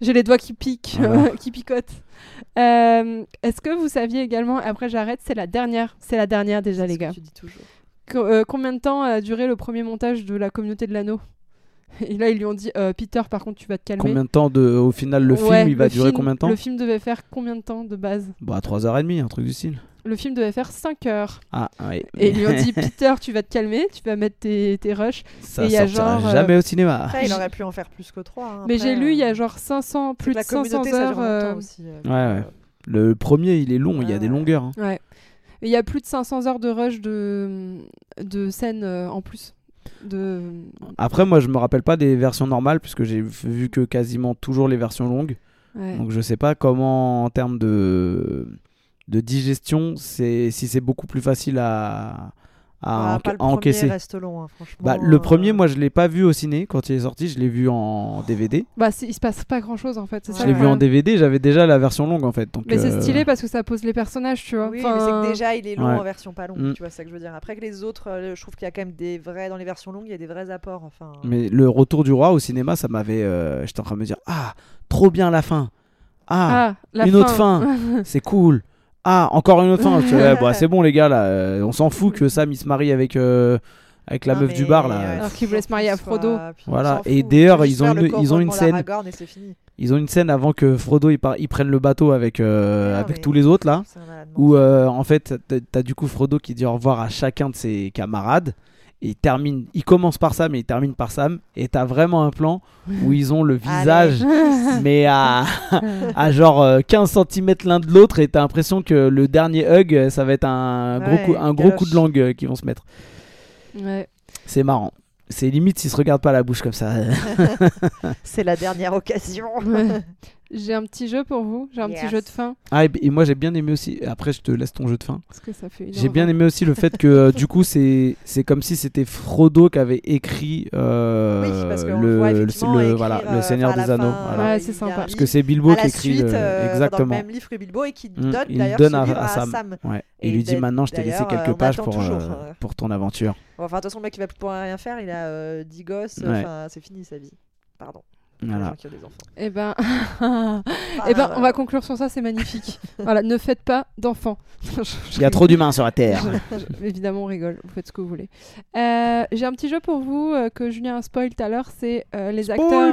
J'ai les doigts qui piquent,
Ah.
qui picotent. Euh, Est-ce que vous saviez également, après j'arrête, c'est la dernière, c'est la dernière déjà
C'est ce
les
que
gars.
Tu dis toujours.
Co- euh, combien de temps a duré le premier montage de la communauté de l'anneau Et là ils lui ont dit, Euh, Peter par contre tu vas te calmer.
Combien de temps de, au final le film
Ouais,
il va
le
durer
film-
combien de temps
Le film devait faire combien de temps de base
Bah 3h30, un truc du style.
Le film devait faire 5 heures.
Ah ouais.
Et ils lui ont dit, Peter tu vas te calmer, tu vas mettre tes, tes rushs.
ça
et il y a
sortira
genre, euh,
jamais au cinéma.
Après, il aurait pu en faire plus que trois. hein.
Mais
Après,
j'ai lu il y
euh,
a genre 500,
c'est
plus de
que la
500
communauté, ça dure
heures. euh,
longtemps aussi. euh,
Ouais, ouais. Le premier, il est long, il y a
Ah
des
ouais.
longueurs. hein.
Ouais. Et Il y a plus de 500 heures de rush de, de scènes euh, en plus. De...
Après, moi, je me rappelle pas des versions normales, puisque j'ai vu que quasiment toujours les versions longues.
ouais.
Donc, je sais pas comment, en termes de, de digestion, c'est si c'est beaucoup plus facile à, à,
Ah,
enca-
pas le
à encaisser.
premier reste long, hein, franchement.
Bah, le premier,
euh,
moi, je l'ai pas vu au ciné quand il est sorti. Je l'ai vu en DVD.
Bah, c'est- il se passe pas grand chose en fait. c'est
Je
Je
ça
l'ai
le
vu en
problème.
DVD. J'avais déjà la version longue, en fait. Donc,
Mais c'est
euh,
stylé parce que ça pose les personnages, tu vois.
Oui, mais c'est
Euh, Enfin,
que déjà il est long
ouais.
en version pas longue,
Mm.
tu vois c'est ça que je veux dire. Après que les autres, euh, je trouve qu'il y a quand même des vrais dans les versions longues, il y a des vrais apports. Enfin,
Mais le retour du roi au cinéma, ça m'avait. euh, J'étais en train de me dire Ah, trop bien la fin. Ah,
ah, la
une autre fin. c'est cool. Ah, encore une autre fin. Je fais, Ouais, bah, c'est bon, les gars, là. euh, on s'en fout que Sam il se marie avec, euh, avec la
Non,
meuf du
Ah, mais,
bar, là.
ouais,
Alors
faut
qu'il voulait se
toujours
marier à
qu'il soit-
Frodo.
puis on
Voilà.
s'en
Et
fout,
d'ailleurs,
faut
ils
juste
ont
faire
une-
le corps
ils ont une
Roland
scène-
Aragorn et c'est fini.
Ils ont une scène avant que Frodo il, part- il prenne le bateau avec, euh,
Non,
avec
mais-
tous les autres, là.
Ah C'est un malade
Où
mental.
euh, en fait, t'as- t'as du coup Frodo qui dit au revoir à chacun de ses camarades. Et il termine, il commence par Sam et il termine par Sam. Et t'as vraiment un plan où ils ont le visage, mais à, à genre euh, 15 cm l'un de l'autre. Et t'as l'impression que le dernier hug, euh, ça va être un gros
Ouais,
coup, un gros coup de
galoche.
langue euh, qu'ils vont se mettre.
Ouais.
C'est marrant. C'est limite s'ils se regardent pas la bouche comme ça.
C'est la dernière occasion.
euh,
J'ai un petit jeu pour vous. J'ai un petit
Yes.
jeu de fin.
Ah, et, et moi j'ai bien aimé aussi. Après, je te laisse ton jeu de fin.
Parce que ça fait une
J'ai
heure
bien
vingt.
aimé aussi le fait que euh, du coup c'est c'est comme si c'était Frodo qui avait écrit euh,
Ah oui, parce qu'on
le,
le, voit
le-
effectivement
le-
écrire,
voilà,
euh,
le Seigneur
enfin, à
des
la
Anneaux.
fin,
voilà.
Ouais,
euh,
c'est
il y a
sympa. Parce
un
Parce
livre
que c'est Bilbo
à
qui
la
écrit
suite,
le-
euh, dans le
exactement.
même livre que Bilbo et qui
Mm,
donne
il
d'ailleurs
donne
ce
à-
livre
à
à,
Sam.
Sam.
Ouais.
Et
Et il lui dit
d'ailleurs,
maintenant je t'ai laissé
euh,
quelques
on
pages
attend
pour,
toujours,
euh,
euh.
pour ton aventure.
Bon, enfin, de toute façon, le mec il va plus pouvoir rien faire, il a euh, 10 gosses,
Ouais.
enfin, c'est fini sa vie. Pardon. pour les
Voilà.
gens qui ont des enfants.
Eh ben,
Enfin,
eh ben, on
voilà.
va conclure sur ça. C'est magnifique. voilà, ne faites pas d'enfants. Je- je-
Il y a trop d'humains sur la Terre.
je- Évidemment, on rigole. Vous faites ce que vous voulez. Euh, J'ai un petit jeu pour vous euh, que Julien a spoil tout à l'heure. C'est euh, les acteurs.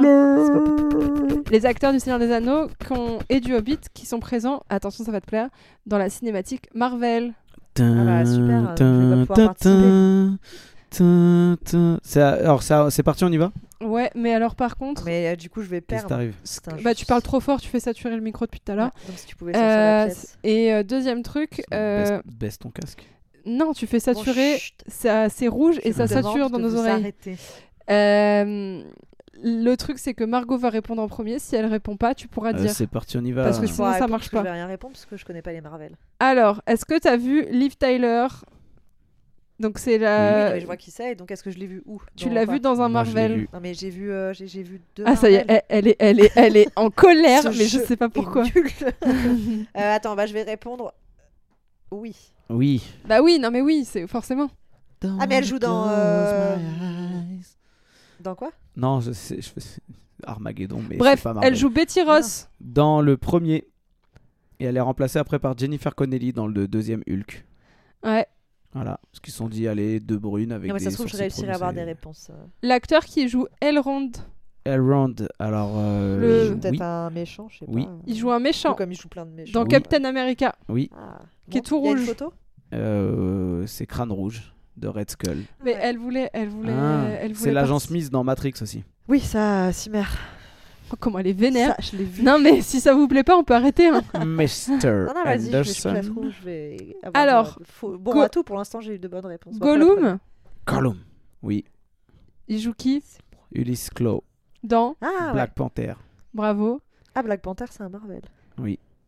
les acteurs du Seigneur des Anneaux qui ont- et du Hobbit qui sont présents, attention ça va te plaire, dans la cinématique Marvel.
Tin,
bah, super,
tin,
donc je vais pas pouvoir
tin,
participer.
tin, tin, tin. C'est- Alors ça- c'est parti, on y va
Ouais, mais alors par contre,
Mais euh, du coup, je vais
Qu'est-ce qui
perdre.
t'arrive
C'est injuste.
bah, tu parles trop fort, tu fais saturer le micro depuis tout à l'heure.
Ouais, donc si tu pouvais sortir la
Euh,
pièce.
Et euh, deuxième truc, euh,
baisse, baisse ton casque.
non, tu fais
Bon,
saturer,
Oh, chut,
ça- c'est rouge et
je
ça
vous demande
sature dans
de
nos
vous
oreilles.
arrêter.
Euh, le truc c'est que Margot va répondre en premier, si elle répond pas, tu pourras
Euh,
dire.
c'est parti, on y va.
Parce que
Je
sinon,
vais
ça
répondre,
marche
parce que
pas.
Je vais rien répondre parce que je connais pas les Marvel.
Alors, est-ce que t'as vu Liv Tyler Donc c'est
Oui, non,
la...
mais je vois qui c'est, donc est-ce que je l'ai vu où
Euh, tu
Dans
l'as
quoi
vu dans un
Moi, je l'ai
Marvel
vu.
Non, mais j'ai vu, euh, j'ai- j'ai vu deux.
Ah ça y est,
Marvel.
elle, elle est, elle est, elle est en colère,
Ce
mais je
jeu
sais pas
Et
pourquoi.
nul. Euh, attends, bah, je vais répondre. Oui.
Oui.
bah oui, non mais oui, c'est forcément.
Ah, mais elle joue dans, euh, Dans quoi
Non, je sais, je fais- Armageddon, mais
Bref,
c'est pas Marvel.
elle joue Betty Ross.
dans le premier et elle est remplacée après par Jennifer Connelly dans le deuxième Hulk.
Ouais.
Voilà, parce qu'ils se sont dit allez deux brunes avec
Non, mais
des
ça se trouve, je
sourcils
réussirai à avoir des
prononcés.
réponses. euh.
L'acteur qui joue Elrond,
Elrond, alors
Le-
euh,
Il joue
oui,
peut-être un méchant, je sais
Oui.
pas.
il joue un
Tout
méchant
comme il joue plein de méchants.
dans
Oui.
Captain America.
oui,
Ah.
Qui est
Bon,
tout
il y a une
rouge.
photo
euh, c'est Crâne Rouge de Red Skull.
Mais
Ouais.
elle voulait, elle voulait,
Ah,
elle voulait.
c'est l'agent
parti-
Smith dans Matrix aussi.
Oui, ça, Simère.
Oh, comment elle est vénère.
Ça, je l'ai vu.
Non mais si ça vous plaît pas, on peut arrêter. hein.
Mr.
Non, non, vas-y, je, vais- je suis la
Anderson.
trouve, je vais avoir
Alors,
de- faut- bon,
Go-
à tout, pour l'instant, j'ai eu de bonnes réponses. Bon, après, la première.
Gollum,
Gollum. Oui,
il joue qui
Ulysse Claw,
dans
Ah, ouais.
Black Panther.
Bravo.
ah, Black Panther, c'est un Marvel.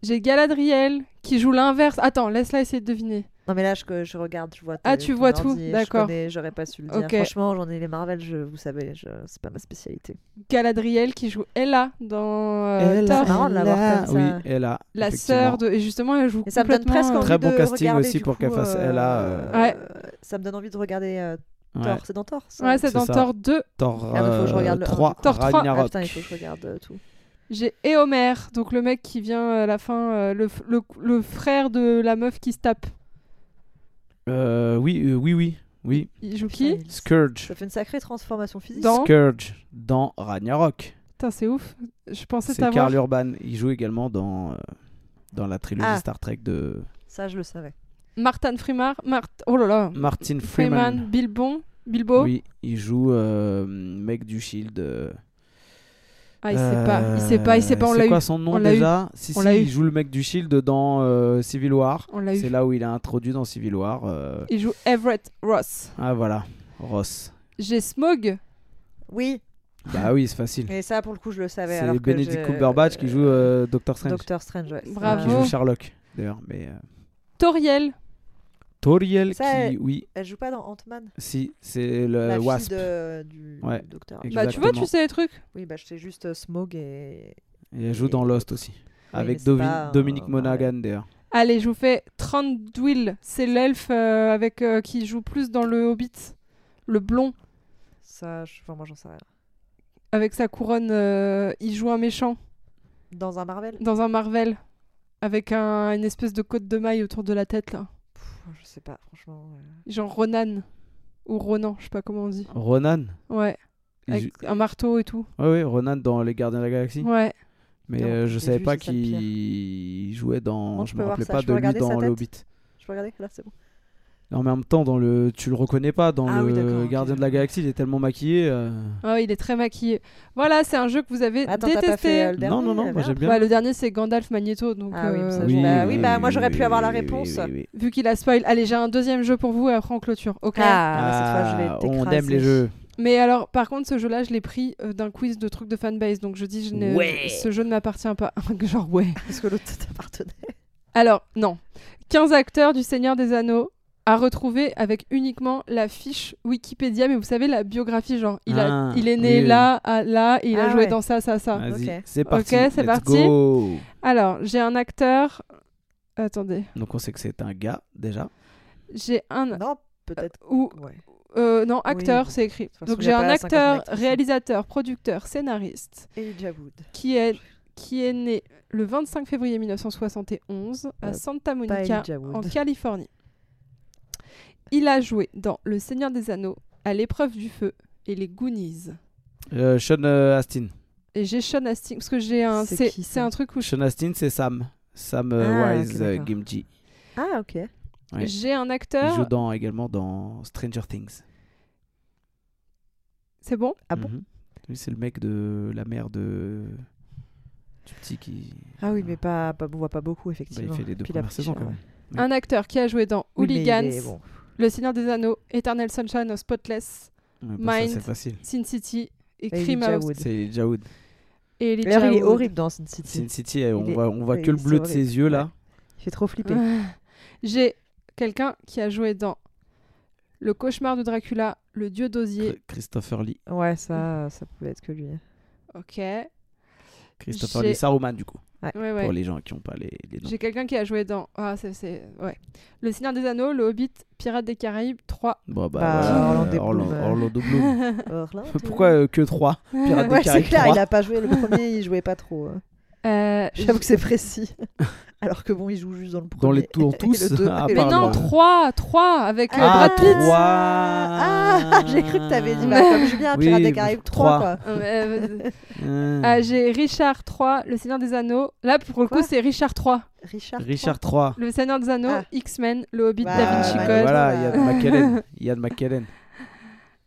J'ai Galadriel qui joue l'inverse. Attends, laisse-la essayer de deviner.
Non, mais là, je, je regarde, je vois
Ah,
tes-
tu
ton
vois tout,
ordi, je
d'accord.
connais, J'aurais pas su le dire.
Ok.
Franchement, j'en ai les Marvel, je, vous savez, je, c'est pas ma spécialité.
Galadriel qui joue Ella dans euh,
Elle
Thor.
c'est marrant de l'avoir comme
oui,
ça.
elle a
La sœur de. Et justement, elle joue
Et ça me donne
complètement,
presque
euh,
envie
Très
de
bon casting
regarder,
aussi
du
pour
coup,
qu'elle fasse
euh,
Ella, euh,
Ouais.
Ça me donne envie de regarder euh,
Ouais.
Thor. C'est dans Thor ça
Ouais, c'est
C'est
dans
ça.
Thor 2.
Thor,
Ah, mais faut que je
euh,
regarde le un, du
3,
coup.
Thor trois, ah,
Ragnarok.
Ah, putain, il faut que je regarde euh, tout.
J'ai Éomer, donc le mec qui vient à la fin, euh, le, f- le- le frère de la meuf qui se tape.
Euh, oui, euh, oui, oui, oui.
Il joue
Putain,
qui
il-
Scourge.
Ça fait une sacrée transformation physique.
Dans-
Scourge dans Ragnarok.
Putain, c'est ouf. Je pensais
C'est
t'avoir.
Karl Urban. Il joue également dans, euh, dans la trilogie
Ah.
Star Trek de
Ça, je le savais.
Martin Freeman. Mart... Oh là là.
Martin Freeman.
Freeman, Bilbon, Bilbo.
Oui, il joue euh, mec du Shield. euh,
Ah, il sait pas, il sait pas, il sait pas, on l'a
C'est
eu.
quoi son nom
On l'a
déjà Si,
On
si,
l'a eu.
il joue le mec du Shield dans euh, Civil War.
On l'a
C'est
eu.
là où il est introduit dans Civil War. euh.
Il joue Everett Ross.
Ah voilà, Ross.
J'ai Smog.
Oui,
Bah oui, c'est facile.
et ça pour le coup je le savais. alors
C'est
que
Benedict
je-
Cumberbatch qui joue euh, Doctor Strange.
Doctor Strange, ouais.
Bravo.
Qui joue Sherlock, d'ailleurs. Mais, euh,
Toriel.
Toriel,
Ça,
qui, oui,
Elle joue pas dans Ant-Man
si, c'est
La
le
fille
Euh, Wasp.
de- du
Ouais.
docteur.
Exact.
Bah, tu vois,
Exactement.
tu sais les trucs.
Oui, bah je sais juste euh, Smog et.
Et elle joue dans Lost aussi. Avec
mais c'est
Dovi-
pas un-
Dominique
ouais.
Monaghan, d'ailleurs.
Allez, je vous fais Tranduil. C'est l'elfe euh, avec euh, qui joue plus dans le Hobbit. Le blond
Ça, je- enfin, moi j'en sais rien.
avec sa couronne. euh, il joue un méchant
Dans un Marvel
dans un Marvel avec un- une espèce de côte de maille autour de la tête là.
Pff, Je sais pas, franchement. euh.
Genre Ronan ou Ronan, je sais pas comment on dit.
Ronan.
Ouais,
il
avec
joue-
un marteau et tout.
Ouais, ouais, Ronan dans Les Gardiens de la Galaxie.
Ouais.
Mais
Non,
euh, je
j'ai
savais
vu,
pas
c'est ça le pire.
qu'il jouait dans.
Comment tu
je
peux
me
voir
rappelais
ça
pas de
Je peux
lui
regarder sa
dans le
tête
Hobbit.
Je peux regarder Là, c'est bon.
En même temps, dans le, tu le reconnais pas dans
Ah oui,
le
d'accord, ok.
Gardien de la Galaxie, il est tellement maquillé. euh.
Ah, il est très maquillé. Voilà, c'est un jeu que vous avez
Attends, t'as
détesté.
pas fait euh, le
Non,
dernier
non, non, moi
merde.
j'aime bien.
Bah, le dernier, c'est Gandalf Magneto. Donc,
Ah oui,
euh,
ça, je- bah oui, bah, moi, j'aurais pu avoir la
oui, oui,
réponse.
oui, oui, oui.
vu qu'il a spoil. Allez, j'ai un deuxième jeu pour vous et après on clôture. Ok.
Ah, mais cette fois, je vais
on
t'écraser.
aime les jeux.
Mais alors, par contre, ce jeu-là, je l'ai pris euh, d'un quiz de trucs de fanbase. Donc, je dis, je n'ai-
Ouais.
ce jeu ne m'appartient pas. Genre, ouais.
Parce que l'autre t'appartenait.
Alors, non. 15 acteurs du Seigneur des Anneaux à retrouver avec uniquement la fiche Wikipédia, mais vous savez, la biographie, genre, il, a-
Ah,
il est né
oui, oui.
là, à là, et il a
Ah
joué
ouais.
dans ça, ça, ça.
Vas-y,
ok.
c'est parti.
c'est
let's
parti.
go.
Alors, j'ai un acteur. Attendez,
Donc on sait que c'est un gars déjà.
j'ai un.
Non, peut-être.
Ou.
Ouais.
euh, non, acteur,
bon.
c'est écrit.
toute façon,
Donc,
il y
j'ai
a
un
pas 50
acteur,
actrices, hein.
réalisateur, producteur, scénariste,
Elijah Wood.
qui est, qui est né le 25 février 1971 à
Euh,
Santa
Pas
Monica,
Elijah
en
Wood.
Californie. Il a joué dans Le Seigneur des Anneaux, À l'épreuve du feu et Les Goonies.
Euh, Sean euh, Astin.
Et j'ai Sean Astin, parce que j'ai un.
C'est
C'est
qui, ça
c'est un truc où je-
Sean Astin, c'est Sam. Sam euh,
Ah, ok,
Wise euh,
d'accord.
Gimji.
Ah, ok.
Ouais.
j'ai un
Il joue
acteur.
dans, également dans Stranger Things.
C'est bon
Ah bon
Mhm. Lui, c'est le mec de la mère de. Du petit qui.
Ah oui, mais pas, pas, on voit pas beaucoup,
Bah, il
effectivement.
fait les deux
Puis la
premières saisons quand
friche,
même. Oui.
Un acteur qui a joué dans
ouais. Oui, mais il
Hooligans,
est- bon.
Le Seigneur des Anneaux, Eternal Sunshine of Spotless,
Ouais, bah, ça,
Mind.
c'est facile.
Sin City et
Et
Crime
Elijah
House.
Wood.
C'est Elijah Wood.
Et Elijah
D'ailleurs, il est
Wood.
horrible dans Sin City.
Sin City, eh, on
est-
voit, on voit
ouais,
que le
c'est
bleu de
horrible.
ses yeux là.
Il fait trop flipper.
Ah. J'ai quelqu'un qui a joué dans Le Cauchemar de Dracula, Le Dieu d'Osier.
Cr- Christopher Lee.
Ouais, ça, ça pouvait être que lui.
Ok. Ouais,
Christopher
J'ai-
Lee Saruman du coup.
ouais.
Pour les gens qui n'ont pas les, les noms.
J'ai quelqu'un qui a joué dans. Ah, c'est- c'est. Ouais. Le Seigneur des Anneaux, Le Hobbit, Pirates des Caraïbes 3.
Bon, bah,
Bah,
voilà,
Orlando
euh, Orlan-
Bloom, euh.
Orlando Bloom.
Orlando.
Pourquoi euh, que 3 Pirates des
Ouais, c'est
Caraïbes
clair,
3.
il a pas joué. Le premier, il jouait pas trop. hein.
Euh,
J'avoue que c'est précis. Alors que bon, il joue juste dans le premier.
Dans les tours
et
tous,
le deux,
à
et
Mais
part
le
Pardon.
non, 3,
trois.
3 avec euh,
Ah,
Brad Pitt.
trois.
Ah, j'ai cru que t'avais dit bah, comme Julien,
Oui,
Pirates des Caraïbes 3,
trois.
quoi.
Euh, euh,
Euh,
ah, J'ai Richard 3, Le Seigneur des Anneaux. Là, pour le
Quoi
coup, c'est Richard 3.
Ah, Richard.
Richard 3.
Le Seigneur des Anneaux,
Ah.
X-Men, Le Hobbit,
Bah,
Da Vinci
Chicote.
Code.
Voilà, il y a de McKellen. Il y a de McKellen.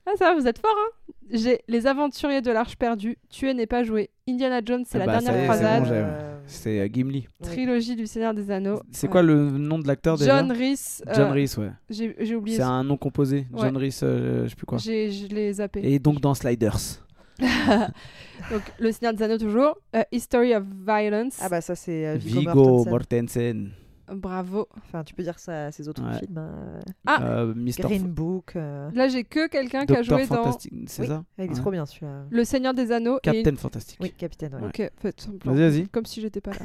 Ah, ça va, vous êtes fort, hein J'ai Les Aventuriers de l'Arche perdue, Tuer n'est pas joué, Indiana Jones, c'est
Ah bah,
la
ça y est,
dernière
c'est
croisade,
bon, j'ai-
Euh,
C'est euh, Gimli.
oui.
trilogie du Seigneur des Anneaux.
C'est
Oh, Ouais.
quoi le nom de l'acteur déjà
John Rhys. euh,
John Rhys, ouais.
J'ai j'ai oublié.
C'est un nom composé.
Ouais.
John Rhys, euh, je sais plus quoi.
J'ai- Je l'ai zappé.
Et donc dans Sliders.
Donc, Le Seigneur des Anneaux, toujours. euh, History of Violence.
Ah bah ça c'est euh, Viggo,
Vigo
Mortensen.
Mortensen.
Bravo.
Enfin tu peux dire ça à ses autres
Ouais.
films. hein.
Ah.
Euh, Mr.
Green Book. euh,
Là, j'ai que quelqu'un qui a
Docteur
joué dans
Fantastic, c'est
Oui,
ça
Il est
Ouais.
trop bien celui-là.
Le Seigneur des Anneaux et
Captain Fantastic.
Oui, Capitaine. ouais.
Ouais.
Ok, faites semblant.
Vas-y, vas-y.
Comme si j'étais pas là.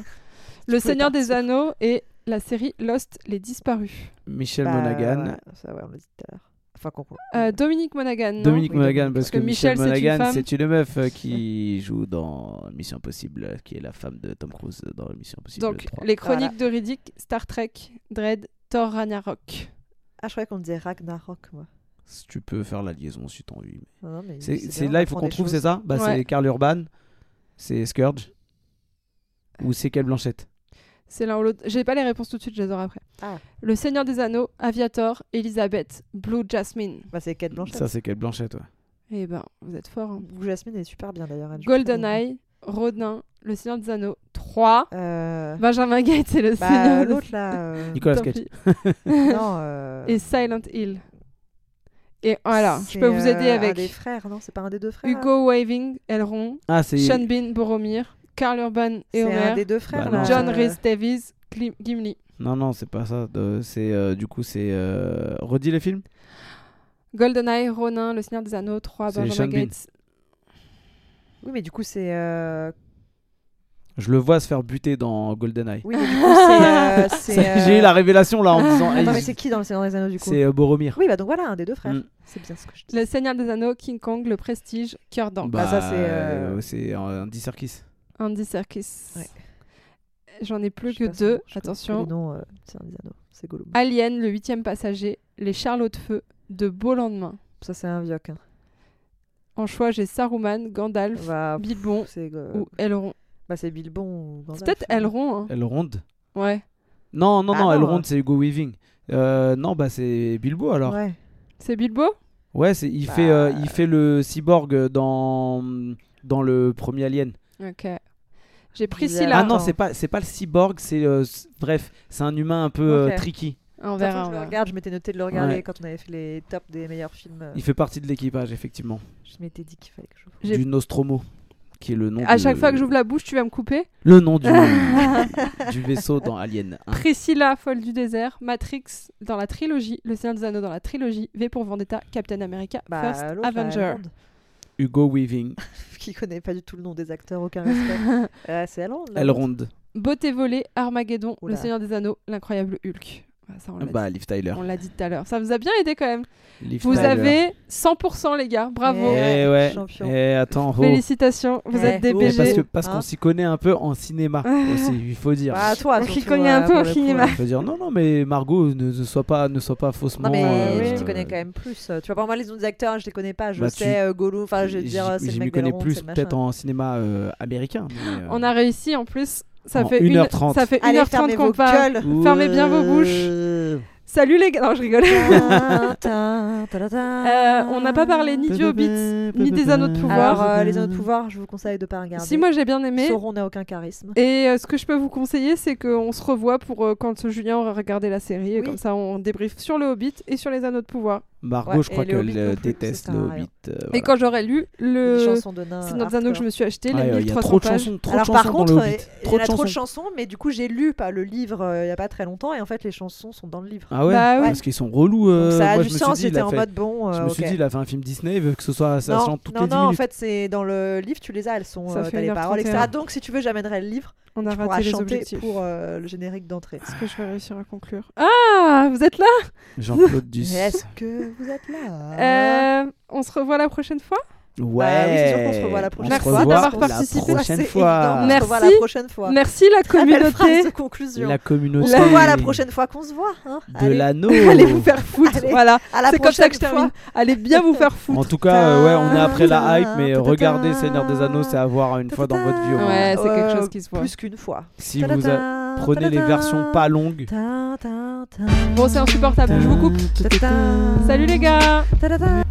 le Seigneur des Anneaux et la série Lost, Les Disparus.
Michel
Bah,
Monaghan.
ouais, ça ouais, on l'a dit tout à l'heure. Enfin qu'on.
Euh, Dominique Monaghan. non
Dominique
Oui,
Monaghan,
Dominique.
parce que,
Parce que
Michel
Michel, c'est une
Monaghan,
femme.
c'est une meuf euh, qui joue dans Mission Impossible, euh, qui est la femme de Tom Cruise euh, dans Mission Impossible
Donc,
3.
les chroniques de Riddick, Star Trek, Dread, Thor Ragnarok.
Ah je croyais qu'on disait Ragnarok moi.
Si tu peux faire la liaison si t'as envie. mais-
Non, non, mais
C'est-
bien,
C'est
on
là, il faut
apprend
qu'on
des
trouve,
choses.
c'est ça bah,
Ouais.
C'est Karl Urban, c'est Scourge, ou c'est quelle Blanchette
C'est l'un ou l'autre. J'ai pas les réponses tout de suite, je les aurai après.
Ah.
Le Seigneur des Anneaux, Aviator, Elisabeth, Blue Jasmine.
Bah c'est Kate Blanchett.
Ça, c'est quelle Blanchette, ouais.
Eh ben, vous êtes fort.
Ah, Ou Jasmine est super bien d'ailleurs. elle joue très bien.
GoldenEye, Rodin, Le Seigneur des Anneaux 3.
Euh,
Benjamin Gates et le
bah,
Seigneur des
l'autre là. euh,
Nicolas
Tant
Cage.
pis.
non, euh,
Et Silent Hill. Et voilà, je
c'est,
peux vous aider
euh, Un
avec
des frères, non C'est pas un des deux frères hein. là
Hugo Waving, Elrond,
Ah, c'est.
Sean Bean, Boromir, Carl Urban et
C'est un
Homer,
des deux frères
Bah,
là.
non.
John
euh,
Rhys Davies, Glim- Gimli,
Non, non, c'est pas ça. Euh, c'est euh, du coup, c'est euh, redis les films.
GoldenEye, Ronin, Le Seigneur des Anneaux, 3,
C'est
Benjamin
Sean Bean.
Gates.
Oui, mais du coup, c'est. euh,
Je le vois se faire buter dans GoldenEye.
Oui, mais du coup, c'est. euh, c'est,
Ça, J'ai eu
euh,
la révélation là en me disant.
Attends,
eh,
mais c'est qui dans le Seigneur des Anneaux du coup
c'est euh, Boromir.
Oui, bah donc voilà, un des deux frères.
Mm.
C'est bien ce que je dis.
Le Seigneur des Anneaux, King Kong, Le Prestige, Cœur d'Angle,
Bah, ça, c'est, euh,
euh, c'est un Andy Serkis.
Andy Serkis.
Ouais.
J'en ai plus
Je sais
que
pas son-
deux,
je connais plus
attention. Ah.
Les noms, euh, Seigneur des Anneaux, c'est Gollum.
Alien, Le Huitième Passager, Les Charlots de Feu, De Beaux Lendemains.
Ça, c'est un vioc. Hein.
En choix, j'ai Saruman, Gandalf,
Bah, pff,
Bilbon
c'est. euh,
ou Elrond.
Bah, c'est Bilbon ou Gandalf.
C'est peut-être Elrond, hein.
Elle ronde.
Ouais,
Non, non,
Ah,
non,
non,
elle
euh.
ronde, c'est Hugo Weaving. Euh, non, bah c'est Bilbo alors. Ouais,
Ouais.
c'est Bilbo
c'est il
Bah.
fait, euh, il fait le cyborg dans dans le premier Alien.
Ok. J'ai Priscilla.
ah non,
attends.
c'est pas, c'est pas le cyborg, c'est euh, c- bref, c'est un humain un peu euh,
Ok.
tricky.
On
Attends, faut
verra.
que je
on
le
verra.
regarde, je m'étais noté de le regarder
Ouais.
quand on avait fait les tops des meilleurs films. euh,
Il fait partie de l'équipage effectivement.
Je m'étais dit qu'il fallait que je.
J'ai-
Du Nostromo, qui est le nom.
À
de-
chaque fois que j'ouvre la bouche, tu vas me couper.
Le nom du, du vaisseau dans Alien 1.
Ah.
Priscilla, folle du désert, Matrix dans la trilogie, Le Seigneur des Anneaux dans la trilogie, V pour Vendetta, Captain America,
Bah,
First
l'autre, là,
Avenger.
Elrond,
Hugo Weaving,
qui connaît pas du tout le nom des acteurs, aucun respect. Euh, c'est Elrond. là, l'autre.
Elrond,
Beauté volée, Armageddon,
Oula.
Le
Ah
Seigneur des Anneaux, L'incroyable Hulk. Bah, ça, on l'a
bah
dit.
Liv Tyler.
On l'a dit tout à l'heure. Ça vous a bien aidé quand même.
Liv
Vous
Tyler.
avez 100% les gars. Bravo.
Eh
Ouais,
ouais.
champion.
Eh attends. oh.
Félicitations. Vous
Ouais.
êtes des
Oh,
Eh, parce
BG.
que parce qu'on
Hein.
s'y connaît un peu en cinéma aussi, il faut dire.
Bah, toi,
On s'y
surtout,
connaît
euh,
un peu
pour
au
le coup,
cinéma.
Il faut dire non non mais Margot ne, ne sois pas ne sois pas faussement.
Non mais
euh,
oui, tu t'y connais quand même plus. euh, Tu vois pas moi les autres acteurs, je les connais pas. Je
Bah, tu-
sais euh, Gollum, enfin je veux
j'y-
dire euh, c'est
j'y
le
m'y
mec
connais
d'Elrond,
plus
c'est le
peut-être
machin.
en cinéma euh, américain. mais, euh,
On a réussi en plus. Ça
en
fait
1h30.
une- Ça fait
Allez,
1h30
fermez
qu'on
vos
parle.
gueules.
Fermez bien vos Salut les gars. Non, je rigole.
Ah.
Euh, on
on
n'a pas parlé ni du Hobbit, ni des anneaux de pouvoir.
Alors euh, les anneaux de pouvoir, je vous conseille de pas regarder.
Si moi j'ai bien aimé.
Sauron n'a aucun charisme.
Et euh, ce que je peux vous conseiller, c'est qu'on se revoit pour euh, quand Julien aura regardé la série. Et
Oui.
comme ça, on débriefe sur le Hobbit et sur les Anneaux de Pouvoir.
Margot,
Ouais,
je crois
et le Hobbit
qu'elle
non
euh,
plus,
déteste
ça
le
sert à rien.
Hobbit. euh,
Et
voilà.
quand j'aurai lu le.
Les chansons de nains.
C'est notre anneau que je me suis acheté,
Ah,
les
euh, Il y a
1300
trop de
pages.
chansons, trop
Alors
de
par
chansons
contre,
dans le
euh,
Hobbit.
il y en a trop de chansons, mais du coup j'ai lu pas le livre euh, il y a pas très longtemps et en fait les chansons sont dans le livre.
Ah ouais,
Bah oui.
parce qu'ils sont relous.
Donc,
euh,
ça a
moi,
du
je me suis
sens,
dit, il
j'étais
a
en
fait-
mode bon.
Je
euh,
me suis
ok.
dit, il a fait un film Disney, il veut que ce soit ça
non,
chante toutes
non,
les 10
non, en
minutes.
fait, c'est dans le livre, tu les as, elles sont
Ça
euh,
fait
t'as les
1h31.
paroles, etc. Donc, si tu veux, j'amènerai le livre,
On a
tu pourras
raté les
chanter
objectifs.
pour euh, le générique d'entrée.
Est-ce que je vais réussir à conclure Ah, vous êtes là
Jean-Claude Duss.
Est-ce que vous êtes là Bah
Euh, On se revoit la prochaine fois
Ouais.
oui, c'est sûr qu'on se revoit la
on
prochaine
Merci
se revoit
d'avoir
la
participé.
prochaine
C'est
fois.
évident, On se revoit
Merci.
la prochaine fois.
Merci la
Très belle phrase de
communauté.
conclusion.
La communauté.
On se revoit la prochaine fois qu'on se voit. hein.
De
Allez,
l'anneau.
Allez vous faire foutre.
Allez,
Voilà,
à la
c'est comme ça
prochaine
que je
fois.
termine. Allez bien vous faire foutre.
En tout cas, euh, ouais, on est après la hype, mais
Ta-ta-ta.
regardez Seigneur des Anneaux, c'est à voir une fois dans votre vie au moins.
Ouais, c'est quelque
Euh,
chose qui se voit.
Plus qu'une fois.
Si vous a- prenez les versions pas longues.
Bon, c'est insupportable. Je vous coupe. Salut les gars
gars.